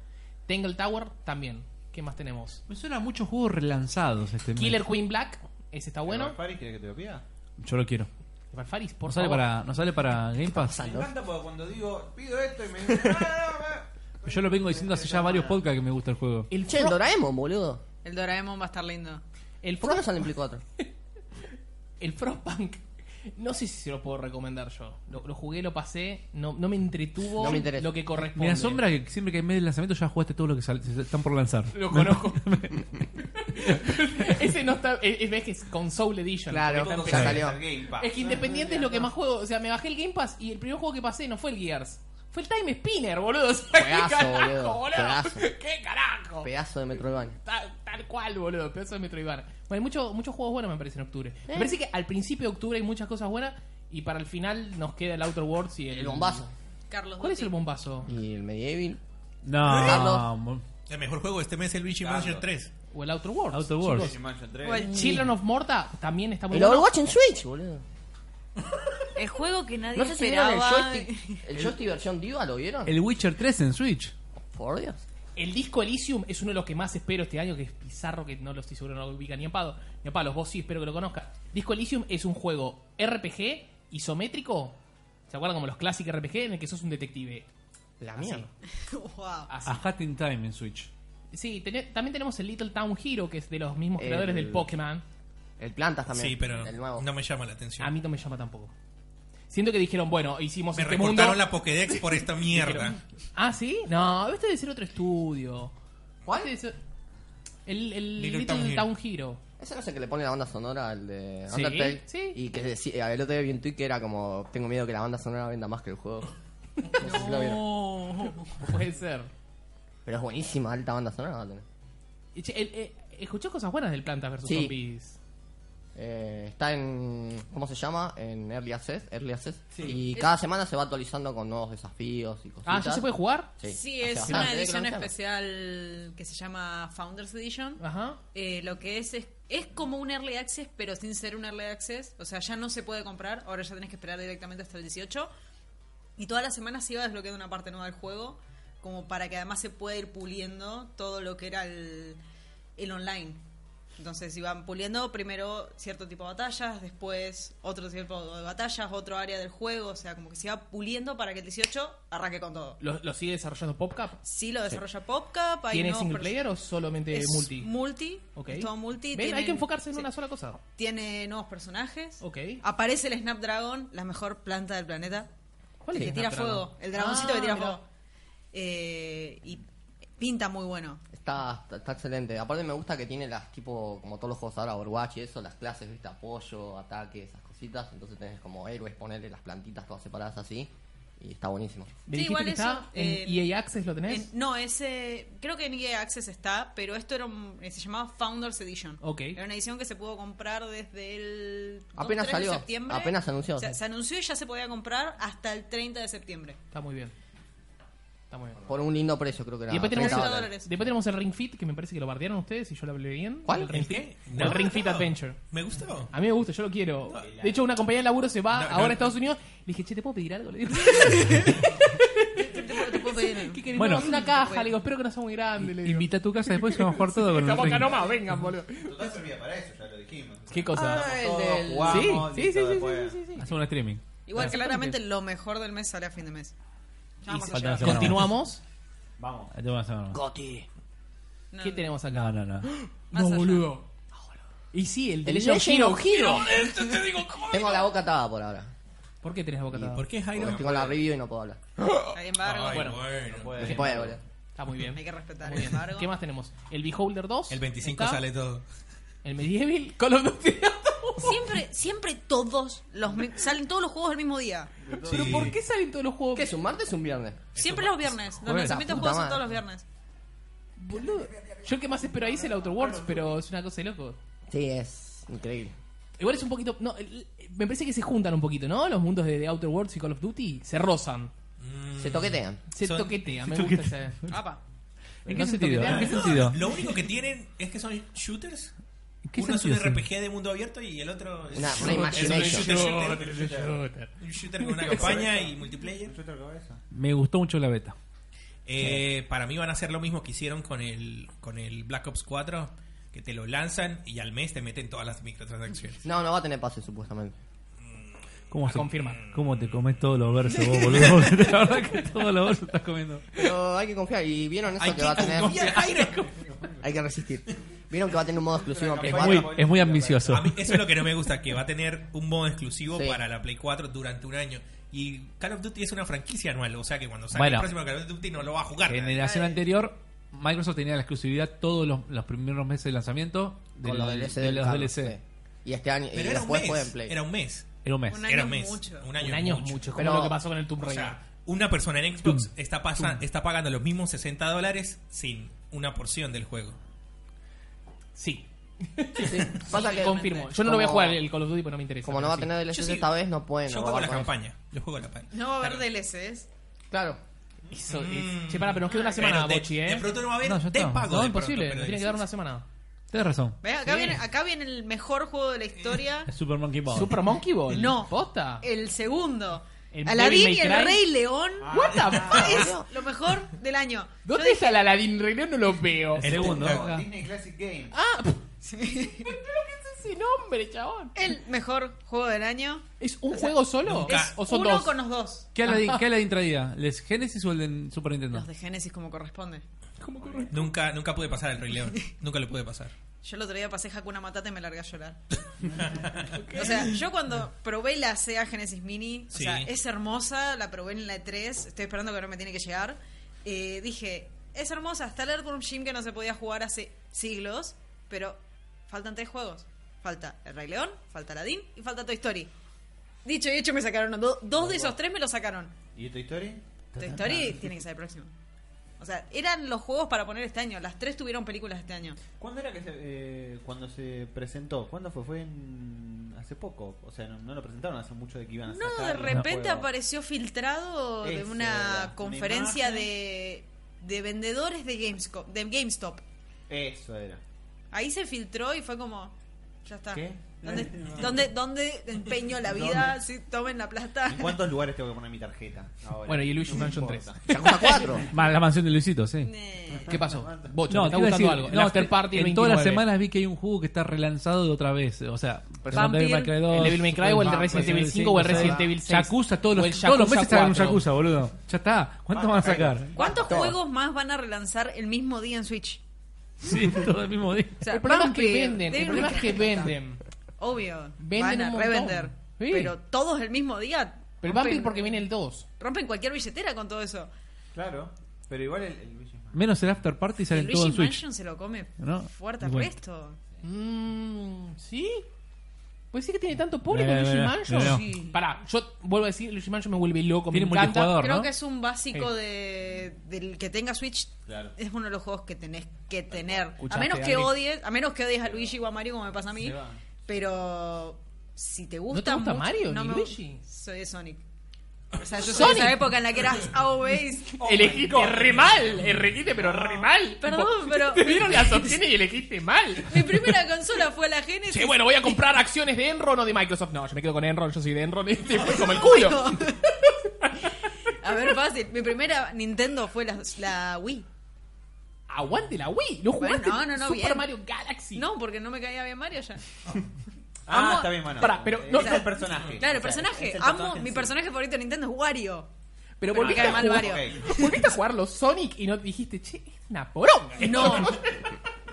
S1: Tangle Tower, también. ¿Qué más tenemos?
S3: Me suena a muchos juegos relanzados este mes.
S1: Killer Queen Black, ese está bueno.
S6: ¿El Faris quieres que te lo pida?
S3: Yo lo quiero.
S1: El Valfaris, por
S3: ¿No sale,
S1: favor.
S3: para, ¿No sale para Game Pass?
S6: Me encanta porque cuando digo pido esto y [LAUGHS] me dicen. "Ah, no, no, no".
S3: Yo lo vengo diciendo hace ya varios podcasts que me gusta el juego.
S1: El,
S2: Che, el
S1: Fro-
S2: Doraemon, boludo.
S5: El Doraemon va a estar lindo.
S1: el,
S2: ¿Por qué
S1: Fro-
S2: no sale en Play 4?
S1: el Frostpunk. No sé si se lo puedo recomendar yo. Lo, lo jugué, lo pasé, no, no me entretuvo
S2: No me interesa.
S1: lo que corresponde.
S3: Me asombra que siempre que hay mes de lanzamiento ya jugaste todo lo que sal- se- están por lanzar.
S1: Lo conozco. [LAUGHS] Ese no está. Es, es- ves que es Console Edition.
S2: Claro,
S1: Porque
S6: Todo
S1: está
S6: sale
S1: en PC.
S2: salió.
S6: al Game Pass.
S1: Es que independiente es lo que más juego. O sea, me bajé el Game Pass y el primer juego que pasé no fue el Gears. Fue el Time Spinner, boludo. O sea,
S2: Juegazo,
S1: ¿qué carajo,
S2: boludo, juegazo.
S1: ¿Qué carajo?
S2: Pedazo de Metroidvania.
S1: Tal, tal cual, boludo. Pedazo de Metroidvania. Bueno, hay mucho- muchos juegos buenos me parece en octubre.
S2: Eh.
S1: Me parece que al principio de octubre hay muchas cosas buenas y para el final nos queda el Outer Worlds y el...
S2: El bombazo.
S5: Carlos
S1: ¿Cuál es
S5: Dutti.
S1: el bombazo?
S2: Y el Medieval.
S3: No,
S2: Carlos.
S3: mo-
S4: El mejor juego de este mes es el Luigi
S6: Claro.
S4: Mansion 3.
S1: ¿O el Outer Worlds?
S3: Outer Worlds.
S1: Chicos,
S6: Luigi Mansion 3.
S5: O el
S1: Children of Morta también está muy
S2: El
S1: bueno.
S2: Overwatch en Switch, boludo.
S5: El juego que nadie
S2: No sé si vieron el
S5: esperaba.
S2: joystick. El joystick versión Diva, ¿lo vieron?
S3: el Witcher 3 en Switch.
S2: Por Dios.
S1: El disco Elysium es uno de los que más espero este año, que es bizarro, que no lo estoy seguro, no lo ubica ni en Pado. Ni en Palos, vos sí, espero que lo conozcas. Disco Elysium es un juego RPG isométrico. ¿Se acuerdan como los clásicos RPG en el que sos un detective?
S2: La mierda.
S5: Wow.
S1: Así.
S3: A Hat in Time en Switch.
S1: Sí, tené- también tenemos el Little Town Hero, que es de los mismos creadores
S2: El-
S1: del Pokémon.
S2: El Plantas también.
S4: Sí, pero
S2: El nuevo.
S4: no me llama la
S1: A
S4: atención.
S1: mí no me llama tampoco. Siento que dijeron, bueno, hicimos
S4: Me
S1: este mundo.
S4: recortaron la Pokédex por esta mierda.
S1: Ah, ¿sí? No, este debe ser otro estudio.
S2: ¿Cuál?
S1: Este debe ser- El, el
S4: Little
S1: Little,
S4: Town Hero.
S1: Town Hero.
S2: Ese no es el que le pone la banda sonora al de
S1: Sí,
S2: Undertale.
S1: sí.
S2: Y que decía, el otro día vi un tweet que era como: Tengo miedo que la banda sonora venda más que el juego. No sé si lo vieron.
S1: No, Oh, [LAUGHS] puede ser.
S2: Pero es buenísima, alta banda sonora va a tener.
S1: Y che, el- eh, escuchó cosas buenas del Plantas vs.
S2: Sí.
S1: Zombies.
S2: Eh, está en. ¿Cómo se llama? En Early Access. Early Access.
S6: Sí.
S2: Y cada semana se va actualizando con nuevos desafíos y cositas.
S1: Ah, ¿ya se puede jugar?
S2: Sí,
S5: Sí,
S2: hace
S5: es
S2: bastante
S5: una
S2: que lo
S5: edición
S2: anunciaron.
S5: especial que se llama Founders Edition.
S1: Ajá.
S5: Eh, lo que es, es es como un early access, pero sin ser un early access. O sea, ya no se puede comprar, ahora ya tenés que esperar directamente hasta el 18. Y todas las semanas se iba desbloqueando una parte nueva del juego, como para que además se pueda ir puliendo todo lo que era el, el online. Entonces iban puliendo primero cierto tipo de batallas, después otro tipo de batallas, otro área del juego, o sea, como que se iba puliendo para que el 18 arranque con todo.
S1: ¿Lo, lo sigue desarrollando PopCap?
S5: Sí, lo desarrolla PopCap. hay
S1: ¿Tiene
S5: nuevos
S1: single
S5: pers-
S1: player o solamente
S5: es
S1: este multi?
S5: multi,
S1: Ok.
S5: es todo multi.
S1: Ven, hay que
S5: tienen-
S1: enfocarse en
S5: sí. Ah,
S1: una sola cosa.
S5: Tiene nuevos personajes.
S1: Ok.
S5: Aparece el Snapdragon, la mejor planta del planeta.
S1: ¿Cuál es
S5: que
S1: el
S5: tira
S1: Snapdragon?
S5: fuego. El dragoncito
S1: Ah,
S5: que tira
S1: mirá.
S5: fuego. Eh, y pinta muy bueno.
S2: Está, está, está excelente. Aparte me gusta que tiene las tipo, como todos los juegos ahora, Overwatch y eso, las clases, viste, apoyo, ataque, esas cositas. Entonces tenés como héroes, ponerle las plantitas todas separadas así. Y está buenísimo.
S1: ¿Me
S5: Sí,
S1: dijiste
S5: igual
S1: que
S5: eso,
S1: está en
S5: eh,
S1: EA Access? ¿Lo tenés?
S5: En- no, ese. Creo que en EA Access está, pero esto era un- eh, se llamaba Founders Edition.
S1: Ok.
S5: Era una edición que se pudo comprar desde el. 2,
S2: Apenas
S5: 3 de
S2: salió,
S5: septiembre.
S2: apenas se anunció.
S5: O sea, se anunció y ya se podía comprar hasta el 30
S1: [LAUGHS]
S5: de septiembre.
S1: Está muy bien. Está muy bien.
S2: Por un lindo precio creo que era.
S1: Y después tenemos,
S2: 30
S5: 30
S2: dólares.
S5: dólares.
S1: después tenemos el Ring Fit, que me parece que lo bardearon ustedes y yo lo hablé bien. [LAUGHS]
S2: ¿Cuál?
S1: El Ring Fit.
S4: ¿Qué?
S1: El
S4: No,
S1: Ring Fit
S4: no.
S1: Adventure.
S4: Me gustó.
S1: A mí me gusta, yo lo quiero. De hecho, una compañía de laburo se va
S4: No, no.
S1: ahora a Estados Unidos. Le dije, che, ¿te puedo pedir algo? Le digo,
S5: Te puedo- te puedo pedir-
S1: ¿qué querés?
S3: Bueno.
S1: No, una caja. Le digo, espero que no sea muy grande. Le digo.
S3: Invita a tu casa después y vamos a jugar todo con el
S1: Estamos acá
S3: ring.
S1: nomás, vengan, boludo.
S6: Total servía para eso, ya lo dijimos.
S1: ¿Qué cosa?
S2: Ah, el
S6: Todos
S2: del-
S6: jugamos,
S1: sí, sí,
S6: listo,
S1: sí, sí,
S6: después.
S1: sí, sí, sí.
S3: Hacemos un streaming.
S5: Igual,
S1: Claro,
S5: claramente lo mejor del mes sale a fin de mes. Ya vamos a
S3: falta la
S5: llegar.
S3: semana.
S1: Continuamos.
S6: Vamos.
S3: Hacemos una semana más.
S2: Goti.
S5: No,
S1: ¿Qué
S5: no.
S1: tenemos acá?
S3: No, no, no.
S5: Más allá.
S1: Y sí, el de
S2: El
S1: Legend
S2: Legend
S1: Hero.
S2: of Hero.
S4: Te digo, ¿cómo?
S2: Tengo la boca atada por ahora.
S1: ¿Por qué tenés boca atada?
S4: ¿Por qué Jairo?
S2: Porque tengo la review y no puedo hablar.
S5: Hay embargo.
S4: Ay,
S1: Ah, Bueno.
S4: bueno.
S2: No
S6: Puede.
S2: se puede, boludo.
S1: Está muy bien.
S5: Hay que respetar
S1: Muy
S5: el
S1: bien.
S5: embargo.
S1: ¿Qué más tenemos? El Beholder 2.
S4: El 25
S1: está.
S4: sale todo.
S1: El Medieval. Call of Duty.
S5: Siempre, siempre todos los mi- salen todos los juegos el mismo día.
S1: ¿Pero
S4: Sí.
S1: por qué salen todos los juegos?
S2: ¿Qué es un martes o un viernes?
S5: Siempre los viernes. Los
S3: Joder,
S5: lanzamientos
S2: la
S5: de
S2: puta
S5: juegos son todos
S2: madre.
S5: los viernes.
S1: Boludo. Yo el que más espero ahí es el Outer Worlds, pero es una cosa de loco.
S2: Sí, es increíble.
S1: Igual es un poquito. No, el- me parece que se juntan un poquito, ¿no? Los mundos de, de Outer Worlds y Call of Duty se rozan.
S4: Mm.
S2: Se toquetean.
S1: Se
S4: Son-
S1: toquetean. Me
S3: se
S1: gusta
S3: toquetean.
S5: [LAUGHS]
S1: ese-
S5: Apa.
S3: ¿En
S1: No
S3: qué
S1: se
S3: sentido?
S1: toquetea.
S3: ¿En qué sentido?
S4: Lo único que tienen es que son shooters.
S3: ¿En qué
S4: Uno es un
S3: sentido?
S4: RPG de mundo abierto y el otro es
S2: Una
S4: es
S2: reimagination.
S4: shooter,
S1: Shooter,
S4: shooter,
S1: shooter.
S4: Un shooter con una campaña y multiplayer.
S6: Yo tengo eso.
S3: Me gustó mucho la beta.
S4: Eh, para mí van a hacer lo mismo que hicieron con el, con el Black Ops 4, que te lo lanzan y al mes te meten todas las microtransacciones.
S2: No, no va a tener pase supuestamente.
S3: ¿Cómo se
S1: confirma.
S3: ¿Cómo te comes todos los versos vos, boludo? [LAUGHS] Porque la verdad que todos los versos estás comiendo.
S2: Pero hay que confiar. Y vieron eso
S4: Hay
S2: que va a
S4: que
S2: [LAUGHS] tener.
S4: confiar, Jairo.
S2: Hay que resistir. Vieron que va a tener un modo exclusivo en Play
S6: Es
S3: Es
S2: 4.
S3: muy, es muy ambicioso.
S4: A mí eso es lo que no me gusta, que va a tener un modo exclusivo
S2: Sí.
S4: para la Play 4 durante un año. Y Call of Duty es una franquicia anual, o sea que cuando salga
S3: Bueno.
S4: el próximo Call of Duty no lo va a jugar.
S3: En la generación anterior, Microsoft tenía la exclusividad todos los, los primeros meses de lanzamiento de,
S2: Con los
S3: de
S2: DLC.
S3: los
S2: del
S3: DLC.
S2: carro, sí. Y este año,
S4: Pero
S2: y
S4: era un,
S2: después fue en
S4: mes,
S2: Play.
S4: era un mes.
S3: Era un mes.
S5: Un
S4: Era
S5: año
S4: un
S5: es
S4: mes.
S5: mucho.
S4: Un
S1: Un
S4: año,
S1: año,
S4: es
S1: es
S4: mucho.
S1: mucho, como
S2: Pero-
S1: lo que pasó con el Tomb
S4: O
S1: Raider.
S4: sea, una persona en Xbox
S3: Tum.
S4: está, pasa- está pagando los mismos 60 dólares sin una porción del juego.
S1: sí,
S2: Sí, sí. Pasa que
S1: confirmo. Yo no lo voy a
S2: como-
S1: jugar el Call of Duty porque no me interesa.
S2: Como no
S1: pero
S2: va a
S1: sí.
S2: tener DLC
S4: Yo sí-
S2: esta vez, no pueden.
S4: Yo juego
S2: robar
S4: la
S2: con eso.
S4: campaña. Yo juego la campaña.
S5: No va a haber
S4: Claro.
S5: DLCs.
S2: Claro.
S1: Eso es.
S4: Mm.
S1: Eh, Che, para, pero nos queda una
S4: Pero
S1: semana,
S4: de,
S1: Bochi, ¿eh?
S4: de pronto no va a haber
S3: No, ya
S4: de
S3: está.
S4: pago.
S1: No,
S4: de
S1: imposible. Nos
S4: pronto, pero
S1: tiene que dar una semana.
S3: Tienes razón.
S5: ¿Ves? Acá,
S1: Sí.
S5: viene, acá viene el mejor juego de
S1: [LAUGHS]
S5: la historia.
S3: Es Super Monkey Ball.
S1: ¿Super Monkey Ball?
S5: No. Eh,
S1: ¿Posta?
S5: El segundo.
S1: El
S5: Aladdin
S1: Devil May
S5: y el
S1: Cry. Ah,
S5: Rey León.
S1: What the
S5: [LAUGHS] Es
S1: fuck?
S5: lo mejor del año.
S1: ¿Dónde
S5: Yo
S1: está el Aladdin Rey? León? No lo veo.
S3: El segundo.
S6: No, Disney Classic Game.
S1: Ah,
S5: dije-
S1: pero ¿qué es ese nombre, chabón?
S5: El mejor juego del año.
S1: ¿Es un juego solo?
S4: nunca-
S1: ¿Es- ¿O son
S5: Uno
S1: dos?
S5: con los dos.
S1: [LAUGHS]
S3: ¿Qué Aladdin, ¿Qué Aladdin traía? ¿Les Genesis o el de Super Nintendo?
S5: Los de Genesis como corresponde.
S4: Nunca, nunca pude pasar el Rey León. Nunca lo pude pasar.
S5: Yo el otro día pasé Hakuna Matata y me largué a llorar. O sea, yo cuando probé la Sega Genesis Mini,
S4: Sí.
S5: o sea, es hermosa, la probé en la E3, estoy esperando que no me tiene que llegar. eh, dije, es hermosa, está el Earthworm Jim que no se podía jugar hace siglos, pero faltan tres juegos. Falta El Rey León, falta Aladdin y falta Toy Story. Dicho y hecho me sacaron, do- dos de esos tres me los sacaron.
S6: ¿Y Toy Story?
S5: Toy Story tiene que ser el próximo. O sea, eran los juegos para poner este año, las tres tuvieron películas este año.
S6: ¿Cuándo era que se, eh, cuando se presentó? ¿Cuándo fue? Fue en- hace poco. O sea, no, no lo presentaron hace mucho de que iban a
S5: No, de
S6: sacar los
S5: repente
S6: juegos.
S5: apareció filtrado de
S6: Ese,
S5: una
S6: una
S5: conferencia
S6: imagen.
S5: de, de vendedores de GameStop, de GameStop.
S6: Eso era.
S5: Ahí se filtró y fue como, ya está.
S6: ¿Qué?
S5: ¿Dónde, dónde, dónde empeño la vida? Si tomen la
S1: [LAUGHS]
S5: plata.
S6: ¿En
S5: [LAUGHS]
S6: cuántos lugares tengo que poner mi tarjeta? Ahora?
S1: Bueno, y Luigi
S6: me
S1: Mansion
S6: importa.
S2: 4
S4: [LAUGHS]
S2: 4.
S3: Más la mansión de Luisito, sí.
S5: Eh,
S1: ¿Qué pasó? Bocha, me está
S3: No, te iba a
S1: gustando
S3: decir,
S1: algo. El
S3: no,
S1: After Party
S3: en todas las
S1: 29.
S3: semanas vi que hay un juego que está relanzado de otra vez. O sea,
S5: Vampir,
S3: Devil May Cry 2,
S1: ¿El Devil May Cry o el de
S3: Vampir,
S1: Resident Evil 5
S3: sí,
S1: o el
S3: sí.
S1: Resident Evil 6?
S3: Yakuza, todos
S1: O el
S3: los, todos los
S1: Yakuza
S3: meses sacan un
S1: 4.
S3: Yakuza, boludo. Ya está. ¿Cuánto van
S1: [LAUGHS]
S3: a sacar?
S5: ¿Cuántos
S2: Todo.
S5: juegos más van a relanzar el mismo día en Switch?
S3: Sí, todo el mismo día.
S5: O sea,
S1: el problema es que
S5: Vampire,
S1: venden. El
S5: Devil
S1: problema
S5: May
S1: es que
S5: Cry.
S1: venden.
S5: Obvio,
S1: Venden
S5: van
S1: un
S5: a
S1: montón.
S5: revender.
S1: Sí.
S5: Pero todos el mismo día.
S1: Pero el
S5: rompen-
S1: Vampire porque viene el 2.
S5: Rompen cualquier billetera con todo eso.
S6: Claro, pero igual el, el Luigi Mansion.
S3: Menos el After Party
S5: El
S3: salen todo en
S5: Luigi
S3: Switch.
S5: Mansion se lo come
S3: ¿No?
S5: fuerte al
S3: Bueno.
S5: resto.
S1: Mmm, ¿sí? Pues sí que tiene tanto público
S3: Mira,
S1: Luigi
S3: mira,
S1: Mansion.
S3: mira.
S1: Sí. Pará, yo vuelvo a decir, Luigi Mansion me vuelve loco,
S3: Tiene
S1: me encanta.
S3: multijugador,
S5: Creo
S3: ¿no?
S5: que es un básico de, del que tenga Switch.
S6: Claro.
S5: Es uno de los juegos que tenés que tener. A
S1: Escuchaste,
S5: menos que
S1: Adri.
S5: odies, a menos que odies a Luigi o a Mario como me pasa a mí,
S6: Se va.
S5: pero si te gusta,
S1: te gusta
S5: mucho-
S1: Mario ni
S5: me-
S1: Luigi?
S5: Soy de Sonic. O sea, yo soy
S1: Sonic. Oh
S5: de esa época en la
S6: [LAUGHS]
S5: que eras always.
S1: elegiste re mal, elegiste pero re mal.
S5: Perdón,
S1: [LAUGHS] Tipo,
S5: pero-
S1: Te dieron las opciones y elegiste mal.
S5: Mi primera consola fue la Genesis.
S1: Sí, bueno, voy a comprar acciones de Enron o de Microsoft. No, yo me quedo con Enron, yo soy de Enron [LAUGHS] y tipo, como el culo.
S5: A ver, fácil. Mi primera Nintendo fue la, la Wii.
S1: Aguante la Wii, lo jugaste.
S5: Bueno, no, no,
S1: Super
S5: bien.
S1: Mario Galaxy.
S5: No, porque no me caía bien Mario ya.
S6: Ah,
S5: Amo-
S6: está bien, bueno.
S1: Pará, pero no-
S6: es el personaje.
S5: Claro, el
S6: O sea,
S5: personaje.
S6: es el
S5: Amo,
S6: en
S5: mi
S6: sí.
S5: personaje favorito de Nintendo es Wario.
S1: pero
S5: Pero me
S1: volviste
S5: cae
S1: a,
S5: mal
S1: jugar,
S5: Mario.
S1: volviste a jugar los Sonic y no dijiste, che, es una poronga.
S5: No. [LAUGHS]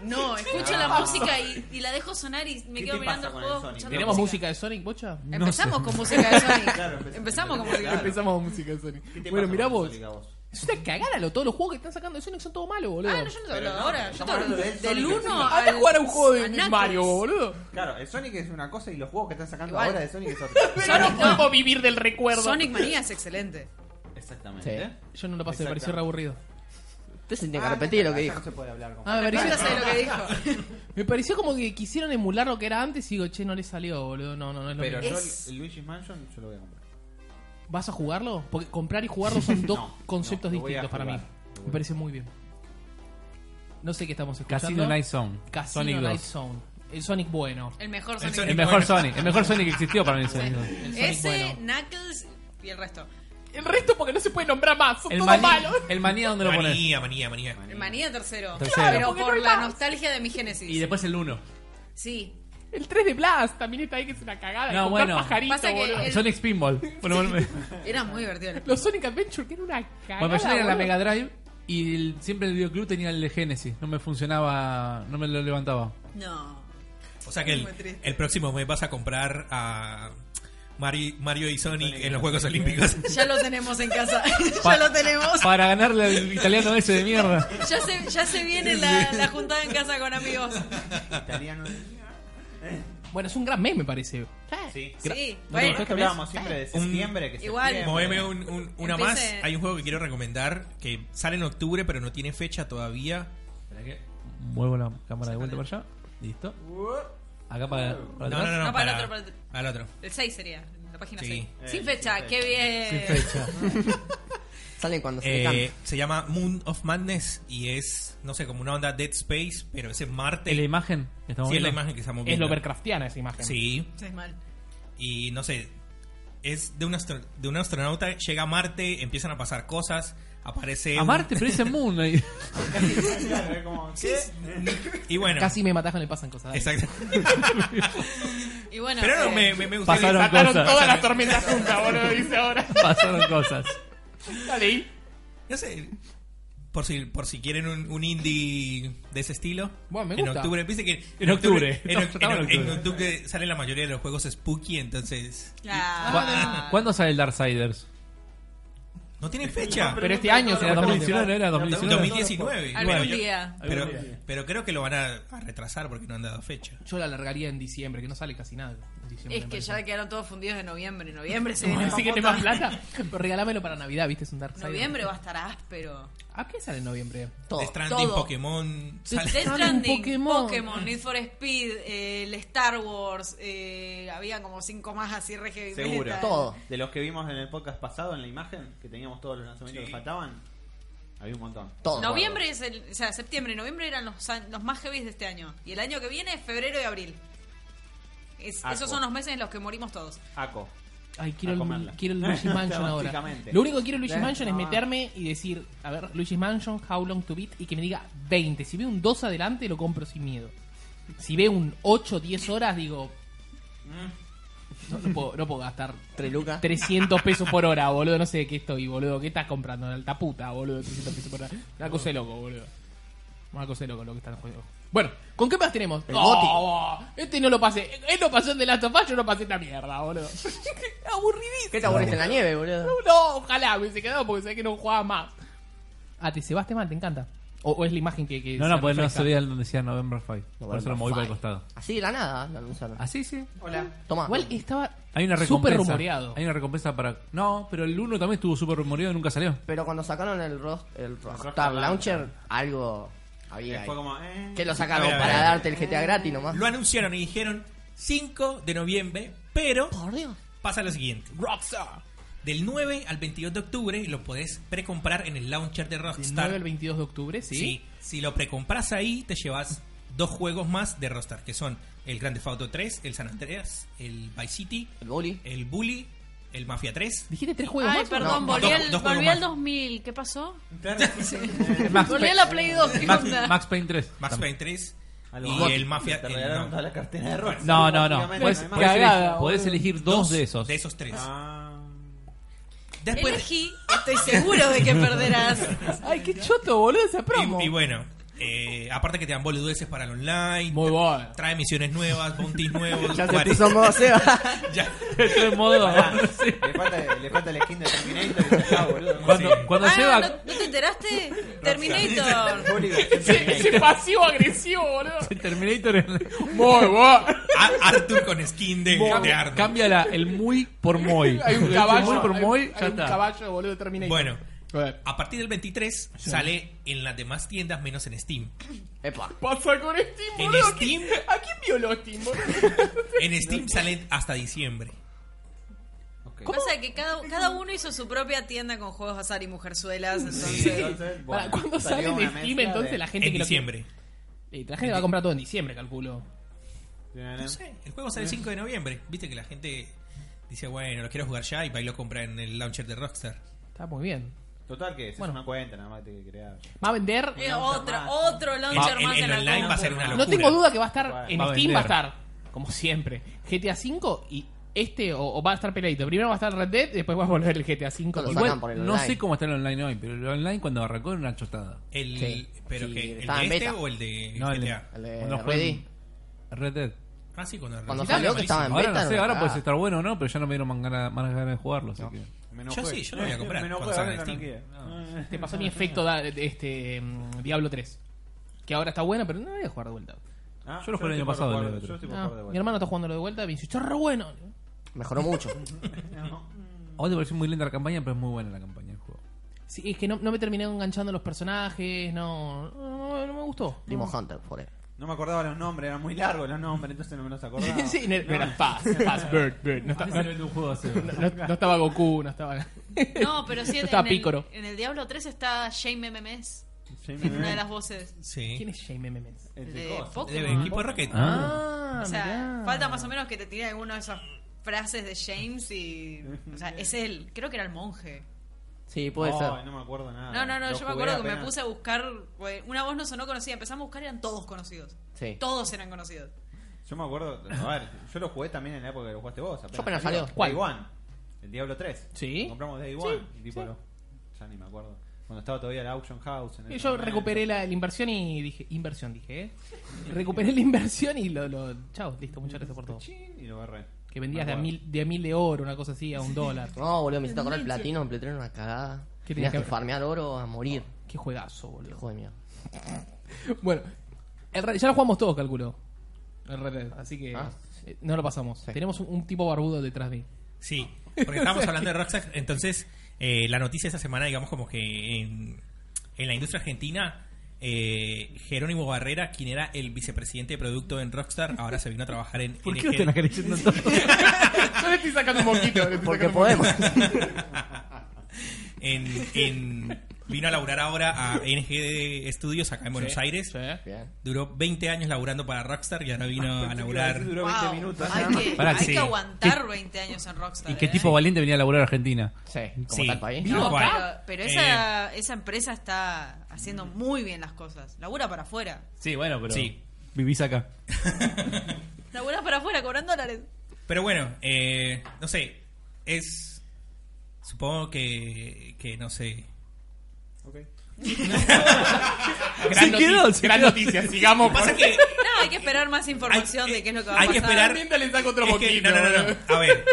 S5: No, escucho la música y, y la dejo sonar y me
S6: Ah. ¿Qué
S5: quedo
S6: te
S5: mirando
S6: pasa
S5: el
S6: con
S5: juego.
S6: el Sonic?
S5: escuchando
S1: ¿Tenemos música de Sonic, bocha?
S3: No
S5: Empezamos
S3: sé.
S5: con música de Sonic.
S6: [LAUGHS] Claro, empezamos.
S5: empezamos con música de
S6: Claro.
S5: Sonic.
S1: Empezamos música de Sonic.
S6: ¿Qué te
S1: Bueno,
S6: pasa
S1: mirá
S6: con
S1: vos.
S6: Sonic a vos?
S1: Es una cagada, lo, todos los juegos que están sacando de Sonic son todos malos, boludo.
S5: Ah, no, yo no te hablo
S6: Pero no,
S5: ahora. Yo te
S6: estamos
S5: hablo
S6: hablando
S5: del,
S6: del Sonic
S5: uno
S6: encima.
S1: Anda a
S5: al-
S1: jugar a un juego de
S5: a Knuckles.
S1: Mario, boludo.
S6: Claro, el Sonic es una cosa y los juegos que están sacando
S5: Igual.
S6: ahora de Sonic es
S5: [LAUGHS]
S6: otra.
S1: Yo no
S5: Sonic
S1: puedo
S5: no.
S1: vivir del recuerdo.
S5: Sonic Manía es excelente.
S6: Exactamente.
S1: Yo no lo pasé, me pareció re
S6: Exactamente.
S1: aburrido.
S2: Usted se tiene que
S6: Ah,
S2: repetir
S6: no,
S2: lo que
S6: ya
S2: dijo.
S6: No se puede hablar con
S1: Ah, me
S5: Yo
S1: pareció,
S5: ya sé lo que dijo.
S1: me pareció como que quisieron emular lo que era antes y digo, che, no le salió, boludo. No, no, no es lo
S6: Pero
S1: mismo.
S6: yo
S5: Es-
S6: el Luigi's Mansion yo lo voy a comprar.
S1: ¿Vas a jugarlo? Porque comprar y jugarlo son dos
S6: [LAUGHS] No,
S1: conceptos
S6: no, lo voy a
S1: distintos para mí.
S6: jugar. Lo voy
S1: Me
S6: a-
S1: parece muy bien. No sé qué estamos escuchando.
S3: Casino Night Zone.
S1: Casino
S3: Sonic 2.
S1: Night Zone. El Sonic bueno.
S5: El mejor
S4: El
S5: Sonic.
S3: El
S4: Sonic
S3: mejor Sonic. El mejor Sonic que existió para mí. el
S1: [LAUGHS]
S3: Sonic 2.
S1: El Sonic
S5: Ese,
S1: bueno.
S5: Knuckles y el resto.
S1: El resto porque no se puede nombrar más. Son
S3: El
S1: todos
S3: manía,
S1: malos.
S3: el manía, ¿dónde lo pones?
S4: Manía, manía, manía.
S5: El Manía tercero.
S3: Tercero.
S5: Pero
S1: Porque no
S5: por
S1: hay
S5: la
S1: más.
S5: nostalgia de mi Génesis.
S3: Y después el 1.
S5: Sí.
S1: El 3 de Blast también está ahí que es una cagada.
S3: No,
S1: No, bueno.
S3: bueno.
S1: Pajarito,
S5: Pasa que
S1: boludo.
S5: El-
S3: Sonic Spinball. Bueno, bueno, me-
S5: Era muy divertido.
S1: Los Sonic Adventure que era una cagada.
S3: Bueno, pero yo tenía la
S1: boludo.
S3: Mega Drive Y el- siempre el videoclub tenía el de Genesis. No me funcionaba, no me lo levantaba.
S5: No.
S4: O sea que
S5: Muy
S4: el,
S5: triste.
S4: el próximo mes vas a comprar a Mario, Mario y Sonic en los
S3: [LAUGHS]
S4: Juegos Olímpicos.
S5: Ya lo tenemos en casa. [LAUGHS]
S3: Pa-
S5: ya lo tenemos.
S3: Para ganarle al italiano ese de mierda.
S5: Ya se, ya se viene la, la juntada en casa con amigos. [LAUGHS]
S6: Italiano.
S1: Bueno, es un gran mes, me parece.
S6: Sí.
S5: Sí,
S1: No,
S5: bueno.
S6: Nosotros hablábamos siempre de
S4: Un-
S6: septiembre. Que
S5: Igual.
S6: septiembre.
S4: Moveme
S6: [LAUGHS]
S4: un- un- una más.
S5: Empiece-
S4: Hay un juego que quiero recomendar que sale en octubre, pero no tiene fecha todavía.
S3: Muevo la cámara de vuelta para allá. Listo. Acá para, para
S4: No, no, no,
S3: atrás.
S4: no,
S5: No, para el otro, para el otro.
S4: Al otro.
S5: El 6 sería, la página
S4: Sí.
S5: 6.
S6: Eh,
S5: sin fecha,
S6: sin
S5: qué bien.
S2: Salen cuando se
S4: Eh,
S2: le canta.
S4: se llama Moon of Madness y es, no sé, como una onda Dead Space, pero ese Marte.
S3: ¿Es la imagen? que estamos
S4: Sí, es la
S3: viendo?
S4: imagen que estamos
S1: Es
S4: viendo.
S1: Lovecraftiana esa imagen.
S4: Sí,
S5: Sí, es mal.
S4: y no sé, es de un, astro- de un astronauta, llega a Marte, empiezan a pasar cosas, aparece...
S3: A
S4: un-
S3: Marte, pero ese Moon.
S4: [LAUGHS]
S3: ahí.
S6: Claro, es como, ¿qué?
S4: Y bueno,
S1: Casi me matás con el pasan cosas. dale.
S4: exacto.
S5: Y bueno,
S4: Pero no,
S5: eh,
S4: me, me, me gustaría-
S3: Pasaron
S1: Mataron
S3: cosas.
S1: todas las tormentas juntas, boludo, dice ahora.
S3: Pasaron cosas.
S1: Dale ahí.
S4: No sé, por si, por si quieren un, un indie de ese estilo.
S1: Bueno, me
S4: En
S1: gusta.
S4: octubre, viste que...
S3: En octubre.
S4: En, oc- en,
S3: Estamos en
S4: oc- en
S3: octubre.
S4: octubre sale la mayoría de los juegos spooky, entonces...
S5: claro.
S3: ah, ¿Cuándo sale el Darksiders?
S4: No tiene fecha.
S1: Pero este año será
S3: Era
S1: también.
S3: 2019, era 2019.
S4: 2019.
S5: Algún
S4: Bueno, yo-
S5: día.
S4: Pero, pero creo que lo van a, a retrasar porque no han dado fecha.
S3: ¿eh?
S1: Yo la alargaría en diciembre, que no sale casi nada. en diciembre,
S5: Es
S1: me [LAUGHS]
S5: que
S1: parece.
S5: ya quedaron todos fundidos de noviembre. Noviembre se viene
S1: Bueno,
S5: más
S1: Así que te
S5: posta.
S1: más plata. Pero regálamelo para Navidad, viste, es un Dark
S5: Noviembre va a estar áspero.
S1: ¿A qué sale en noviembre?
S2: Todo.
S4: De Stranding,
S5: todo.
S4: Pokémon. sale-
S5: Death
S1: Sale
S5: Stranding,
S1: un Pokémon.
S5: Pokémon. Need for Speed, eh, el Star Wars, eh, había como cinco más así re heavy
S6: Seguro.
S5: metal.
S2: Todo.
S6: De los que vimos en el podcast pasado, en la imagen, que teníamos todos los lanzamientos que faltaban, había un montón.
S2: Todo.
S5: Noviembre es el, o sea, septiembre y noviembre eran los, an- los más heavy de este año. Y el año que viene es febrero y abril. Es-
S6: Ah,
S5: esos
S6: bueno.
S5: son los meses en los que morimos todos.
S6: Aco.
S1: Ay, quiero,
S6: A
S1: el,
S6: comerla.
S1: quiero
S6: [LAUGHS]
S1: el Luigi's Mansion ahora.
S6: Básicamente.
S1: Lo único que quiero Luigi's
S2: Eh,
S1: Mansion es
S2: no.
S1: meterme y decir, a ver, Luigi's Mansion, how long to beat, y que me diga 20. Si veo un 2 adelante, lo compro sin miedo. Si veo un 8, 10 horas, digo...
S6: Mm.
S1: No, no puedo, no puedo gastar
S2: Tres lucas.
S1: 300 pesos por hora, boludo. No sé de qué estoy, boludo. ¿Qué estás comprando? Alta puta, boludo. 300 pesos por hora. Una cosa de loco, boludo. Una cosa de loco lo que están jugando. Bueno, ¿con qué más tenemos?
S2: El
S1: Oh, este no lo pasé. Él no pasó el de Last of Us, yo no pasé esta mierda, boludo. Aburridísimo.
S2: ¿Qué te aburriste en la nieve, boludo?
S1: No, ojalá me se quedado porque sabía que no jugaba más. Ah, te cebaste mal, te encanta. O, o es la imagen que. que
S3: No,
S1: se
S3: no, pues no
S1: refleja.
S3: sabía donde decía November 5. Por eso lo moví para el
S2: Fine.
S3: costado.
S2: Así de la nada lo anunciaron.
S3: Así sí.
S6: Hola.
S2: Toma.
S1: Ah, Igual estaba
S3: Hay una recompensa.
S1: súper rumoreado.
S3: Hay una recompensa para. No, pero el 1 también estuvo súper rumoreado y nunca salió.
S2: Pero cuando sacaron el, Ros- el Rockstar
S6: Rockstar
S2: Launcher, algo había ahí.
S6: Fue como, eh.
S2: Que lo sacaron
S4: A ver, a ver,
S2: para
S4: a ver.
S2: darte el GTA gratis nomás.
S4: Lo anunciaron y dijeron 5 de noviembre, pero
S2: Por Dios.
S4: pasa lo siguiente. Rockstar. Del 9 al 22 de octubre lo podés precomprar en el launcher de
S1: del 9 al
S4: Rockstar.
S1: 22 de octubre, sí.
S4: ¿Sí? Si lo precompras ahí, te llevas dos juegos más de Rockstar, que son el Grand Theft Auto 3, el San Andreas, el Vice City,
S2: El boli.
S4: el Bully, el Mafia 3.
S1: Dijiste tres juegos
S5: Ay,
S1: más. ¿o no?
S5: perdón,
S2: No,
S5: volví,
S4: dos-
S5: al,
S4: dos juegos
S5: volví
S4: más.
S5: al 2000. ¿Qué pasó? [LAUGHS]
S6: Sí.
S3: Max,
S5: Volví a
S3: Payne-
S5: la Play 2. ¿Qué
S3: Max,
S5: onda?
S3: Max Payne 3.
S4: Max
S3: Tam-
S4: Payne 3
S6: Algo
S4: y
S6: gótico.
S4: el Mafia...
S6: Te
S4: el-
S6: regalaron
S4: no,
S6: toda la cartera de Rockstar.
S3: No, no, Pues no.
S6: Básicamente,
S3: Podés,
S6: hay más.
S3: podés
S1: Cagada,
S3: elegir,
S1: boludo.
S3: podés elegir dos de esos. [LAUGHS]
S4: De esos tres.
S6: Ah.
S4: Después,
S5: Elegí, estoy seguro de que perderás.
S1: Ay, qué choto, boludo, esa promo.
S4: y, y bueno, eh, aparte que te dan boludeces para el online,
S1: Muy bueno.
S4: trae misiones nuevas, bounties
S2: [LAUGHS]
S4: nuevos.
S2: Ya se
S4: bueno,
S2: puso modo Seba.
S4: [LAUGHS] ya.
S3: Estoy en modo. Sí.
S6: Le falta, le falta el skin de Terminator y ya está, boludo.
S3: Cuando,
S4: Sí.
S3: cuando
S5: Ah,
S3: lleva.
S5: ¿no, no te enteraste? Terminator.
S6: Bully de
S1: Ese,
S6: Terminator.
S1: ese pasivo agresivo, boludo.
S3: Terminator en-
S1: Muy bueno.
S4: A- Arthur con skin de, de
S3: cambia,
S4: Arthur.
S3: cambia la- el muy
S1: [LAUGHS]
S3: por muy.
S1: Hay un
S3: El muy
S1: caballo.
S3: por
S1: hay-
S3: muy,
S1: hay,
S3: ya
S1: un
S3: está.
S1: caballo, boludo, terminé.
S4: Bueno,
S1: A ver.
S4: a partir del 23 sale en las demás tiendas menos en Steam.
S2: Epa.
S1: Pasa con Steam,
S4: En
S1: boludo. ¿A quién-
S4: Steam-
S1: ¿A quién violó Steam, boludo?
S4: En Steam sale hasta diciembre.
S6: Ok.
S5: Pasa que cada, cada uno hizo su propia tienda con juegos azar y mujerzuelas. Entonces, eh,
S6: Entonces, bueno,
S1: Para, ¿Cuándo
S6: salió
S1: sale
S6: una
S1: de Steam
S6: mezcla
S1: entonces
S6: de-
S1: la gente
S4: En
S1: que lo
S4: diciembre.
S1: Y la gente va a comprar todo en diciembre, calculo.
S4: No sé, el juego sale el 5 de noviembre. Viste que la gente dice, bueno, lo quiero jugar ya y va y lo compra en el launcher de Rockstar.
S1: Está muy bien.
S6: Total que es
S1: Bueno.
S6: una cuenta nada más que te crear.
S1: Va a vender.
S5: eh, otro, otro launcher
S4: El- el-
S5: más
S4: el
S5: en la
S4: online
S5: compu.
S4: va a ser una
S1: No
S4: locura.
S1: tengo duda que va a estar
S6: Bueno,
S1: en
S3: va a
S1: Steam, va a
S3: vender.
S1: estar como siempre. GTA V y este o, o va a estar peleadito. Primero va a estar Red Dead, después va a volver el GTA V.
S2: Lo
S1: por
S2: sacan
S1: web.
S2: por el
S3: No
S2: online.
S3: sé cómo está el online hoy, pero el online cuando arrancó era una chotada.
S4: El,
S2: Sí.
S4: ¿Pero
S2: Sí,
S4: que, el
S2: estaba
S4: de
S2: en
S4: este
S2: beta.
S4: o el de
S3: No, el de-
S4: GTA?
S2: El de
S3: Cuando
S2: Ready.
S3: juegan- Red Dead.
S4: Ah, sí, cuando,
S2: Cuando
S4: recién
S2: salió, que
S4: malísimo.
S2: estaba en
S3: Ahora
S2: beta,
S3: no sé,
S2: no
S3: ahora
S2: está.
S3: puede estar bueno o no, pero ya no me dieron más ganas, más ganas de jugarlo. Así que...
S6: Me
S4: Yo
S6: enojé.
S4: sí, yo lo voy a comprar
S6: Me enojé,
S4: cuando salga
S6: ahora
S4: en
S6: no quiero. Ah.
S1: Te pasó mi efecto da- de este mm, Diablo 3. Que ahora está bueno, pero no voy a jugar de vuelta.
S6: Ah,
S3: Yo lo jugué el
S6: estoy
S3: año
S6: por
S3: pasado,
S6: jugar-
S3: el otro.
S6: Yo estoy por
S1: Ah,
S6: jugar de
S1: mi hermano está jugándolo de vuelta y me dice, está re bueno.
S2: Mejoró [LAUGHS] mucho.
S3: Ahora te pareció muy linda la campaña, pero es muy buena la campaña del juego.
S1: Sí, es que no, no me terminé enganchando los personajes, no, no, no me gustó.
S2: Primo Hunter, forever.
S6: No me acordaba los nombres, eran muy largos los nombres, entonces no me los
S5: [LAUGHS]
S1: [LAUGHS]
S6: acordaba.
S1: sí, no, era Fast, [LAUGHS] Fast, Bird, Bird. No,
S3: Ah,
S1: estaba-
S3: se vende un juego así.
S1: no- no- no estaba Goku, no estaba...
S5: [LAUGHS] No, pero sí
S1: Yo
S5: en,
S1: estaba
S5: en el-
S1: pícoro.
S5: en el Diablo 3 está Shane MMS,
S6: Sí,
S5: [LAUGHS]
S6: me-
S5: una de las voces
S4: Sí.
S1: ¿Quién es Shame MMS?
S6: Ese
S5: de
S6: cosa.
S5: Pokémon.
S4: El equipo de Rocket.
S1: Ah,
S5: O sea,
S1: mirá.
S5: falta más o menos que te tire alguna de esas frases de James y... O sea, es él. Creo que era el monje.
S2: Sí, puede
S6: Ay,
S2: ser.
S6: Oh, no me acuerdo nada.
S5: No, no, no,
S6: Ah, Lo
S5: yo
S6: jugué
S5: me acuerdo que me
S6: apenas.
S5: puse a buscar... güey, Una voz no sonó conocida, empezamos a buscar y eran todos conocidos.
S2: Sí.
S5: Todos eran conocidos.
S6: Yo me acuerdo, a ver, yo lo jugué también en la época que lo jugaste vos.
S2: Yo apenas salió.
S1: ¿Cuál?
S6: Day One, el Diablo 3.
S1: Sí.
S6: Lo compramos Day One. y tipo, lo- ya ni me acuerdo. Cuando estaba todavía la Auction House. En
S1: Y
S6: ese
S1: yo
S6: momento.
S1: recuperé la, la inversión y dije... Inversión, dije, ¿eh? Recuperé la inversión y lo... lo chao, listo, muchas gracias por todo.
S6: Chin, Y lo agarré.
S1: Que vendías de a,
S6: Me acuerdo.
S1: mil, de a mil de oro, una cosa así, a un dólar.
S2: No, boludo, me hiciste acordar el platino, en Play 3 era una cagada.
S1: ¿Qué tenía
S2: Tenías
S1: que
S2: que
S1: ver?
S2: farmear oro a morir.
S1: Qué juegazo, boludo.
S2: Hijo de mierda.
S1: [LAUGHS] Bueno, el Red- ya lo jugamos todos, calculo. El Red Dead, así que
S2: Ah.
S1: eh, no lo pasamos. Tenemos un, un tipo barbudo detrás de mí.
S2: [LAUGHS]
S4: Sí, porque estábamos hablando de Rockstar. Entonces, eh, la noticia esta semana, digamos, como que en, en la industria argentina, eh, Jerónimo Barrera, quien era el vicepresidente de producto en Rockstar, ahora se vino a trabajar en.
S3: ¿Por
S4: en
S3: qué no te
S4: EG.
S3: la querés yendo todo?
S1: Yo le estoy sacando un moquito. le estoy
S2: [LAUGHS] Porque
S1: sacando un
S2: podemos.
S4: en, en- vino a laburar ahora a NG Studios acá en Buenos Aires.
S1: moquito. Sí.
S2: Bien.
S4: Duró 20 años laburando para Rockstar y ahora vino a laburar.
S6: Duró
S5: Wow.
S6: 20 minutos.
S5: Hay que,
S3: Pará,
S5: hay
S4: sí.
S5: que aguantar 20 años en Rockstar.
S3: ¿Y qué
S5: ¿eh?
S3: tipo valiente venía a laburar a Argentina?
S2: Sí, como
S4: Sí.
S2: tal país.
S1: No,
S5: No,
S1: Igual.
S5: pero, pero esa, esa empresa está haciendo muy bien las cosas. Labura para afuera.
S3: Sí, bueno, pero.
S4: Sí.
S3: Vivís acá.
S5: Labura para afuera, cobrando dólares.
S4: Pero bueno, eh, no sé. Es. Supongo que. Que no sé.
S1: [LAUGHS]
S4: [LAUGHS]
S1: Gran
S3: Se quedó,
S1: noticia,
S3: se
S1: gran
S3: quedó.
S1: [LAUGHS] noticia, sigamos.
S4: Pasa
S1: por-
S4: que.
S5: No, hay que esperar más información
S4: Hay-
S5: de qué es lo que va a
S4: hay
S5: pasar.
S4: que esperar-
S1: Mientras le saco otro
S4: Es que-
S1: moquito.
S4: no, no, no,
S1: boludo.
S4: no. A ver.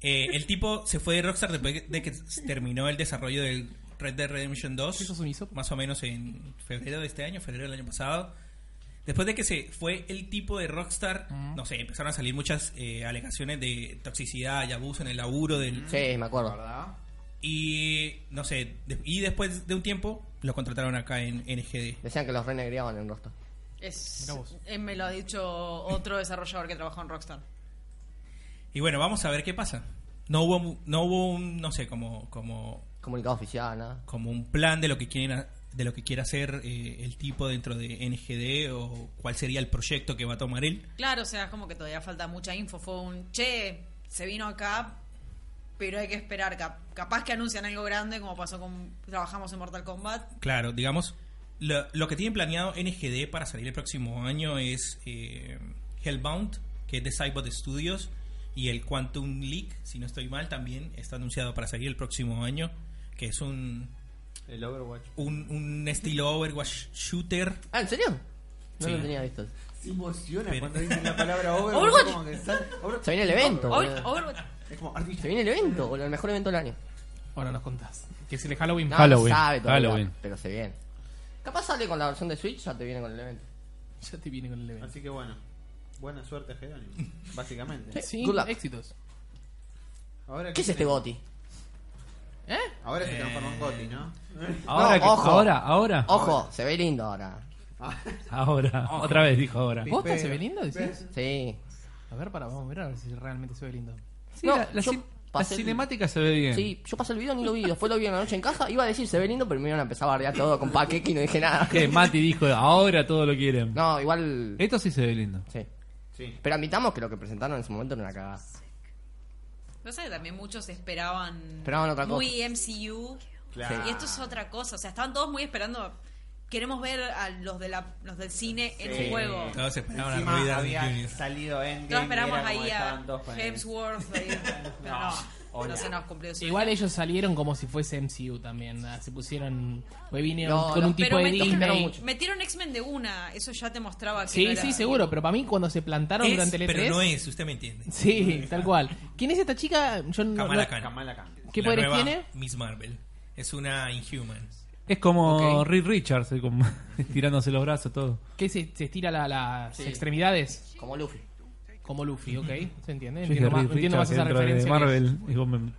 S4: Eh, el tipo se fue de Rockstar después de que terminó el desarrollo del Red Dead Redemption 2.
S1: ¿Eso es un hisopo?
S4: Más o menos en febrero de este año, febrero del año pasado. Después de que se fue el tipo de Rockstar, no sé, empezaron a salir muchas eh, alegaciones de toxicidad y abuso en el laburo del,
S2: Sí, me acuerdo.
S6: ¿Verdad?
S4: y no sé, de- y después de un tiempo lo contrataron acá en NGD.
S2: Decían que los renegriaban en Rostov.
S5: Es-
S1: Mirá vos.
S5: eh, me lo ha dicho otro desarrollador que trabajó en Rockstar.
S4: Y bueno, vamos a ver qué pasa. No hubo mu- no hubo un no sé, como como
S2: Comunicado oficial, nada.
S4: como un plan de lo que quieren ha- de lo que quiere hacer eh, el tipo dentro de NGD o cuál sería el proyecto que va a tomar él.
S5: Claro, o sea, es como que todavía falta mucha info. Fue un, che, se vino acá, pero hay que esperar. Cap- capaz que anuncian algo grande, como pasó con... Trabajamos en Mortal Kombat.
S4: Claro, digamos lo, lo que tienen planeado NGD para salir el próximo año es eh, Hellbound, que es de Cybot Studios y el Quantum Leak, si no estoy mal, también está anunciado para salir el próximo año, que es un
S6: El Overwatch.
S4: un, un estilo
S1: Mm.
S4: Overwatch shooter.
S2: Ah, ¿en serio? No
S4: Sí.
S2: lo tenía visto.
S6: Se emociona
S4: Pero-
S6: cuando dicen la
S5: [LAUGHS]
S6: palabra Overwatch.
S5: Overwatch.
S6: Como que sal- Overwatch.
S2: Se viene el evento.
S1: Ah.
S5: Over-
S2: boludo.
S5: Overwatch-
S6: Es como artista.
S2: Se viene el evento, boludo, el mejor evento del año.
S1: Ahora nos contás. Que es el Halloween.
S2: No,
S3: Halloween,
S2: No sabe todavía,
S3: Halloween.
S2: pero se viene. Capaz sale con la versión de Switch, ya te viene con el evento.
S1: Ya te viene con el evento.
S6: Así que bueno. Buena suerte,
S3: [LAUGHS]
S6: Jerónimo. Básicamente.
S1: Sí,
S2: Good luck.
S1: éxitos.
S6: Ahora,
S2: ¿Qué es este Goti?
S1: ¿Eh?
S6: Ahora se transformó en Gotti, ¿no?
S3: Ahora,
S2: No,
S3: que-
S2: ojo.
S3: ahora, ahora.
S2: Ojo, se ve lindo ahora.
S3: Ahora. Otra vez dijo ahora.
S6: Sí.
S1: ¿Posta
S6: Pero-
S1: se ve lindo, decís?
S2: Sí.
S1: A ver, para, vamos a ver a ver si realmente se ve lindo.
S3: Sí,
S2: No,
S3: la, la
S2: yo
S3: ci- la
S2: pasé el-
S3: cinemática se ve bien.
S2: Sí, yo pasé el video ni lo vi, después lo vi en la noche en casa, iba a decir se ve lindo, pero me iban a empezar a bardear todo con paqueque y no dije nada.
S3: Que Mati dijo, ahora todo lo quieren.
S2: [LAUGHS] No, igual.
S3: Esto sí se ve lindo.
S2: Sí.
S6: Sí.
S2: Pero admitamos que lo que presentaron en su momento era una cagada.
S5: No sé, también muchos esperaban,
S2: Esperaban otra cosa.
S5: muy MCU.
S6: Claro.
S5: Y esto es otra cosa. O sea, estaban todos muy esperando queremos ver a los, de la, los del cine en
S6: Sí.
S5: un juego.
S4: Todos esperaban
S6: Encima
S4: a Robert Downey
S6: había
S4: Jr.
S6: salido en
S5: Todos esperamos ahí a Hemsworth, ahí, pero no, no,
S6: hola.
S5: se nos cumplió su
S1: Igual ellos salieron como si fuese MCU también. ah, Se pusieron. pues vinieron
S2: No,
S1: con
S2: no,
S1: un tipo
S5: Pero
S1: de
S5: metieron,
S1: Disney.
S2: mucho.
S5: metieron X-Men de una, eso ya te mostraba que no
S1: Sí,
S5: era-
S1: sí, seguro. Pero para mí, cuando se plantaron
S4: Es,
S1: durante el E3.
S4: pero no es, usted me entiende.
S1: [LAUGHS] Sí, tal cual. ¿Quién es esta chica? Yo no-
S4: Kamala
S1: no-
S4: Khan.
S6: Kamala Khan.
S1: ¿Qué
S4: La
S1: poderes
S4: nueva
S1: tiene?
S4: Miss Marvel. Es una Inhuman.
S3: Es como
S1: Ok.
S3: Reed Richards, eh, como [LAUGHS] tirándose los brazos, todo.
S1: ¿Qué se, se estira la- las
S2: Sí.
S1: extremidades?
S2: Como Luffy.
S1: Como Luffy, ¿ok? ¿Se entiende?
S3: Yo dije
S1: Entiendo más,
S3: Reed
S1: entiendo más
S3: Richards
S1: esa
S3: dentro de
S1: referencia. que-
S3: Marvel. Y vos me-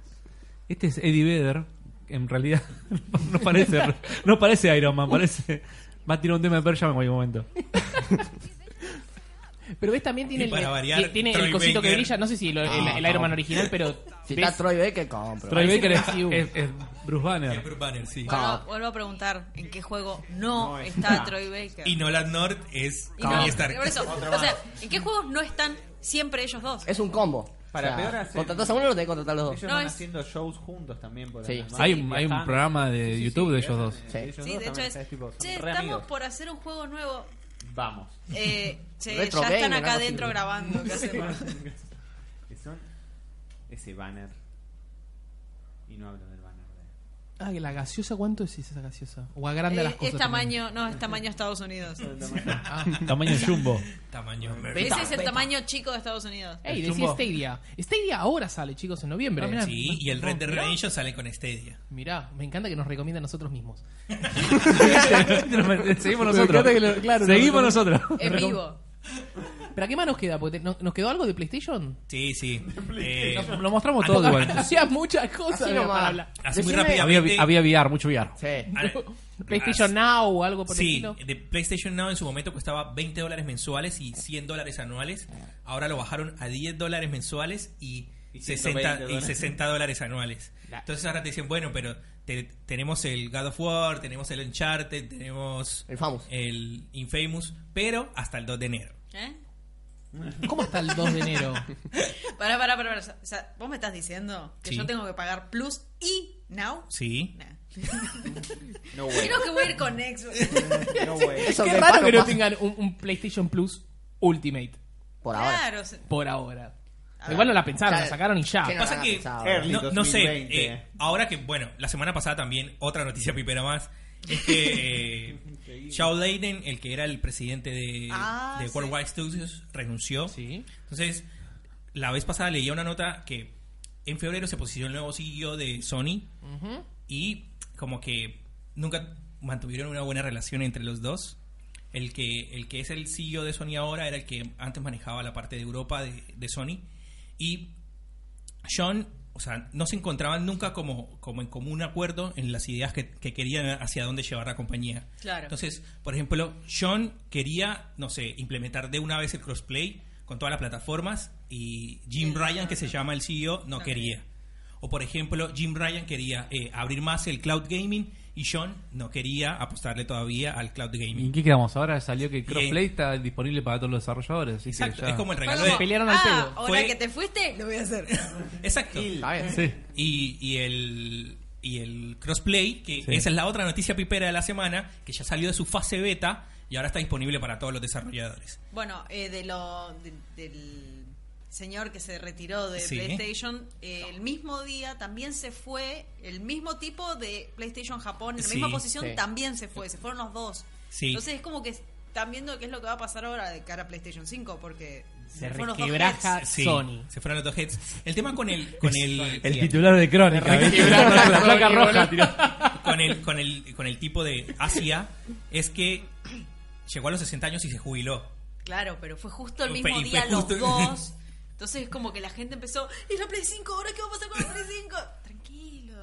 S3: Este es Eddie Vedder. que En realidad [LAUGHS] no parece, no parece Iron Man, parece... Va a tirar un tema de Persia en cualquier momento.
S1: Pero ves también tiene
S4: Y
S1: el,
S4: para
S1: eh,
S4: variar,
S1: tiene el
S4: Troy
S1: cosito que
S4: Baker.
S1: brilla. No sé si lo- el,
S2: Ah,
S1: el Iron Man
S2: no.
S1: original, pero.
S2: Si
S1: ves-
S2: está Troy Baker, compro.
S3: Troy
S1: Parece
S3: Baker es,
S1: MCU.
S3: es- es Bruce Banner.
S4: Amber Banner, sí.
S5: Bueno,
S2: Ah.
S5: vuelvo a preguntar en qué juego no,
S6: No
S5: está,
S6: está.
S5: Troy Baker.
S4: Y Nolan North es
S5: Y no,
S4: Tony
S5: por
S4: Stark.
S5: eso, o sea, ¿en qué juegos no están siempre ellos dos?
S2: Es un combo.
S6: Para
S2: o sea,
S6: peor hacer-
S2: Contratás a uno y lo tenés que contratar a los
S6: Ellos
S2: dos.
S5: No,
S6: van
S5: es-
S6: haciendo shows juntos también. Por
S2: Sí.
S6: además.
S3: Hay, hay un
S6: Viajando.
S3: programa de
S6: Sí, sí,
S3: YouTube
S6: sí,
S3: de ellos dos.
S6: viajan,
S2: Sí.
S6: eh, ellos
S5: Sí,
S6: dos
S5: de
S6: también,
S5: hecho es,
S6: ¿sabes? Tipo, son
S5: che,
S6: re
S5: estamos
S6: amigos.
S5: por hacer un juego nuevo.
S6: Vamos.
S5: Eh,
S1: [LAUGHS]
S5: che,
S2: Retro
S5: ya están
S2: gamer,
S5: acá
S2: algo
S5: adentro
S2: así.
S5: grabando, ¿qué hacemos?
S6: Que son ese banner. Y no hablo del banner. de-
S1: Ah, la gaseosa, ¿cuánto es esa gaseosa? O agranda
S5: Eh,
S1: las cosas.
S5: es
S1: también.
S5: tamaño, no, es tamaño Estados Unidos.
S3: Tamaño jumbo.
S1: [LAUGHS]
S4: Tamaño
S5: Ese es el tamaño chico de Estados Unidos.
S1: Ey,
S3: El
S1: decía
S3: chumbo.
S1: Stadia. Stadia ahora sale, chicos, en
S4: Ah,
S1: noviembre. mirá.
S4: Sí, y el Red Dead Redemption salen con Stadia.
S1: Mirá, me encanta que nos recomienda a nosotros mismos.
S3: Seguimos
S1: Me encanta
S3: nosotros.
S1: que lo- claro,
S3: Seguimos
S1: lo-
S3: nosotros.
S5: En vivo.
S1: ¿Pero a qué más nos queda? Porque te- no- ¿Nos quedó algo de PlayStation?
S4: Sí,
S3: [LAUGHS]
S4: sí. Eh,
S3: Lo mostramos todo igual.
S1: Hacía muchas cosas
S2: Así
S1: había
S2: nomás.
S1: para hablar.
S4: Así muy
S2: Decime-
S4: rápidamente.
S3: Había, había VR, mucho VR.
S2: Sí.
S4: Ah,
S1: PlayStation Now o algo por el
S4: Sí,
S1: estilo.
S4: de PlayStation Now en su momento costaba 20 dólares mensuales y 100 dólares anuales. Ahora lo bajaron a 10 dólares mensuales y,
S6: Y
S4: 60,
S6: 120
S4: y
S6: dólares.
S4: 60 dólares anuales.
S1: La-
S4: Entonces ahora te dicen, bueno, pero te- tenemos el God of War, tenemos el Uncharted, tenemos
S2: El famoso.
S4: el Infamous, pero hasta el 2 de enero.
S5: ¿Eh?
S1: ¿Cómo está el 2 de enero?
S5: Pará, pará, pará. pará. O sea, vos me estás diciendo que
S4: Sí.
S5: yo tengo que pagar Plus y Now.
S4: Sí.
S5: Nah. [LAUGHS]
S6: No way.
S5: Creo que voy a ir con Xbox.
S6: No way.
S2: Eso
S1: Qué
S2: que
S1: raro
S2: paso
S1: que no
S2: pasa
S1: tengan un, un PlayStation Plus Ultimate
S2: Por ahora.
S5: Claro. se-
S1: por ahora.
S5: A
S1: Igual no
S5: ver.
S1: la pensaron, la
S2: Claro.
S1: sacaron y ya.
S2: Que no.
S4: Pasa
S2: nada
S4: que,
S2: pensado.
S6: Early
S4: no, no sé,
S6: 2020.
S4: eh, ahora que, bueno, la semana pasada también, otra noticia [LAUGHS] pipera más, es que eh, Shao Leiden, el que era el presidente de,
S5: Ah,
S4: de
S5: sí.
S4: Worldwide Studios, renunció.
S1: Sí.
S4: Entonces, la vez pasada leía una nota que en febrero se posicionó el nuevo CEO de Sony y como que nunca mantuvieron una buena relación entre los dos. El que, el que es el CEO de Sony ahora era el que antes manejaba la parte de Europa de, de Sony. Y Sean, o sea, no se encontraban nunca como, como en común acuerdo en las ideas que, que querían hacia dónde llevar la compañía.
S5: Claro.
S4: Entonces, por ejemplo, Sean quería, no sé, implementar de una vez el crossplay con todas las plataformas y Jim Ryan, que se llama el CEO, no quería. O por ejemplo, Jim Ryan quería eh, abrir más el cloud gaming y Sean no quería apostarle todavía al cloud
S3: ¿Y en
S4: gaming.
S3: qué quedamos? Ahora salió que Crossplay está disponible para todos los desarrolladores. así que
S4: Exacto,
S3: ya-
S4: es como el
S5: Fue
S4: regalo
S5: como,
S1: Se
S4: de...
S1: pelearon al
S5: ah,
S1: pedo.
S5: Ahora
S4: Fue-
S5: que te fuiste, lo voy a
S4: [LAUGHS]
S5: hacer.
S4: Exacto.
S2: Está bien.
S3: Sí.
S4: y, y el y el crossplay, que
S3: Sí.
S4: esa es la otra noticia pipera de la semana, que ya salió de su fase beta y ahora está disponible para todos los desarrolladores.
S5: Bueno, eh, de lo, de- del señor que se retiró de
S4: Sí.
S5: PlayStation, eh, el mismo día también se fue, el mismo tipo de PlayStation Japón, en la
S4: Sí,
S5: misma posición
S2: sí.
S5: también se fue, se fueron los dos.
S4: Sí.
S5: Entonces es como que están viendo qué es lo que va a pasar ahora de cara a PlayStation 5, porque
S1: Se
S5: fueron los dos
S1: resquebraja.
S5: heads.
S4: Sí,
S1: Sony.
S4: Se fueron los dos heads. El tema con el con el,
S3: El titular de Crónica. ¿viste? la
S1: [LAUGHS]
S3: placa roja. tiró.
S4: con el con el con el tipo de Asia es que llegó a los 60 años y se jubiló.
S5: Claro, pero fue justo el
S4: Fue-
S5: mismo
S4: y fue
S5: día los
S4: justo- [LAUGHS]
S5: dos. Entonces es como que la gente empezó, ¿y la Play 5? ¿Ahora qué va a pasar con la Play 5? Tranquilo,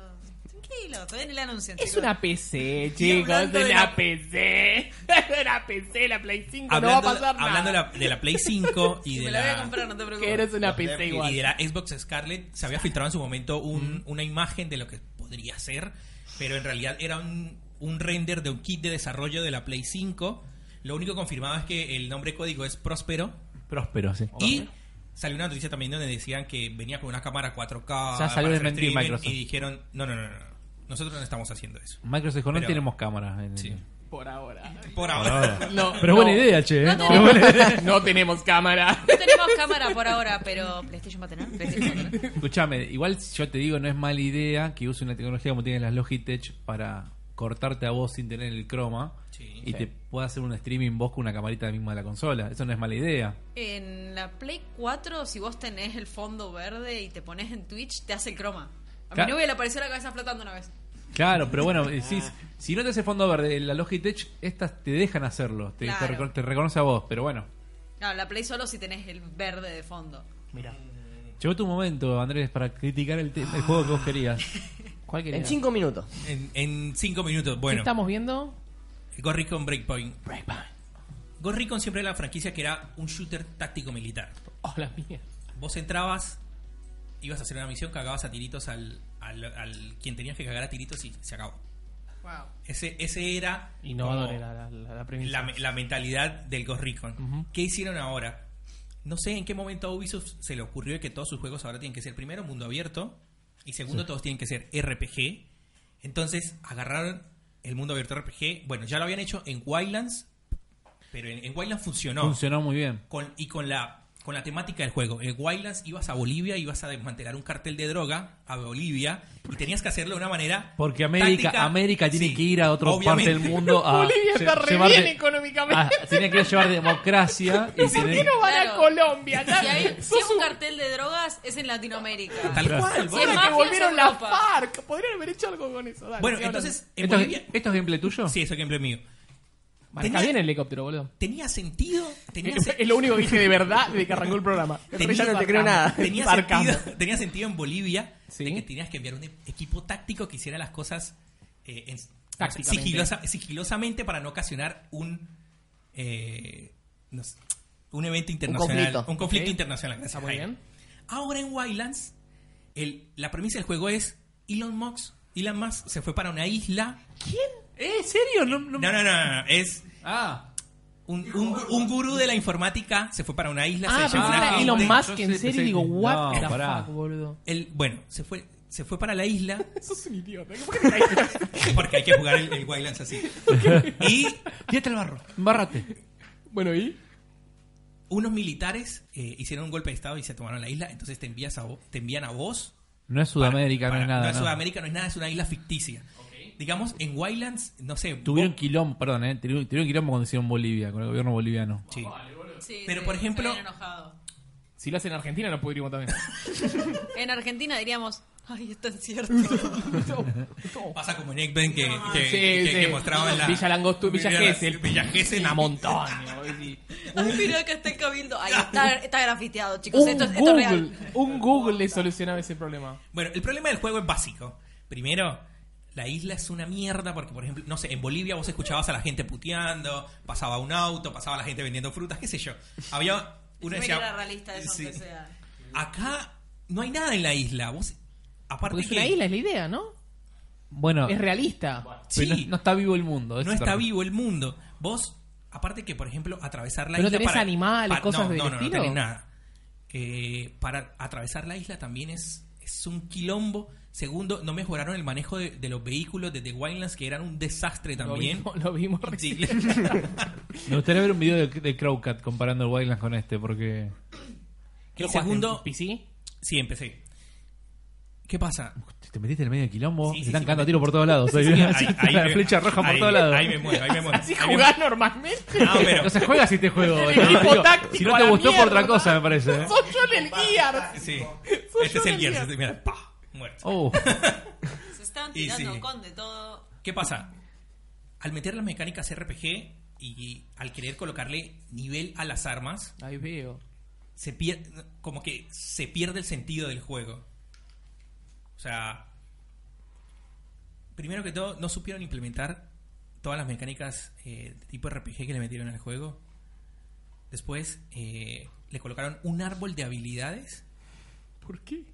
S5: tranquilo, todavía ni la anuncian.
S1: Es
S5: chicos.
S1: una PC,
S5: Y
S1: chicos,
S5: hablando
S1: es
S5: de
S1: una
S5: la-
S1: PC. Es [LAUGHS] una PC, la Play 5 no va a pasar nada.
S4: hablando de la, de la Play
S5: [LAUGHS]
S4: 5 y
S5: Si
S4: de
S5: me la voy a
S4: la
S5: comprar, no te
S1: Que eres
S5: preocupes.
S1: una
S6: Los
S1: PC
S6: nervios.
S1: igual.
S4: Y de la Xbox Scarlet se había filtrado en su momento un- una imagen de lo que podría ser, pero en realidad era un, un render de un kit de desarrollo de la Play 5. Lo único confirmado es que el nombre código es Próspero.
S3: Próspero, sí.
S4: Y salió una noticia también donde decían que venía con una cámara 4K.
S3: Ya salió
S4: para
S3: de
S4: hacer
S3: mentir
S4: streaming,
S3: Microsoft.
S4: Y dijeron, no, no, no, no, no, nosotros no estamos haciendo eso.
S3: Microsoft dijo, no
S4: Pero-
S3: tenemos cámaras. en-
S4: Sí.
S1: Por ahora.
S4: Por ahora.
S1: No,
S3: Pero buena
S1: no,
S3: idea, che. ¿eh?
S5: No
S1: no, [LAUGHS]
S5: tenemos-
S1: no tenemos cámara.
S5: No tenemos cámara por ahora, pero PlayStation va a tener. PlayStation va a
S1: [LAUGHS]
S5: tener.
S3: Escuchame, igual si yo te digo, no es mala idea que use una tecnología como tienen las Logitech para cortarte a vos sin tener el croma
S4: Sí.
S3: y te pueda hacer un streaming vos con una camarita misma de la consola. Eso no es mala idea.
S5: En la Play 4, si vos tenés el fondo verde y te pones en Twitch, te hace el croma. A mi
S3: Claro.
S5: novia le apareció la cabeza flotando una vez.
S3: Claro, pero bueno, eh, si, si no te hace fondo verde, la Logitech, estas te dejan hacerlo, te, te
S5: Claro.
S3: recono- te reconoce a vos, pero bueno.
S5: No, la Play solo si tenés el verde de fondo.
S3: Llegó tu momento, Andrés, para criticar el, te- el juego que vos querías.
S1: ¿Cuál
S2: En 5 minutos.
S4: [LAUGHS] En, en cinco minutos.
S1: ¿Qué
S4: Bueno,
S1: estamos viendo?
S4: Ghost Recon Breakpoint. Ghost Recon siempre era la franquicia que era un shooter táctico militar.
S1: Oh, la mía.
S4: Vos entrabas, ibas a hacer una misión, cagabas a tiritos al, al, al quien tenías que cagar a tiritos y se acabó.
S5: Wow.
S4: Ese, ese era
S1: Innovador
S4: como
S1: era la, la, la premisa.
S4: la, me- la mentalidad del Ghost Recon. ¿Qué hicieron ahora? No sé en qué momento a Ubisoft se le ocurrió que todos sus juegos ahora tienen que ser primero mundo abierto y segundo todos tienen que ser RPG. Entonces agarraron el mundo abierto RPG. Bueno, ya lo habían hecho en Wildlands, pero en, en Wildlands funcionó.
S3: Funcionó muy bien.
S4: Con- y con la, con la temática del juego. En Wildlands ibas a Bolivia, ibas a desmantelar un cartel de droga a Bolivia y tenías que hacerlo de una manera.
S3: Porque América,
S4: táctica.
S3: América tiene
S4: Sí,
S3: que ir a otra parte
S4: obviamente.
S3: del mundo
S4: [LAUGHS]
S3: a
S1: Bolivia
S3: lle-
S1: está re
S3: llevar
S1: bien
S3: de-
S1: económicamente.
S3: a- tenía que llevar
S4: [LAUGHS]
S3: democracia y
S1: ¿Por
S3: tener-
S1: qué no van a
S5: Claro.
S4: Ah,
S1: Colombia?
S5: Si hay, si
S1: Sos
S5: hay un
S1: un-
S5: cartel de drogas, es en Latinoamérica.
S4: Tal cual.
S5: Si
S1: Ahora
S5: es
S1: que
S5: mafia,
S1: volvieron
S5: es
S1: las
S5: Europa.
S1: FARC. Podrían haber hecho algo con eso. Dale,
S4: Bueno,
S1: sigue hablando.
S4: entonces en
S3: ¿Esto, es-
S4: Bolivia.
S3: esto es gameplay tuyo?
S4: Sí, eso es ejemplo mío.
S1: Marca
S4: tenía-
S1: bien el helicóptero, boludo.
S4: ¿Tenía sentido?
S3: [LAUGHS]
S4: ¿Tenía,
S1: Es,
S4: sen-
S1: [LAUGHS] es lo único que dije de verdad desde que arrancó el [LAUGHS] programa. El
S4: Tenía-
S1: resto ya
S4: no te
S2: creo nada.
S4: tenía
S1: Sarcasmo.
S4: sentido, tenía sentido en Bolivia
S1: Sí.
S4: de que tenías que enviar un e- equipo táctico que hiciera las cosas eh, en-
S1: Tácticamente.
S4: sigilosa- sigilosamente para no ocasionar un eh, no sé, un evento internacional, un conflicto,
S2: conflicto.
S1: Ok.
S4: internacional. gracias,
S1: Está muy
S4: Jaime.
S1: bien.
S4: Ahora en Wildlands, el- la premisa del juego es Elon Musk, Elon Musk se fue para una isla.
S3: ¿Eh? ¿En serio? No, no-
S4: No, no, no, no, no, es
S3: Ah,
S4: un, un- un gurú de la informática se fue para una isla.
S1: Ah,
S4: se
S1: pensé
S4: llevó
S1: que
S4: una
S1: era
S4: gente.
S1: Elon
S3: Yo
S1: Musk
S3: sí,
S1: en serio
S3: pensé-
S1: y digo, what
S3: No,
S1: the
S3: pará.
S1: fuck, boludo.
S4: El- bueno, se fue, se fue para la isla
S1: [LAUGHS] Sos un idiota.
S4: [LAUGHS]
S1: ¿Por qué te caíste?
S4: porque hay que jugar el, el Wildlands así. Y
S3: tírate el barro. Embarrate.
S1: bueno, ¿y?
S4: unos militares eh, hicieron un golpe de estado y se tomaron la isla, entonces te envías a vo- te envían a vos.
S3: No es
S4: para-
S3: Sudamérica,
S4: para-
S3: no es nada. no.
S4: Sudamérica no es nada, es una isla ficticia. Digamos en Wildlands, no sé,
S3: Tuvieron
S4: vos-
S3: quilombo, perdón, ¿eh? Tuvieron, tuvieron quilombo cuando hicieron Bolivia, con el gobierno boliviano.
S4: Sí.
S5: Sí,
S4: Pero,
S5: sí,
S4: por
S5: se
S4: ejemplo-
S5: habían enojado.
S1: Si lo hacen en Argentina, no podríamos [LAUGHS] también.
S5: En Argentina diríamos, ay, es tan cierto. [LAUGHS]
S4: Oh. Pasa como en Egben que, que,
S1: Ah, Sí,
S4: que- que
S1: sí.
S4: mostraban la.
S1: Villa Langostu- Villa Gesell.
S4: Villa Gesell.
S1: Una montón.
S5: Ay, mira que está el cabildo. Ay, está, está grafiteado, chicos.
S1: Un
S5: Esto, es- esto
S1: Google,
S5: es real.
S1: un Google le solucionaba ese problema.
S4: Bueno, el problema del juego es básico. Primero, la isla es una mierda porque, por ejemplo, no sé, en Bolivia vos escuchabas a la gente puteando, pasaba un auto, pasaba la gente vendiendo frutas, qué sé yo. Había una
S5: [LAUGHS] Se me queda realista eso,
S4: Sí.
S5: aunque sea.
S4: Acá no hay nada en la isla. Vos, aparte
S1: Porque es
S4: que
S1: una isla, es la idea, ¿no?
S3: Bueno,
S1: Es realista.
S4: Sí.
S3: pero no, no está vivo el mundo.
S4: no
S3: eso
S4: está
S3: también.
S4: vivo el mundo. Vos, aparte que, por ejemplo, atravesar la
S1: Pero
S4: isla.
S1: tenés
S4: para,
S1: animales,
S4: para-
S1: cosas
S4: no,
S1: del
S4: no, no, no
S1: estilo.
S4: tenés nada. Eh, para atravesar la isla también es, es un quilombo. Segundo, no mejoraron el manejo de, de los vehículos desde Wildlands, que eran un desastre
S1: Lo
S4: también.
S1: vimos, [LAUGHS] lo vimos
S4: [LAUGHS] Sí.
S1: recién.
S3: Me gustaría ver un video de, de Crowcat comparando el Wildlands con este, porque.
S4: Y segundo,
S1: ¿PC?
S4: sí, empecé. ¿Qué pasa?
S3: Te metiste en el medio de quilombo,
S4: Sí,
S3: se
S4: sí,
S3: están
S4: sí,
S3: cagando a
S4: me-
S3: tiro por todos lados.
S4: Sí, sí, ahí- ahí
S3: la
S4: me-
S3: flecha roja por
S4: ahí-
S3: todos lados.
S4: Ahí me muero, ahí me muero.
S1: Así
S4: Ahí me-
S1: jugás normalmente.
S4: No,
S1: [LAUGHS]
S4: pero-
S3: No se juega si te
S4: [LAUGHS]
S3: juego.
S1: El
S3: ¿no?
S1: equipo
S3: Digo,
S1: táctico
S3: si no
S1: a
S3: te
S1: la
S3: gustó por otra
S1: mierda.
S3: cosa, me parece. ¿eh?
S1: Soy yo en el Gear.
S4: Sí.
S1: Soy
S4: Este
S1: yo
S4: es
S1: del
S4: el Gears.
S1: Gears.
S4: este, Mira, pa, muerto.
S3: Oh,
S5: Se estaban
S4: Y
S5: tirando
S4: sí.
S5: con de todo.
S4: ¿Qué pasa? Al meter las mecánicas RPG y al querer colocarle nivel a las armas,
S1: Ahí veo.
S4: se pierde, como que se pierde el sentido del juego. O sea, primero que todo, no supieron implementar todas las mecánicas eh, de tipo RPG que le metieron al juego. Después eh, le colocaron un árbol de habilidades.
S1: ¿Por qué?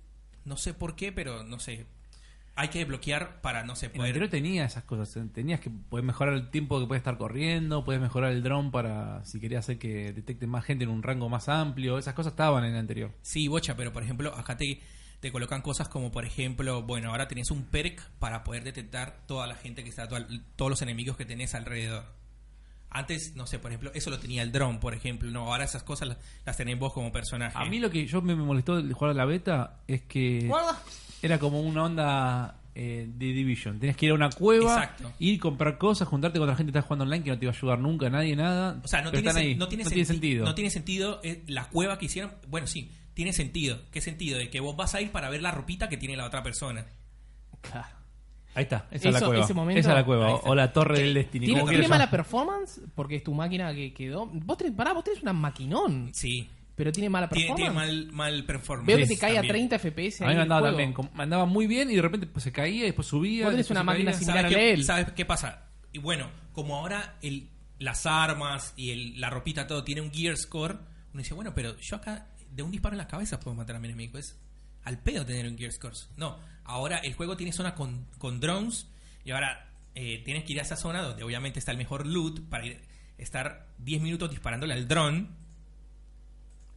S4: No sé por qué, pero no sé. Hay que desbloquear para, no sé,
S3: el anterior
S4: poder...
S3: tenía esas cosas. ¿eh? Tenías que puedes mejorar el tiempo que puedes estar corriendo, puedes mejorar el dron para si querías hacer que detecte más gente en un rango más amplio. Esas cosas estaban en el anterior.
S4: Sí, bocha, pero por ejemplo, acá te, te colocan cosas como, por ejemplo, bueno, ahora tenés un perk para poder detectar toda la gente que está, toda- todos los enemigos que tenés alrededor. Antes, no sé, por ejemplo, eso lo tenía el drone, por ejemplo. No, ahora esas cosas las, las tenés vos como personaje.
S3: A mí lo que yo me me molestó de jugar a la beta es que
S5: Guarda.
S3: era como una onda eh, de Division. Tenías que ir a una cueva,
S4: Exacto.
S3: ir, comprar cosas, juntarte con otra gente que está jugando online que no te iba a ayudar nunca, nadie, nada.
S4: O sea, no
S3: pero
S4: tiene,
S3: están
S4: sen-
S3: ahí.
S4: no tiene senti-
S3: sentido.
S4: No tiene sentido eh, la cueva que hicieron. Bueno, sí, tiene sentido. ¿Qué sentido? De que vos vas a ir para ver la ropita que tiene la otra persona.
S1: Claro.
S3: Ahí está, esa es la
S1: Eso-
S3: cueva.
S1: ese momento-
S3: esa es la cueva,
S4: Ahí
S3: o-
S4: está.
S3: o la torre del destino.
S1: ¿Tiene,
S3: como
S1: tiene
S3: quieras
S1: mala
S3: llamar.
S1: performance? Porque es tu máquina que quedó. Vos tenés, pará, vos tenés una maquinón.
S4: Sí.
S1: Pero tiene mala
S4: Tiene,
S1: performance.
S4: tiene mal, mal performance.
S1: Veo que te cae a
S4: también.
S1: 30 FPS.
S3: A mí
S1: ahí
S3: me
S1: el
S3: andaba
S1: juego.
S3: también, como- andaba muy bien y de repente pues, se caía, y después subía.
S1: Vos tenés
S3: después
S1: una
S3: se
S1: máquina
S3: caía.
S1: sin-
S4: ¿Sabes
S1: similar
S4: qué,
S1: a él.
S4: ¿Sabes qué pasa? Y bueno, como ahora el, las armas y el- la ropita, todo tiene un gear score, uno dice, bueno, pero yo acá de un disparo en la cabeza puedo matar a mi enemigo. Es al pedo tener un gear score. No, ahora el juego tiene zona con, con drones y ahora eh, tienes que ir a esa zona donde obviamente está el mejor loot para ir, estar 10 minutos disparándole al drone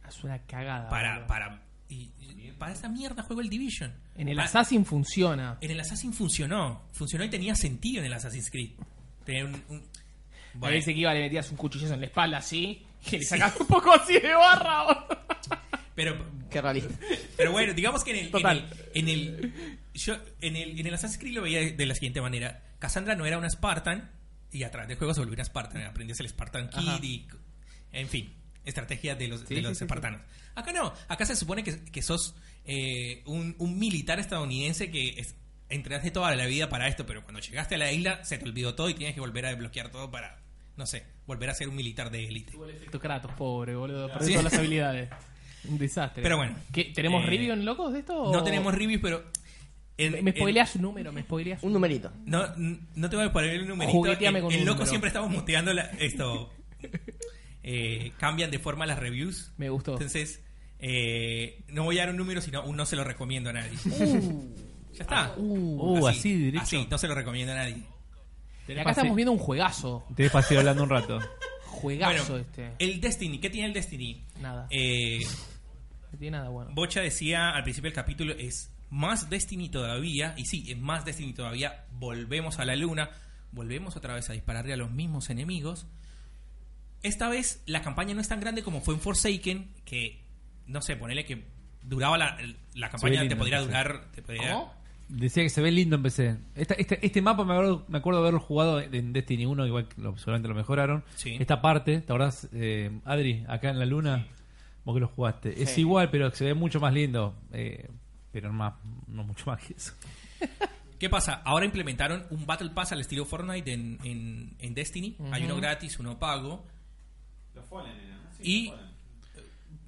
S1: Es una cagada.
S4: para...
S1: boludo.
S4: para y, y para esa mierda juego el Division.
S1: En el
S4: Pa-
S1: Assassin funciona.
S4: en el Assassin funcionó. Funcionó y tenía sentido en el Assassin's Creed. Tenía un. un-
S1: Parece
S4: Bueno,
S1: que iba, le metías un cuchillazo en la espalda así. Que le sacabas un poco así de barra. boludo.
S4: pero,
S2: Qué realista.
S4: pero bueno, digamos que en el.
S1: Total.
S4: En el, en el- yo, en, el, en el Assassin's Creed lo veía de, de la siguiente manera: Cassandra no era una Spartan y a través del juego se volvió una Spartan. Aprendías el Spartan Kid
S1: Ajá.
S4: y. En fin, estrategia de los,
S1: Sí,
S4: de
S1: sí,
S4: los
S1: sí, sí.
S4: espartanos. Acá no. Acá se supone que, que sos eh, un, un militar estadounidense que. es- Entrenaste toda la vida para esto, pero cuando llegaste a la isla se te olvidó todo y tienes que volver a desbloquear todo para, no sé, volver a ser un militar de élite.
S1: Tuvo el efecto Kratos, pobre, boludo. Perdió
S4: Sí.
S1: todas las habilidades. Un desastre.
S4: Pero bueno.
S1: ¿Qué, ¿Tenemos
S4: Eh,
S1: review en locos de
S2: Oh.
S1: esto?
S4: No
S1: o-
S4: tenemos reviews, pero. en-
S1: Me
S4: en-
S1: spoileas un número, me spoileas
S2: Un numerito.
S4: no, no te voy a poner el numerito.
S1: Jugueteame
S4: en-
S1: con
S4: en
S1: un
S4: loco
S1: número.
S4: siempre estamos muteando la- esto. [LAUGHS] Eh, cambian de forma las reviews.
S1: Me gustó.
S4: Entonces, eh, no voy a dar un número, sino un no se lo recomiendo a nadie.
S1: Uh.
S4: ya está.
S3: Uh, así, directo.
S4: Así, no se lo recomiendo a nadie.
S1: Y acá estamos viendo un juegazo.
S3: Te dejo así hablando un rato.
S1: Juegazo este. Ah.
S4: el Destiny, ¿qué tiene el Destiny?
S1: Nada.
S4: Eh,
S1: No tiene nada bueno.
S4: Bocha decía al principio del capítulo es más Destiny todavía, y sí, es más Destiny todavía, volvemos a la luna, volvemos otra vez a dispararle a los mismos enemigos. Esta vez la campaña no es tan grande como fue en Forsaken, que no sé, ponele que duraba la, la campaña,
S3: lindo,
S4: te podría
S3: sí.
S4: durar, te podría-
S1: ¿Cómo?
S3: Decía que se ve lindo en PC. Esta- este, este mapa me acuerdo, me acuerdo haberlo jugado en Destiny 1, igual que lo- seguramente lo mejoraron.
S4: Sí.
S3: Esta parte, ¿te acordás, eh, Adri? Acá en la luna, vos que lo jugaste. Es igual, pero se ve mucho más lindo. eh, pero no, más, no mucho más que eso.
S4: ¿Qué pasa? Ahora implementaron un Battle Pass al estilo Fortnite en, en- en Destiny. Hay uno gratis, uno pago.
S6: Los Fallen eran, ¿no? Sí,
S4: Y-
S6: los Fallen.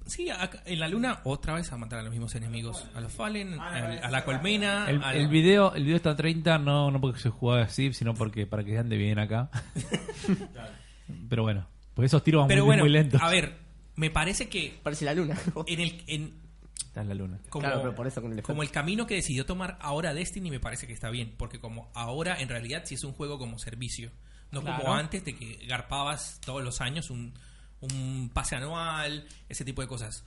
S4: Sí, acá- en la luna otra vez a matar a los mismos enemigos. A los Fallen,
S6: Ah,
S4: al-
S6: no,
S4: a la colmena.
S3: El,
S4: a la-
S3: el video, el video está a 30, no, no porque se jugaba así, sino porque para que ande bien acá. pero bueno, pues esos tiros van
S4: Pero
S3: muy,
S4: bueno,
S3: muy lentos.
S4: a ver, me parece que
S2: Parece la luna.
S4: en el, en,
S3: Está en la luna.
S4: como,
S2: Claro, pero por eso con el efecto.
S4: como el camino que decidió tomar ahora Destiny me parece que está bien, porque como ahora en realidad sí es un juego como servicio, no
S1: Claro.
S4: como antes de que garpabas todos los años un, un pase anual, ese tipo de cosas.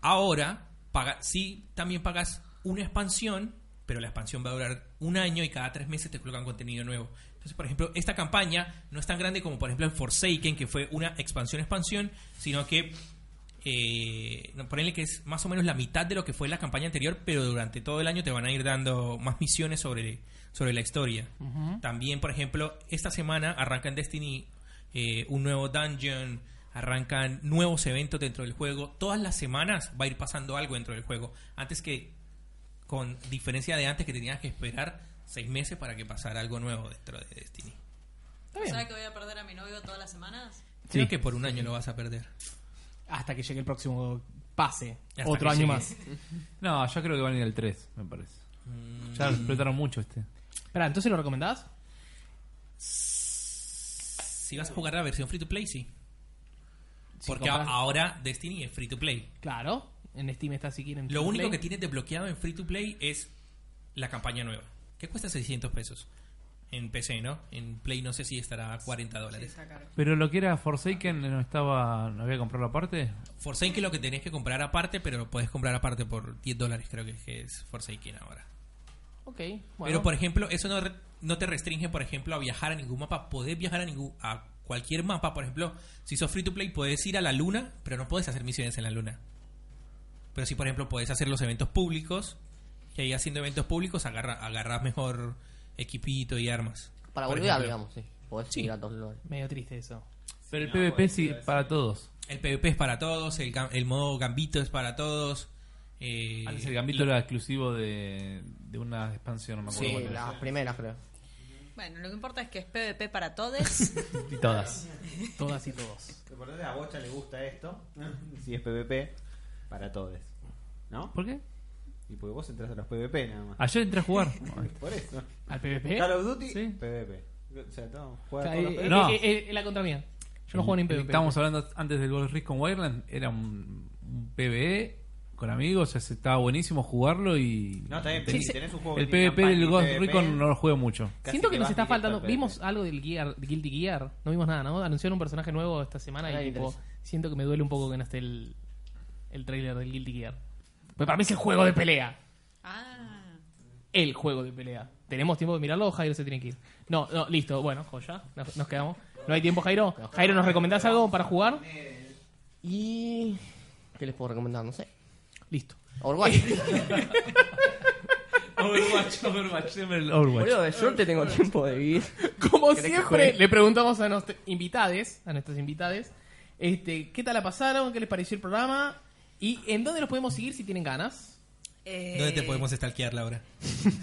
S4: Ahora paga, sí también pagas una expansión, pero la expansión va a durar un año y cada tres meses te colocan contenido nuevo. Entonces, por ejemplo, esta campaña no es tan grande como por ejemplo en Forsaken, que fue una expansión-expansión, sino que eh, no, ponele que es más o menos la mitad de lo que fue la campaña anterior, pero durante todo el año te van a ir dando más misiones sobre, sobre la historia. También, por ejemplo, esta semana arranca en Destiny eh, un nuevo dungeon, arrancan nuevos eventos dentro del juego. Todas las semanas va a ir pasando algo dentro del juego. Antes que, con diferencia de antes que tenías que esperar seis meses para que pasara algo nuevo dentro de Destiny.
S1: Está
S5: O
S1: bien.
S5: sea que voy a perder a mi novio todas las semanas.
S4: Creo que por un año lo vas a perder.
S1: Hasta que llegue el próximo pase.
S4: Hasta
S1: Otro
S4: que
S1: año
S4: llegue.
S1: más.
S3: No, yo creo que van a ir al 3, me parece. Ya lo explotaron mucho este.
S1: Espera, ¿entonces lo recomendás?
S4: Si vas a jugar la versión free to play, sí.
S1: Si
S4: Porque
S1: compras-
S4: ahora Destiny es free to play.
S1: Claro. En Steam está si quieren.
S4: Lo único que
S1: tiene
S4: tienes desbloqueado en free to play es la campaña nueva, que cuesta 600 pesos. en PC, ¿no? En Play no sé si estará a 40
S5: Sí,
S4: dólares.
S5: está caro.
S3: Pero lo que era Forsaken no estaba. ¿No había que comprarlo aparte?
S4: Forsaken lo que tenés que comprar aparte, pero lo podés comprar aparte por 10 dólares, creo que es- que es Forsaken ahora.
S1: Ok,
S4: Pero, por ejemplo, eso no, re- no te restringe, por ejemplo, a viajar a ningún mapa. Podés viajar a ningún a cualquier mapa. Por ejemplo, si sos free to play, podés ir a la luna, pero no podés hacer misiones en la luna. Pero si, por ejemplo, podés hacer los eventos públicos, que ahí haciendo eventos públicos agarra, agarrás mejor equipito y armas.
S2: Para
S4: Por
S2: volver,
S4: ejemplo.
S2: digamos, sí. Podés
S4: Sí.
S2: ir a todos los lugares.
S1: medio triste eso.
S3: Pero el
S6: no,
S3: PvP
S6: bueno,
S3: sí,
S6: iba a decir-
S3: para todos.
S4: El PvP es para todos, el, gam- el modo gambito es para todos. eh,
S3: Antes el gambito era exclusivo de, de una expansión, no me acuerdo.
S2: Sí,
S3: cuál era.
S2: las primeras, creo.
S5: Bueno, lo que importa es que es PvP para todos.
S1: Y todas. Todas y todos.
S6: Lo importante es que a Bocha le gusta esto.
S3: [LAUGHS]
S6: si es PvP, para todos. ¿No?
S3: ¿Por qué?
S6: Y porque vos entras a los PvP nada más.
S3: Ayer entré a jugar.
S6: [LAUGHS] Por eso.
S1: ¿Al PvP?
S6: Call of Duty,
S3: Sí.
S6: PvP. O sea, todo,
S1: O
S6: juega
S1: sea,
S6: todos los
S1: eh,
S6: PvP.
S1: eh,
S3: No.
S1: eh, eh, eh, la contra mía. Yo no juego ni en PvP.
S3: Estábamos hablando antes del Gold Risk con Wireland. Era un, un PvE con amigos. o sea, estaba buenísimo jugarlo y.
S6: No, está bien, pero si tenés un juego
S3: El
S6: que tiene
S3: PvP del
S6: campaña y
S3: Ghost
S6: PvP,
S3: Recon no lo juego mucho.
S6: casi
S1: Siento que,
S6: vas
S1: nos está
S6: directo al
S1: faltando.
S6: PvP.
S1: Vimos algo del Gear, de Guilty Gear. No vimos nada, ¿no? Anunciaron un personaje nuevo esta semana
S2: Nadie
S1: y tipo,
S2: interesa.
S1: siento que me duele un poco que no esté el, el trailer del Guilty Gear. Pues para mí es el juego de pelea.
S5: ah,
S1: El juego de pelea. ¿Tenemos tiempo de mirarlo o Jairo se tiene que ir? No, no, listo. Bueno, joya. Nos, nos quedamos. No hay tiempo, Jairo. Jairo, ¿nos recomendás algo para jugar?
S2: Y. ¿Qué les puedo recomendar? No sé.
S1: Listo.
S3: [LAUGHS]
S2: Overwatch.
S3: Overwatch, Overwatch, siempre el Overwatch.
S2: Boludo, yo te tengo tiempo de vivir.
S1: Como
S2: ¿Querés que
S1: siempre,
S2: juegue?
S1: le preguntamos a nuestros invitades, a nuestros invitades, este, ¿qué tal la pasaron? ¿Qué les pareció el programa? ¿Y en dónde los podemos seguir si tienen ganas?
S5: [LAUGHS] eh,
S4: ¿Dónde te podemos stalkear, Laura?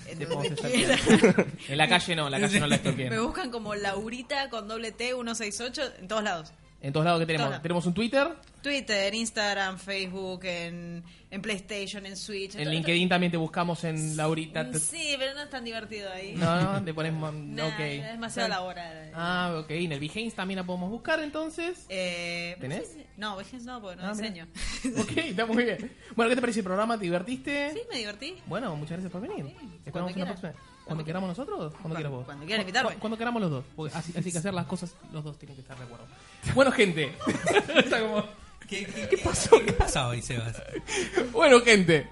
S5: en
S1: Te
S5: donde
S1: podemos estar
S5: quiera.
S1: [LAUGHS] En la calle no, en la calle no la estorquen.
S5: [LAUGHS] Me buscan como Laurita con doble T 168 en todos lados.
S1: En todos lados que tenemos.
S5: Todos.
S1: Tenemos un Twitter,
S5: Twitter, Instagram, Facebook, en, en PlayStation, en Switch.
S1: en
S5: todo-
S1: LinkedIn también te buscamos en Laurita. te-
S5: Sí, pero no es tan divertido ahí.
S1: No, no, te pones...
S5: [LAUGHS]
S1: man-
S5: Nah,
S1: ok.
S5: Es demasiado laboral.
S1: Ah, ok. En el Behance también la podemos buscar entonces.
S5: Eh,
S1: ¿Tenés?
S5: No, Vegens no, porque no
S1: Ah, mira.
S5: enseño. [LAUGHS]
S1: Ok, está muy bien. Bueno, ¿qué te pareció el programa? ¿Te divertiste?
S5: sí, me divertí.
S1: Bueno, muchas gracias por venir.
S5: Sí,
S1: Esperamos
S5: cuando
S1: en la
S5: quieras.
S1: próxima. ¿Cuando queramos nosotros? ¿Cuando quieras vos?
S5: cuando quieras invitarme.
S1: Cu- Cuando queramos los dos. porque así, así que hacer las cosas, los dos tienen que estar de acuerdo. Bueno, gente. Está como-
S4: ¿Qué, pasó? ¿Qué pasó hoy, Sebas?
S1: Bueno, gente.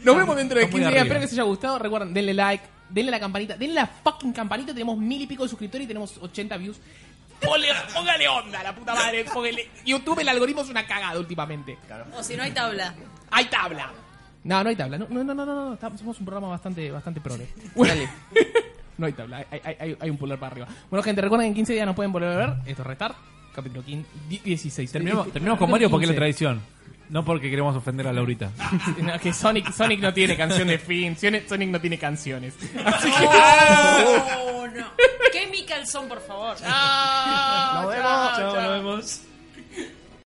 S1: Nos vemos dentro de
S3: Está
S1: 15
S3: muy
S1: días.
S3: arriba.
S1: Espero que les haya gustado. Recuerden, denle like, denle la campanita, denle la fucking campanita. Tenemos mil y pico de suscriptores y tenemos 80 views. Ponle- póngale onda, la puta madre. porque el- YouTube, el algoritmo es una cagada últimamente.
S5: O si no hay tabla.
S1: ¡Hay tabla! No, no hay tabla. No, no, no, no, no, no. Estamos- Somos un programa bastante, bastante prole. [LAUGHS] Bueno, no hay tabla. Hay, hay- hay- hay un pulgar para arriba. Bueno, gente, recuerden que en 15 días nos pueden volver a ver. Esto es Restart, capítulo 15, 16.
S3: Terminamos, terminamos con Mario porque es la tradición. No porque queremos ofender a Laurita.
S1: [LAUGHS] No, que Sonic, Sonic no tiene canción de fin. Sonic Sonic no tiene [LAUGHS] canciones. Así que...
S5: Oh, no. ¿Qué es mi calzón, por favor?
S1: Chao,
S2: Nos vemos.
S1: chao, chao.
S3: vemos.